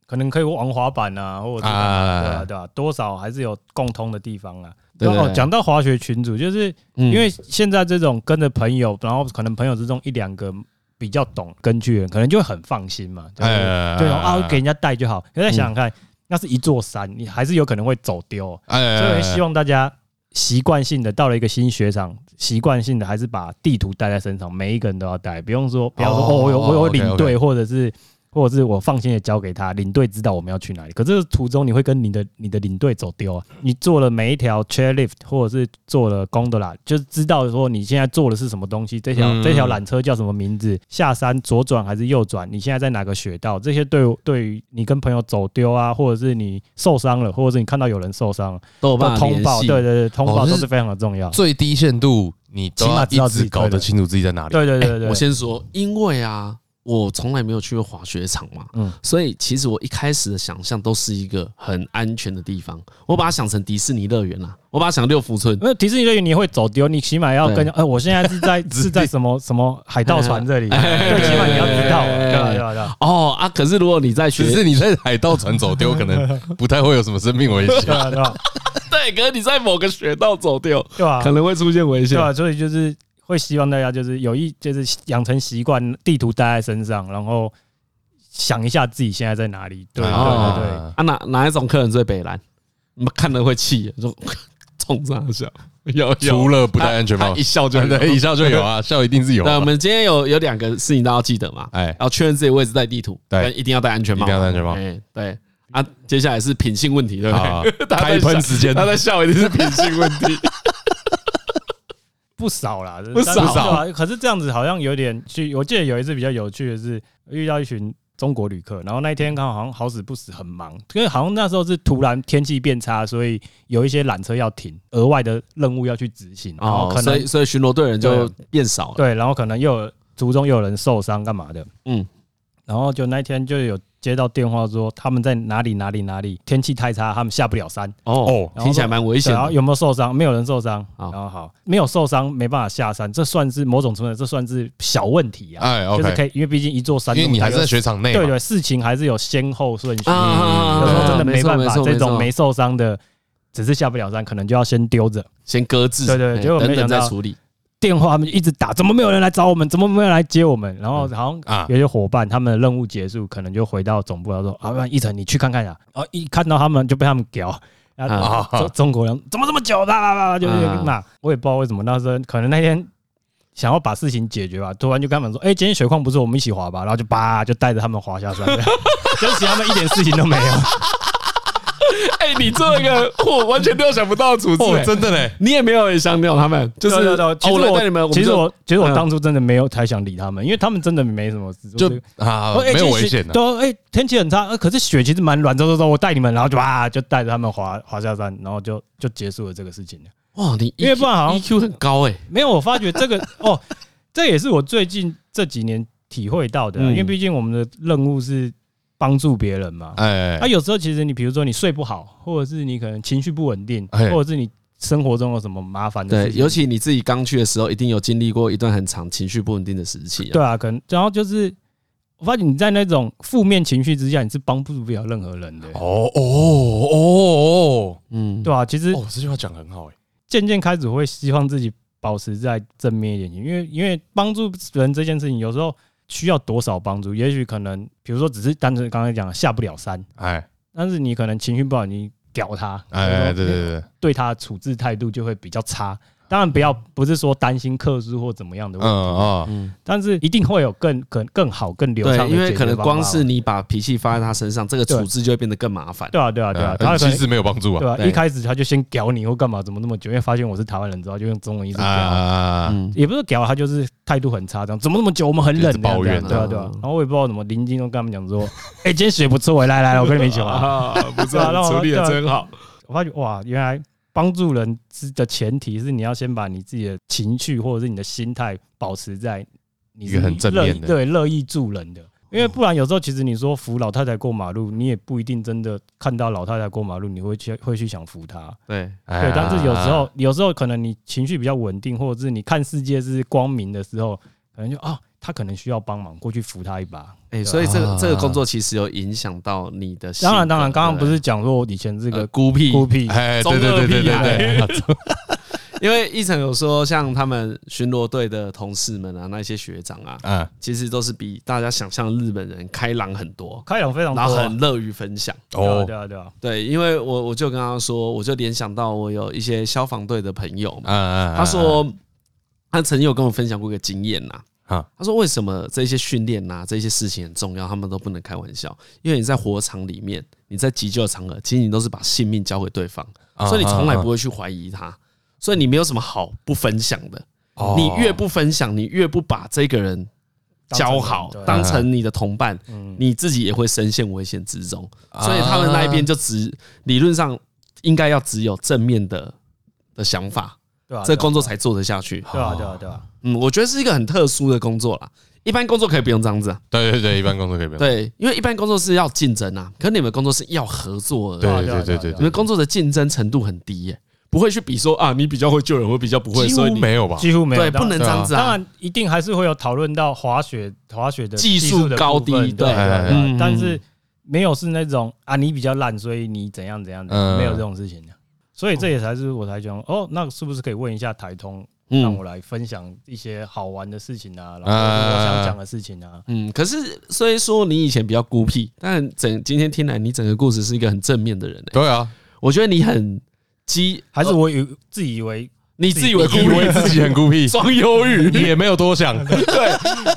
D: 可能可以玩滑板啊，或者是干嘛
C: 啊
D: 对啊对啊，多少还是有共通的地方啊。
A: 对对
D: 然后
A: 对
D: 讲到滑雪群组，就是
A: 因
D: 因为现在这种跟着朋友，然后可能朋友之中一两个比较懂跟去的人，可能就会很放心嘛。就是
C: 哎嗯
D: 对啊，我给人家带就好。你再想想看，那是一座山，你还是有可能会走丢，
C: 哎
D: 所以希望大家。习惯性的到了一个新雪场，习惯性的还是把地图带在身上，每一个人都要带，不用说不要说
C: 哦
D: 哦，我有我有
C: OK，OK
D: 领队，或者是或者是我放心的交给他，领队知道我们要去哪里。可这个途中你会跟你的你的领队走丢啊，你做了每一条 chairlift 或者是做了 gondola，就是知道说你现在做的是什么东西，这条、
C: 嗯
D: 这条缆车叫什么名字，下山左转还是右转，你现在在哪个雪道，这些对对于你跟朋友走丢啊，或者是你受伤了，或者是你看到有人受伤了。
A: 都有办
D: 都
A: 法
D: 通
A: 联
D: 报，
A: 系
D: 对对对，通
C: 哦
D: 报
C: 就
D: 都
C: 是
D: 是非常的重要。
C: 最低限度，你都要
D: 起码知道
C: 一
D: 自
C: 直
D: 己
C: 搞得清楚自己在哪里。
D: 对对对对，
A: 哎我先说，因为啊，我从来没有去过滑雪场嘛，
D: 嗯
A: 所以其实我一开始的想象都是一个很安全的地方，我把它想成迪士尼乐园啦，我把它想六福村，
D: 没有迪士尼乐园你会走丢，你起码要跟哎，我现在是在是在什么什么海盗船这里，对，起码你要知道，对吧对吧对吧？
A: 哦啊，可是如果你在学
C: 只，是你在海盗船走丢，可能不太会有什么生命危
D: 对
C: 险。
D: 吧对吧
A: 对，可是你在某个雪道走掉，
D: 对吧
A: 可能会出现危
D: 对
A: 险。
D: 吧？所以就是会希望大家就是有意就是养成习惯，地图带在身上，然后想一下自己现在在哪里。对对
A: 啊
D: 对对，
A: 啊，哪哪一种客人最北蓝？你们看了会气，说 <laughs> 冲上笑，有
C: 除
A: 有，
C: 了 <laughs> 不戴安全帽
A: 他一，笑就
C: 对
A: 有。
C: 对，一下就有啊，笑一定是有
A: 对，我
C: 啊。
A: 们今天有有两个事情大家要记得嘛，
C: 哎，
A: 要确认自己位置在地图，
C: 对
A: 但一定要戴安全帽，
C: 一定要戴安全帽
A: 哎，对啊，接下来是品性问题，对不 <laughs>
C: 好啊
A: 对？他在
C: 开喷
A: 笑
C: 时间
A: 他在笑，一定是品性问题。
D: 不少啦，但
A: 不少
D: 对啊可是这样子好像有点去，我记得有一次比较有趣的是遇到一群中国旅客，然后那一天刚好好像好死不死很忙，因为好像那时候是突然天气变差，所以有一些缆车要停，额外的任务要去执行，然后
A: 哦
D: 可，
A: 所
D: 能、
A: 以所以巡逻队人就变少了。
D: 对，然后可能又有途中又有人受伤干嘛的，
A: 嗯
D: 嗯。然后就那一天就有接到电话说他们在哪里哪里哪里，天气太差，他们下不了山。然
A: 哦
D: 后，说
A: 听起来蛮危险
D: 对然后啊
A: 的。
D: 有没有受伤？没有人受伤。
A: 好
D: 然后好，没有受伤，没办法下山，这算是某种程度，这算是小问题啊。
C: <laughs> 哎
D: 就是可
C: ，OK，
D: 以，因为毕竟一座山，
C: 因为你还是在
D: 学
C: 雪场内
D: 对
C: 嘛，
D: 对，事情还是有先后顺序。
C: 嗯
D: 有时候真的
A: 没
D: 没
A: 错
D: 办
A: 啊没
D: 法，
A: 错
D: 这种
A: 没
D: 没
A: 错
D: 受伤的，只是下不了山，可能就要先丢着。
A: 先搁置，
D: 对对
A: 哎
D: 结果
A: 等
D: 没
A: 等
D: 想
A: 再
D: 到
A: 处理。
D: 电话他们就一直打，怎么没有人来找我们？怎么没有人来接我们？然
A: 嗯
D: 后好像
C: 啊
D: 有些伙伴他们的任务结束，可能就回到总部，他说：“啊，不然一晨你去看看呀。”然后一看到他们就被他们屌。然后
C: 啊
D: 中中国人怎么这么久啦啦啦啦，就是
A: 啊
D: 骂，我也不知道为什么那时候可能那天想要把事情解决吧，突然就跟他们说：“哎，今天水况不错，我们一起滑吧。”然后就叭就带着他们滑
A: <laughs>
D: 下山，就其实他们一点事情都没有。
A: 哎，你做一个 <laughs> 我完全料想不到的处
C: 哦，
A: 置，
C: 真的嘞，
A: 你也没有想鸟他们， <laughs> 就是
D: 对对对
A: 哦
D: 其实
A: 我来
D: 我
A: 带你们，
D: 其实
A: 们就
D: 我其实
A: 嗯
D: 我当初真的没有太想理他们，因为他们真的没什么事，
C: 就
D: 我
C: 啊
D: 哦，哎
C: 没有
D: 今天
C: 危
D: 雪
C: 险的，
D: 对啊，哎、天气很差，呃可是雪其实蛮软，走走走，我带你们，然后就哇，就带着他们滑滑下山，然后就就结束了这个事情了。
A: 哇，你 EQ,
D: 因为不然好像
A: EQ 很高哎、
D: 没有，我发觉这
C: <laughs>
D: 个哦，这也是我最近这几年体会到的啊、
A: 嗯
D: 因为毕竟我们的任务是帮助别人嘛。
C: 哎
D: 啊，，有时候其实你比如说你睡不好，或者是你可能情绪不稳定，
C: 哎
D: 或者是你生活中有什么麻烦的
A: 对
D: 事，情，
A: 尤其你自己刚去的时候，一定有经历过一段很长情绪不稳定的时期、啊。
D: 对啊，可能然后就是我发觉你在那种负面情绪之下，你是帮助不了任何人的、
C: 哦哦哦
A: 嗯，
D: 对啊，其实
C: 哦，哦，这句话讲得很好哎，
D: 渐渐开始会希望自己保持在正面一点，因为因为帮助人这件事情，有时候需要多少帮助，也许可能比如说只是单纯刚才讲的下不了山，
C: 哎
D: 但是你可能情绪不好，你屌他，
C: 哎，哎对
D: 对，
C: 对对，
D: 对他处置态度就会比较差。当然不要不是说担心克数或怎么样的
C: 嗯
D: 问题，
C: 啊，
A: 嗯，
D: 但是一定会有更更更好更流畅的
A: 对，因为
D: 解决
A: 可能
D: 方法
A: 光是你把脾气发在他身上，这个
D: 对
A: 处置就会变得更麻烦。
D: 对啊对啊对啊，
C: 嗯
D: 他可
C: 其
D: 能
C: 实没有帮助啊
D: 对啊，
A: 对
D: 一开始他就先屌你或干嘛，怎么那么久？因为发现我是台湾人之后，就用中文一直屌。
C: 啊，
A: 嗯，
D: 也不是屌，他就是态度很差，这样怎么那么久？我们很冷，
C: 一直抱怨
D: 这样对啊
A: 嗯
D: 对啊。然后我也不知道怎么，林金都跟他们讲
C: <laughs>
D: 说，哎、今天水不错，来来来，我跟你们一起玩。
A: 啊，不
D: 错对啊处理得真
A: 好。
D: <laughs> 我发觉哇，原来帮助人之的前提是你要先把你自己的情绪或者是你的心态保持在你是
C: 一个很正面的
D: 乐意对乐意助人的。因为不然，有时候其实你说扶老太太过马路，你也不一定真的看到老太太过马路，你会去会去想扶她。
A: 对，
C: 对
D: 对，但是有时候，有时候可能你情绪比较稳定，或者是你看世界是光明的时候，可能就啊，他可能需要帮忙，过去扶他一把。
A: 哎、所以这个
C: 啊
A: 这个工作其实有影响到你的性格。
D: 当然，当然，刚刚不
A: 对
D: 是讲说我以前是
A: 对呃
D: 个
A: 孤僻，
D: 孤僻，
C: 哎，
A: 中
C: 对对
A: 二
C: 对对
A: 病啊
C: 对对，
A: <laughs> 因为一成有说，像他们巡逻队的同事们啊，那一些学长啊，
C: 啊，
A: 其实都是比大家想象的日本人开朗很多，
D: 开朗非常多
A: 然
D: 啊，
A: 后很乐于分享。
D: 对啊
C: 哦
D: 对，啊对啊，
A: 对，因为我我就跟他说，我就联想到我有一些消防队的朋友嘛，
C: 啊啊，
A: 他说他曾经有跟我分享过一个经验呐、
C: 啊
A: 他说为什么这些训练呐、这些事情很重要，他们都不能开玩笑，因为你在火场里面，你在急救场合，其实你都是把性命交给对方，<laughs>
C: 啊
A: 所以你从来不会去怀疑他，所以你没有什么好不分享的，
C: 哦
A: 你越不分享，你越不把这个人
D: 当成
A: 交好，
D: 对
A: 当成你的同伴，
D: 嗯，
A: 你自己也会深陷危险之中。
C: 啊
A: 所以他们那一边就只理论上应该要只有正面的的想法，
D: 对啊，
A: 这
D: 对啊
A: 工作才做得下去。
D: 对啊对啊对啊，
A: 嗯，我觉得是一个很特殊的工作啦。一般工作可以不用这样子、啊，
C: 对对对，一般工作可以不用。
A: 对，因为一般工作是要竞争啊，可你们工作是要合作的，
D: 啊
C: 对
D: 对啊
C: 对对
D: 对啊对啊
A: 你
C: 对
A: 们工作的竞争程度很低耶、不会去比说啊，你比较会救人，我比较不
C: 对，
A: 会，
C: 几
A: 所以
C: 乎
A: 你
C: 没有吧？
D: 几乎没有，
A: 对，
D: 当
A: 不能这样子
D: 当
A: 啊。
D: 然一定还是会有讨论到滑雪滑雪的
A: 技术
D: 术的
A: 高
D: 部分
A: 低
D: 对
A: 对
D: 啊对啊对
A: 嗯
D: 啊，但是没有是那种啊你比较烂，所以你怎样怎样
C: 嗯
D: 的，没有这种事情的。所以这也才是我才讲哦，那是不是可以问一下台通，让
A: 嗯
D: 我来分享一些好玩的事情啊，然后
C: 嗯
D: 我想讲的事情啊。
A: 嗯，可是虽说你以前比较孤僻，但整今天听来，你整个故事是一个很正面的人、欸。
C: 对啊， <laughs>
A: 我觉得你很激，哦
D: 还是我以自己以为
A: 你自以为孤
C: 以为
A: 僻，
C: 自己很孤
A: <laughs>
C: 僻，
A: 装忧郁，
C: 也没有
A: <laughs>
C: 多想。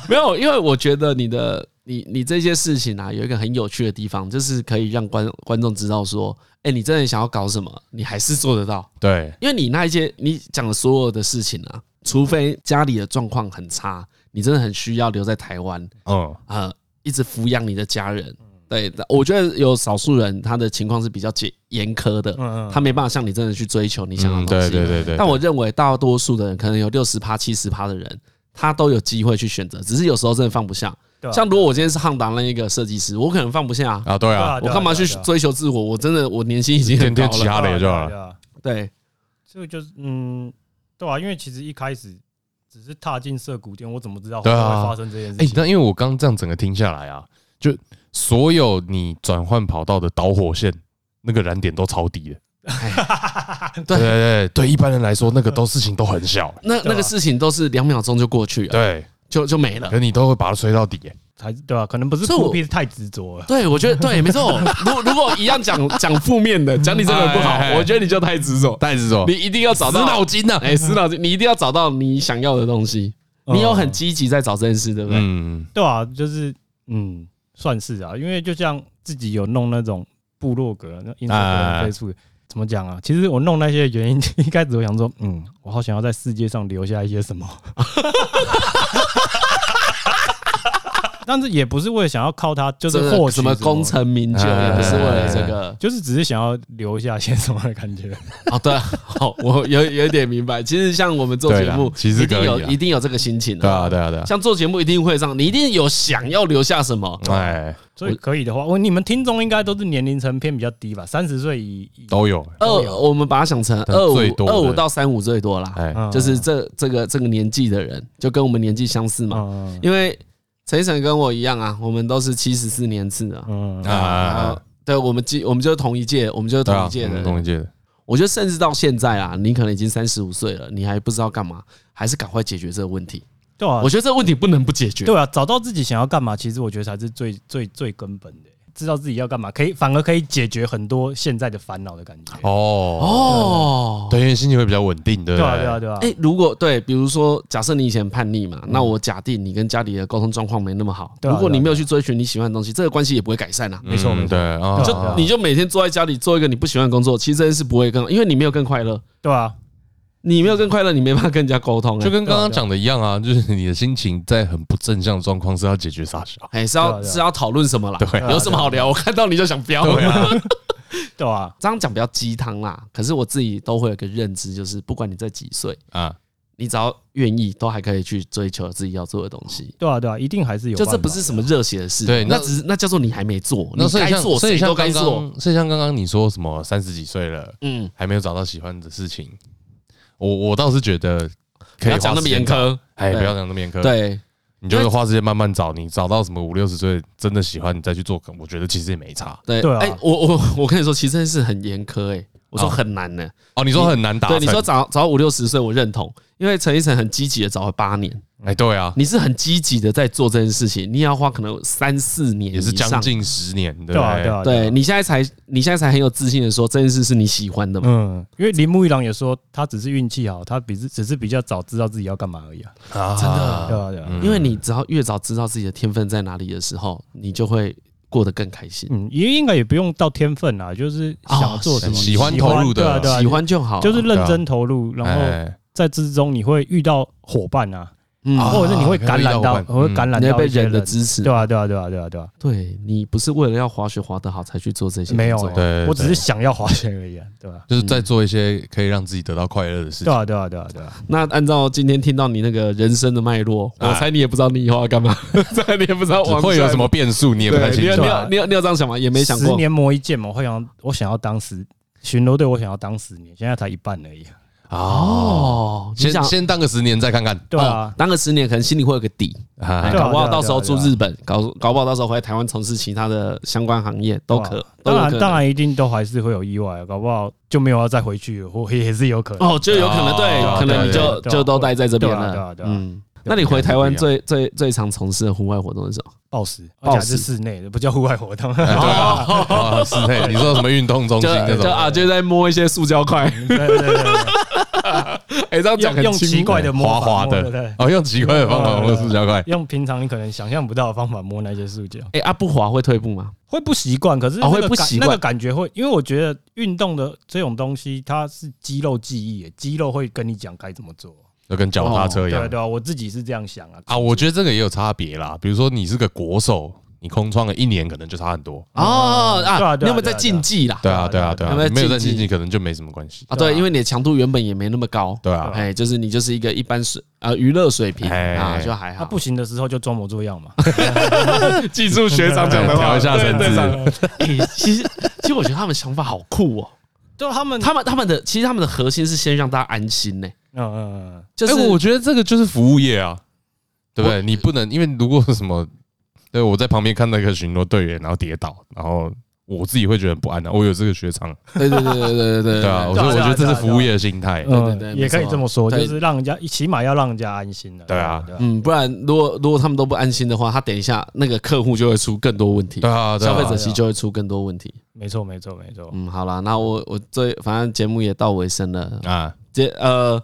A: 没有，因为我觉得你的你你这些事情啊，有一个很有趣的地方，就是可以让观观众知道说，哎、你真的想要搞什么，你还是做得到。
C: 对，
A: 因为你那一些你讲的所有的事情啊，除非家里的状况很差，你真的很需要留在台湾
C: 嗯，
A: 啊、呃一直抚养你的家人。对，我觉得有少数人他的情况是比较严严苛的，
D: 嗯嗯
A: 他没办法像你真的去追求你想要的东西。
C: 嗯对对对对。
A: 但我认为大多数的人，可能有六十趴、七十趴的人，他都有机会去选择，只是有时候真的放不下。
D: 对啊
A: 像如果我今天是汉达那一个设计师，我可能放不下啊，
C: 啊，对
D: 对
C: 啊
D: 啊，
A: 我干嘛去
D: 对啊
A: 追求自我？我真的我年薪已经很高
C: 天天其
A: 了，
C: 他的也就好了
D: 对啊，
A: 对，
D: 所以就是嗯，对啊，因为其实一开始只是踏进涩谷店，我怎么知道会
C: 对啊
D: 发生这件
C: 哎
D: 事，情？
C: 那因为我刚刚这样整个听下来啊，就所有你转换跑道的导火线，那个燃点都超低的。
A: 哎
C: <laughs> 对对
A: <laughs>
C: 对对，一般人来说，那个都事情都很小。
A: 那那个事情都是两秒钟就过去了，
C: 啊对，
A: 就就没了。
C: 可你都会把它吹到底、欸。
D: 才对啊，可能不是
A: 所以我
D: 孤僻是太执着了。
A: 对，我觉得对，没
C: <laughs>
A: 错。如如果一样讲讲负面的，讲你这个人不好
C: 哎哎，哎
A: 我觉得你就太执着，
C: 袋子说
A: 你一定要找
C: 死
A: 到
C: 脑筋啊呐、
A: 哎，死脑筋，你一定要找到你想要的东西。你有很积极在找这件事，对不对？
C: 嗯，
D: 嗯对啊，就是嗯，算是啊，因为就像自己有弄那种部落格、那 Instagram、
A: 啊
C: 哎
D: Facebook，怎么讲啊？其实我弄那些原因， <laughs> 一开始我想说，嗯，我好想要在世界上留下一些什么， <laughs> 但是也不是为了想要靠它，就
A: 这
D: 是
A: 个
D: 获取
A: 什么功
D: 程，
A: 成名就，
C: 哎
A: 也不是为了这个
D: 就是只是想要留下些什么的感觉。
A: 哦。对啊， <laughs> 好，我有有点明白。其实像我们做节
C: 对
A: 目
C: 啦，其实
A: 一定
C: 可以
A: 有
C: 啊
A: 一定有这个心情
C: 对啊，对啊，对啊。
A: 像做节目一定会上，你一定有想要留下什么。
C: 哎，
D: 所以可以的话，我你们听众应该都是年龄层偏比较低吧，三十岁以以
C: 都有、
A: 二，
D: 都有
A: 我们把它想成
C: 对
A: 二五
C: 最多的
A: 二五到三五最多啦。
C: 哎，
D: 嗯
A: 就是这这个这个年纪的人，就跟我们年纪相似嘛。
D: 嗯
A: 因为陈奕晨跟我一样啊，我们都是七十四年次的
D: 嗯
C: 啊啊
A: 啊
C: 啊，，
A: 对，我们基我们就是同一届，我们就是
C: 对
A: 同
C: 啊
A: 一届，
C: 我
A: 的
C: 们同一
A: 人。
C: 届的，
A: 我觉得甚至到现在啊，你可能已经三十五岁了，你还不知道干嘛，还是赶快解决这个问题。
D: 对啊
A: 我，觉得这个问题不能不解决。
D: 对啊，找到自己想要干嘛，其实我觉得才是最最最根本的。知道自己要干嘛，可以反而可以解决很多现在的烦恼的感觉。
C: 哦
A: 哦，
C: 对，因为心情会比较稳定，对
D: 对
C: 不
D: 啊，对啊，对啊。嗯
A: 哎，如果对，比如说，假设你以前叛逆嘛，那我假定你跟家里的沟通状况没那么好，
D: 对啊
A: 如果
D: 对啊
A: 你没有去追寻你喜欢的东西，这个关系也不会改善啊。
C: 嗯
D: 没错没错
C: 对啊，
D: 就
C: 啊
A: 你就每天坐在家里做一个你不喜欢的工作，其实这件事不会更，因为你没有更快乐，
D: 对啊，
A: 你没有更快乐，你没办法跟人家沟通、
C: 就
A: 欸，
C: 跟刚刚讲的一样啊，就是你的心情在很不正向的状况是要解决啥小，
A: 哎、是要、
D: 对啊对啊
A: 是要讨论什么啦？
C: <laughs> 对
D: 啊
A: 有什么好聊？我看到你就想飙。
C: 啊，
D: 对啊，
A: 这样讲比较鸡汤啦，可是我自己都会有一个认知，就是不管你在几岁，
C: 啊，
A: 你只要愿意，都还可以去追求自己要做的东西。哦
D: 对啊，对啊，一定还是有
A: 就
D: 办法。
A: 这不是什么热血的事，
C: 对那
A: 那只是那叫做你还没做，
C: 那
A: 你
C: 所以
A: 该
C: 像
A: 做
C: 所以
A: 谁
C: 像
A: 都该
C: 刚
A: 做。
C: 刚，所以像刚刚你说什么三十几岁了
A: 嗯，
C: 还没有找到喜欢的事情，我我倒是觉得
A: 不
C: 可以
A: 要讲那么严
C: 花时间找，
A: 苛，
C: 哎，
A: 对
C: 不要讲那么严苛，，
A: 对，
C: 你就是花时间慢慢找，你找到什么五六十岁真的喜欢，你再去做，我觉得其实也没差。
A: 对，
D: 对啊
A: 哎、我我 <laughs> 我跟你说，其实这件事很严苛、哎，我说
C: 啊
A: 很难呢、
C: 哦，你说很难达
A: 对，
C: 成，
A: 你说找找到五六十岁，我认同，因为陈奕晨很积极的找了八年，
C: 哎，对啊，
A: 你是很积极的在做这件事情，你也要花可能三四年
C: 也是
A: 以上
C: 将。近十年，对不
D: 对啊，对
C: 对？
D: 啊，
A: 对
D: 对啊。
A: 你现在才，你现在才很有自信的说这件事是你喜欢的嘛？
D: 嗯，因为铃木一郎也说，他只是运气好，他比只是比较早知道自己要干嘛而已啊。
C: 啊，嗯真
D: 对啊，对啊。
A: 因为你只要越早知道自己的天分在哪里的时候，你就会过得更开心，
D: 嗯，也应该也不用到天分啊，就是想做什么，
A: 哦
C: 喜欢投入的
D: 对
C: 哦
D: 啊对啊，
A: 喜欢就好。
D: 就是认真投入，然后
C: 哎
D: 在之中你会遇到伙伴啊，
A: 嗯，
C: 啊
D: 或者是你会感染到，
C: 可以遇到伙伴
D: 会感染
A: 你
D: 到
A: 要被
D: 一些
A: 人的支持。
D: 对啊，对啊，对啊，对啊，对啊，
A: 对你不是为了要滑雪滑得好才去做这些工作，
D: 没有欸，
C: 对对
D: 我只是想要滑雪而已啊，对吧？
C: 就是在做一些可以让自己得到快乐的事
D: 对
C: 情。
D: 啊，对啊，对啊，对啊，
A: 那按照今天听到你那个人生的脉络，
C: 哎
A: 我猜你也不知道你以后要干
D: <laughs>
A: 嘛，这你也不知道往
C: 会有什么变数，你也
A: 下一
C: 不
A: 步。对，
C: 太
A: 你
C: 清
A: 有
C: 楚
A: 你
D: 对。啊
A: 有你有你有这样想吗？也没想
D: 十
A: 过。
D: 年磨一剑嘛，我想我想要当十巡逻队，我想要当十年，现在才一半而已啊，
C: 哦，
A: 你
C: 先
A: 想
C: 先当个十年再看看。
D: 对
A: 哦
D: 啊，
A: 当个十年可能心里会有个底，
C: 啊
A: 哎
D: 对啊
A: 搞不好
D: 对啊
A: 到时候住
D: 对啊对啊
A: 日本，搞搞不好到时候回来台湾从事其他的相关行业都可
D: 对啊，当
A: 都有可
D: 然
A: 能
D: 当然一定都还是会有意外，搞不好就没有要再回去了，或也是有可能。
A: 哦，就有可能
C: 哦对
A: 对，
C: 啊
A: 可能你
C: 对啊
A: 就
D: 对啊
A: 就都待在这边
D: 对
A: 了
D: 啊。对啊对啊
A: 嗯，那你回台湾最最最常从事的户外活动是什么？
D: 暴食，而
A: 暴
D: 且
A: 食
D: 还是室内的，不叫户外活
A: <laughs>
D: 动。
C: 哎对
D: <laughs>
C: 啊，哦是嘿，你说什么运动中心那
A: 就就
D: 呃
C: 种？
A: 啊，就在摸一些塑
D: <laughs>
A: 胶块，
D: 对对对对
A: 哎，这样讲
D: 对，用
A: 很
D: 用
A: 轻
D: 奇怪的魔
C: 滑
D: 法
C: 滑
D: 摸对
C: 的
D: 对，
C: 哦，用奇怪的方法摸塑胶块。
D: 用平常你可能想象不到的方法摸那些塑胶。
A: 哎、啊，不滑会退步吗？
D: 会不习惯，可是
A: 哦
D: 那
A: 会
D: 个
A: 不
D: 感
A: 习
D: 那
A: 惯
D: 个感觉会，因为我觉得运动的这种东西，它是肌肉记忆耶，肌肉会跟你讲该怎么做。
C: 就跟脚踏车一
D: 对啊
C: 样
D: 对啊，我自己是这样想啊。
C: 啊。我觉得这个也有差别啦。比如说你是个国手，你空窗了一年，可能就差很多。
A: 哦
D: 对啊对
A: 啊
D: 啊，
A: 你有没有在竞技啦？
C: 对啊，对啊，对
D: 对
A: 啊
C: 啊，
A: 对啊
C: 你没有在
A: 竞技
C: 经济，可能就没什么关系。
A: 啊，对，因为你的强度原本也没那么高，
C: 对啊，
A: 哎，就是你就是一个一般水啊娱乐水平
C: 哎
A: 啊，就还
D: 他
A: 好
D: 不。行的时候就装模作样
A: <laughs>
D: 嘛。
A: 记住学
D: 长
C: 讲的话调一下神智
A: <laughs> 哎，其实其实我觉得他们想法好酷哦，
D: 就他们，
A: <laughs> 他们他们的其实他们的核心是先让大家安心呢，
D: 嗯嗯嗯，
A: 就是
C: 哎我觉得这个就是服务业啊，对不对？你不能因为如果是什么，对我在旁边看那个巡逻队员，然后跌倒，然后我自己会觉得很不安的、啊我有这个学长，
A: 对对对对对对对
C: 对啊，我说我
D: 对啊
C: 觉得这
D: 对
C: 是
D: 啊
C: 服务业的心态。
A: 对
D: 嗯
A: 对
D: 也可以
A: 没错
D: 这么说，就
A: 对
D: 是让人家起码要让人家安心的。
C: 对啊
D: 对
A: 嗯，不然如果如果他们都不安心的话，他等一下那个客户就会出更多问题
C: 对，啊，对
A: 消
C: 啊
A: 费者其实就会出更多问题。
D: 没错没错没错。
A: 嗯，好啦，那我我这反正节目也到尾声了，
C: 啊，
A: 这呃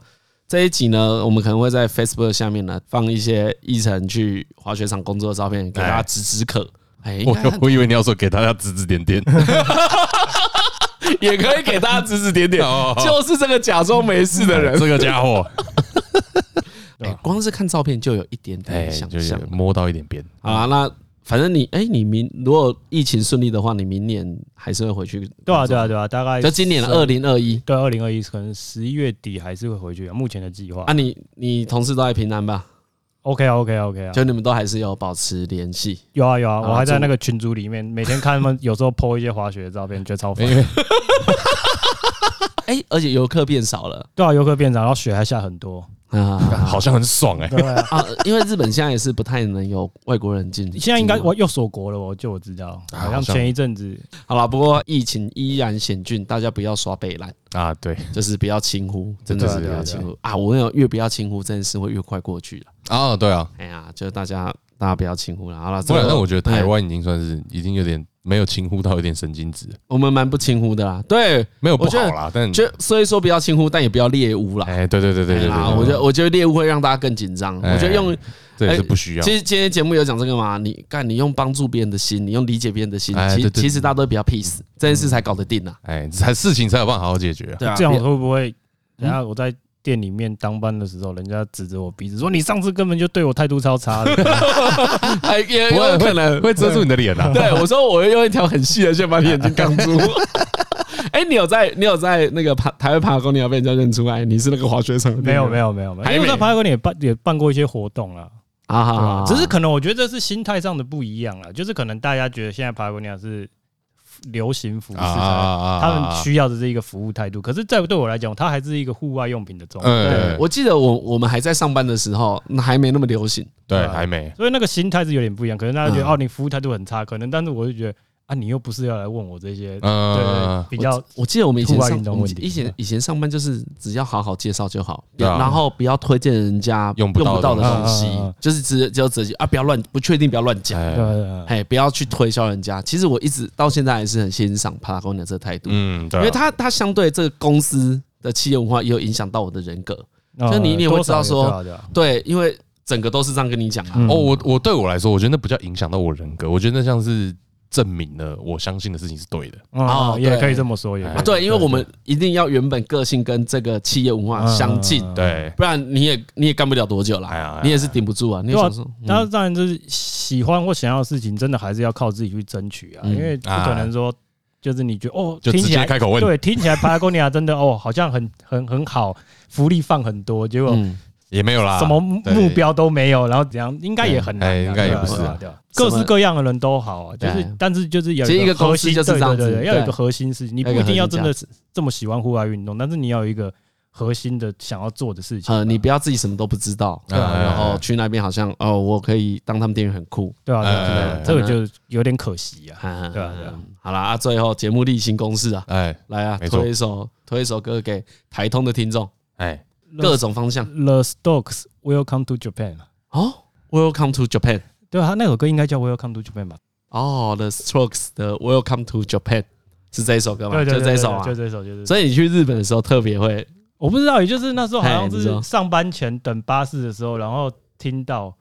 A: 这一集呢，我们可能会在 Facebook 下面呢放一些一晨去滑雪场工作的照片，给大家止止渴。哎，应
C: 我
A: 该
C: 我以为你要说给大家指指点点，，
A: <laughs> 也可以给大家指指点点
C: <laughs> 哦啊
A: 就是这个假装没事的人。
C: 这个家伙，
A: 哎，光是看照片就有一点
C: 啊哎，
A: 点想
C: 就
A: 象
C: 是。摸到一点边，
A: 好
D: 嗯
A: 啦，那反正你哎，你明如果疫情顺利的话，你明年还是会回去工作。
D: 对啊对啊对啊，大概
A: 就今年
D: 十
A: 二零二一
D: 对二零二一，可能十一月底还是会回去啊。目前的计划
A: 啊，你你同事都在平安吧？
D: ，OK 啊 OK 啊 OK 啊，
A: 就你们都还是有保持联系。
D: 有啊有啊，我还在
A: 祝
D: 那个群组里面，每天看他们有时候 po 一些滑雪的照片，觉得 <laughs> 超烦
C: 因。为
A: 哎，而且游客变少了
D: 对啊，游客变少，然后雪还下很多。
A: 啊，
D: <laughs>
C: 好像很爽哎，
D: 对啊，
A: 啊，因为日本现在也是不太能有外国人进。
D: 现在应该
A: 进入啊
D: 我又锁国了，我就我知道，
C: 啊
D: 嗯好
C: 好
D: 像
C: 像
D: 前一阵子
A: 好了，不过疫情依然险峻，大家不要耍北兰，
C: 啊，对
A: 就是不要轻忽，真的是
D: 对
A: 不
D: 啊对啊
A: 要轻忽啊！我有越不要轻忽，这件事会越快过去了。
C: 啊，对啊，
A: 哎呀，就是大家大家不要轻忽了。好了，
C: 不然啊那我觉得台
A: 哎
C: 湾已经算是已经有点没有轻忽到有点神经质了，
A: 我们蛮不轻忽的啦，对，
C: 没有不
A: 我觉
C: 好
A: 得
C: 啦，但
A: 就所以说不要轻忽，但也不要猎物啦。
C: 嗯哎，对对对对对
A: 哎啦
C: 对，
A: 我觉得我觉得猎物会让大家更紧张。
C: 哎
A: 我觉得用
C: 这
D: 哎
C: 也是不需要
A: 其。实今天节目有讲这个嘛，你看你用帮助别人的心，你用理解别人的心，
C: 哎
A: 其
C: 对对嗯
A: 其实大家都比较 peace，这件事才搞得定啊。
C: 哎，才事情才有办法好好解决啊。
A: 对啊
D: 这样我会不会？等下我在店里面当班的时候，人家指着我鼻子说：“你上次根本就对我态度超差的。 <laughs>
A: 哎，也
C: 嗯不
A: 有
C: 会
A: 可能
C: 会遮住你的脸啊。
A: <laughs> 对，我说我用一条很细的线把你眼睛挡住。哎、你有在你有在那个爬台湾爬公，你要被人家认出来，你是那个滑雪场的？”
D: 没有没
A: 有
D: 有没有没有，
A: 还
D: 因为我
A: 没
D: 在爬过你也办也办过一些活动啦，
A: 啊，好
D: 对啊
A: 好
D: 只是可能我觉得这是心态上的不一样啦，就是可能大家觉得现在爬格尼亚是流行服饰
C: <laughs> 啊啊
D: 才，
C: 啊
D: 他们需要的是一个服务态度。可是，在对我来讲，它还是一个户外用品的状态，
A: 对
C: 嗯，
A: 我记得我我们还在上班的时候，那还没那么流行。
C: 对还没
D: 所以那个心态是有点不一样。可能大家觉得
A: 嗯
D: 哦，你服务态度很差，可能，但是我就觉得啊，你又不是要来问我这些，对对
C: 嗯，
D: 比较
A: 我记得我们以前
D: 户外
A: 上
D: 运动
A: 我们
D: 问题
A: 以前以前上班就是只要好好介绍就好，
C: 对啊
A: 然后不要推荐人家
C: 用不
A: 不
C: 到的
A: 到的东西
D: 东西啊啊啊，
A: 就是只只有直接啊，不要乱不确定，不要乱讲。
D: 对
C: 哎
D: 对对
A: 哎，不要去推销人家。其实我一直到现在还是很欣赏 Patagonia 这个态度，
C: 嗯，对啊，
A: 因为它它相对这个公司的企业文化也有影响到我的人格。
D: 嗯
A: 就你你也会
D: 多
A: 知道
D: 少
A: 说
D: 对啊对啊
A: 对，因为整个都是这样跟你讲啊。
D: 嗯
C: 哦，我我对我来说，我觉得那不叫影响到我人格，我觉得那像是证明了我相信的事情是啊对的。哎
A: 哦
D: 哦，也
A: 对
D: 可以这么说，也可以
A: 啊，对，因为我们一定要原本个性跟这个企业文化相近，
D: 嗯
C: 对，
A: 不然你也你也干不了多久
C: 哎呀哎
A: 啦
C: 呀，
A: 你也是顶不住啊。你也想说，嗯
D: 那当然就是喜欢或想要的事情，真的还是要靠自己去争取啊，
A: 嗯
D: 因为不可能说就是你觉得哦，
C: 哎就
D: 听
C: 直
D: 起
C: 接
D: 来
C: 开口问，
D: 对，听起来 Patagonia 真的哦，好像很很很好，福利放很多，结果
A: 嗯，
C: 也没有啦，
D: 什么目标都没有，然后怎样，应该也很难啊，
C: 哎应该也不是啊
D: 对啊，对啊
A: 什么
D: 各式各样的人都好啊，就是
A: 对
D: 但是就是有
A: 其实一个
D: 核
A: 公司
D: 心
A: 就是这样子
D: 对对对，要有一
A: 对
D: 个核心事情，你
A: 要
D: 不
A: 有一个
D: 一定要真
A: 核
D: 的
A: 心
D: 这么喜欢户外运动，但是你要有一个核心的想要做的事情吧，
A: 呃，你不要自己什么都不知道，
C: 哎，
D: 啊
A: 然
C: 然
A: 后去那边好像哦，我可以当他们店员很酷，
D: 对啊，对啊
C: 哎
D: 对
C: 哎
D: 啊
A: 呃
C: 哎，
D: 这个就有点可惜啊。
A: 啊
D: 对啊对啊
A: 好啦，啊，最后节目例行公事啊，
C: 哎
A: 来啊，
C: 没错
A: 推一首推一首歌给台通的听众，
C: 哎，
A: 各种方向
D: The Stokes Welcome to Japan，
A: 哦。Welcome to Japan，
D: 对啊，他那首歌应该叫 Welcome to Japan 吧？
A: 哦、t h e Strokes 的 Welcome to Japan 是这一首歌吗？
D: 对对，
A: 就
D: 对
A: 这一
D: 对
A: 首啊
D: 就。这一首，就是。
A: 所以你去日本的时候特别会
D: 我不知道，也就是那时候好
A: 哎
D: 像
A: 你说
D: 是上班前等巴士的时候，然后听到，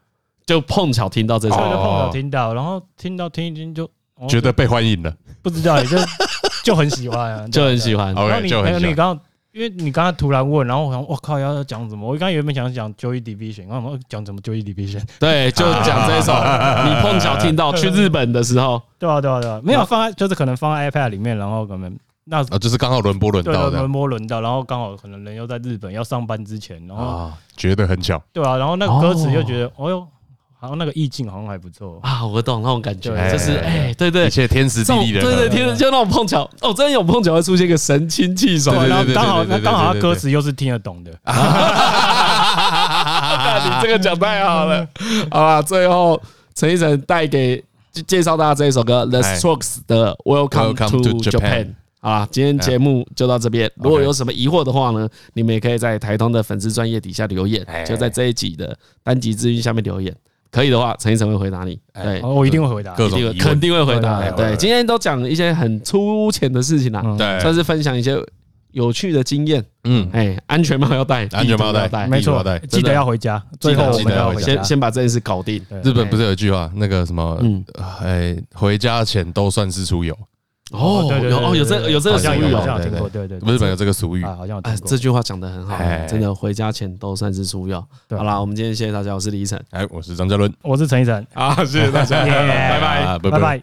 A: 就碰巧听到这
D: 对，
A: 首
D: 就
A: 歌，
D: 碰
C: 哦
D: 巧听到，然后听到听一听就哦
C: 觉得被欢迎了
D: 不知道，也就就很喜欢啊，
A: 就很喜欢。
D: 欢然后
C: ，OK，
D: 你
C: 就
D: 还有
C: 很
D: 你
C: 像
D: 刚刚因为你刚才突然问，然后我想，我靠，要要讲什么？我刚才原本想讲 Joy Division，然后我讲什么 Joy Division？
A: 对，就讲这
D: <laughs>
A: 首，你碰巧听到去日本的时候，
D: 对啊，对啊，对啊，没有放在，就是可能放在 iPad 里面，然后可能那
C: 啊，就是刚好轮播轮
D: 对
C: 到
D: 对
C: 的
D: 轮播轮到，然后刚好可能人又在日本要上班之前，然后
C: 啊，觉得很巧。
D: 对啊，然后那个歌词又觉得，哦哟，好像那个意境好像还不错。
A: 啊，我懂那种感觉，
D: 对
A: 就是哎，对对
C: 一，切天时
A: 这
C: 地啊
A: 种
C: 利
A: 对
C: 人
A: 对，
C: 和，
A: 听着就那种碰巧，哦，真的有碰巧会出现一个神清气爽
D: 对，
A: 的
D: 然
C: <laughs>
D: 后
C: 对对
D: 刚好
C: 对对对
D: 刚好他
C: 对对
D: 歌词又是听得懂的，
A: 你这个讲太好了，好啦，最后陈奕晨带给介介绍大家这一首歌 The
C: 哎
A: Strokes 的 Welcome
C: Welcome
A: to
C: to
A: Japan
C: Japan。好哎
A: 啊，今天节目就到这边。如果有什么疑惑的话呢，你们也可以在台通的粉丝专业底下留言，
C: 哎
A: 就在这一集的单集资讯下面留言。可以的话，陈奕晨会回答你。
C: 哎
A: 对，
D: 哦我一定会回答。
C: 各
A: 一
C: 种
A: 定会
C: 疑问
A: 肯定会回答的。
C: 对对
A: 对，
C: 对
A: 今天都讲一些很粗浅的事情啊啦，
D: 嗯
C: 对，
A: 算是分享一些有趣的经验。
C: 嗯，
A: 哎，安全帽要戴，
C: 安全帽
A: 地图
C: 戴
A: 要戴，
D: 没错
C: 地图要戴，
D: 记得要回家，最后我
C: 记得
D: 们
C: 要
D: 要
C: 回
D: 回
C: 家
A: 先
D: 家。
A: 先把这件事搞定。
C: 日本不是有一句话，那个什么
A: 嗯，
C: 哎，回家前都算是出游，
A: 哦，
D: 对对
A: 有
D: 对
A: 哦，
D: 对
A: 有这
D: 对
A: 有这个
D: 好
A: 俗
D: 像有
A: 语
D: 好像
A: 哦。
D: 有听过，对对，对
C: 日本有这个俗语
D: 啊，。好像有听
A: 哎，
D: 过
A: 这句话讲的很好
C: 哎，
A: 真的回家前都算是出药。
D: 对
A: 好啦，我们今天谢谢大家，我是李晨。
C: 哎，我是张嘉伦，
D: 我是陈一晨，
C: <laughs> 啊，谢谢大家，
D: 耶
C: 拜拜，
D: 拜拜。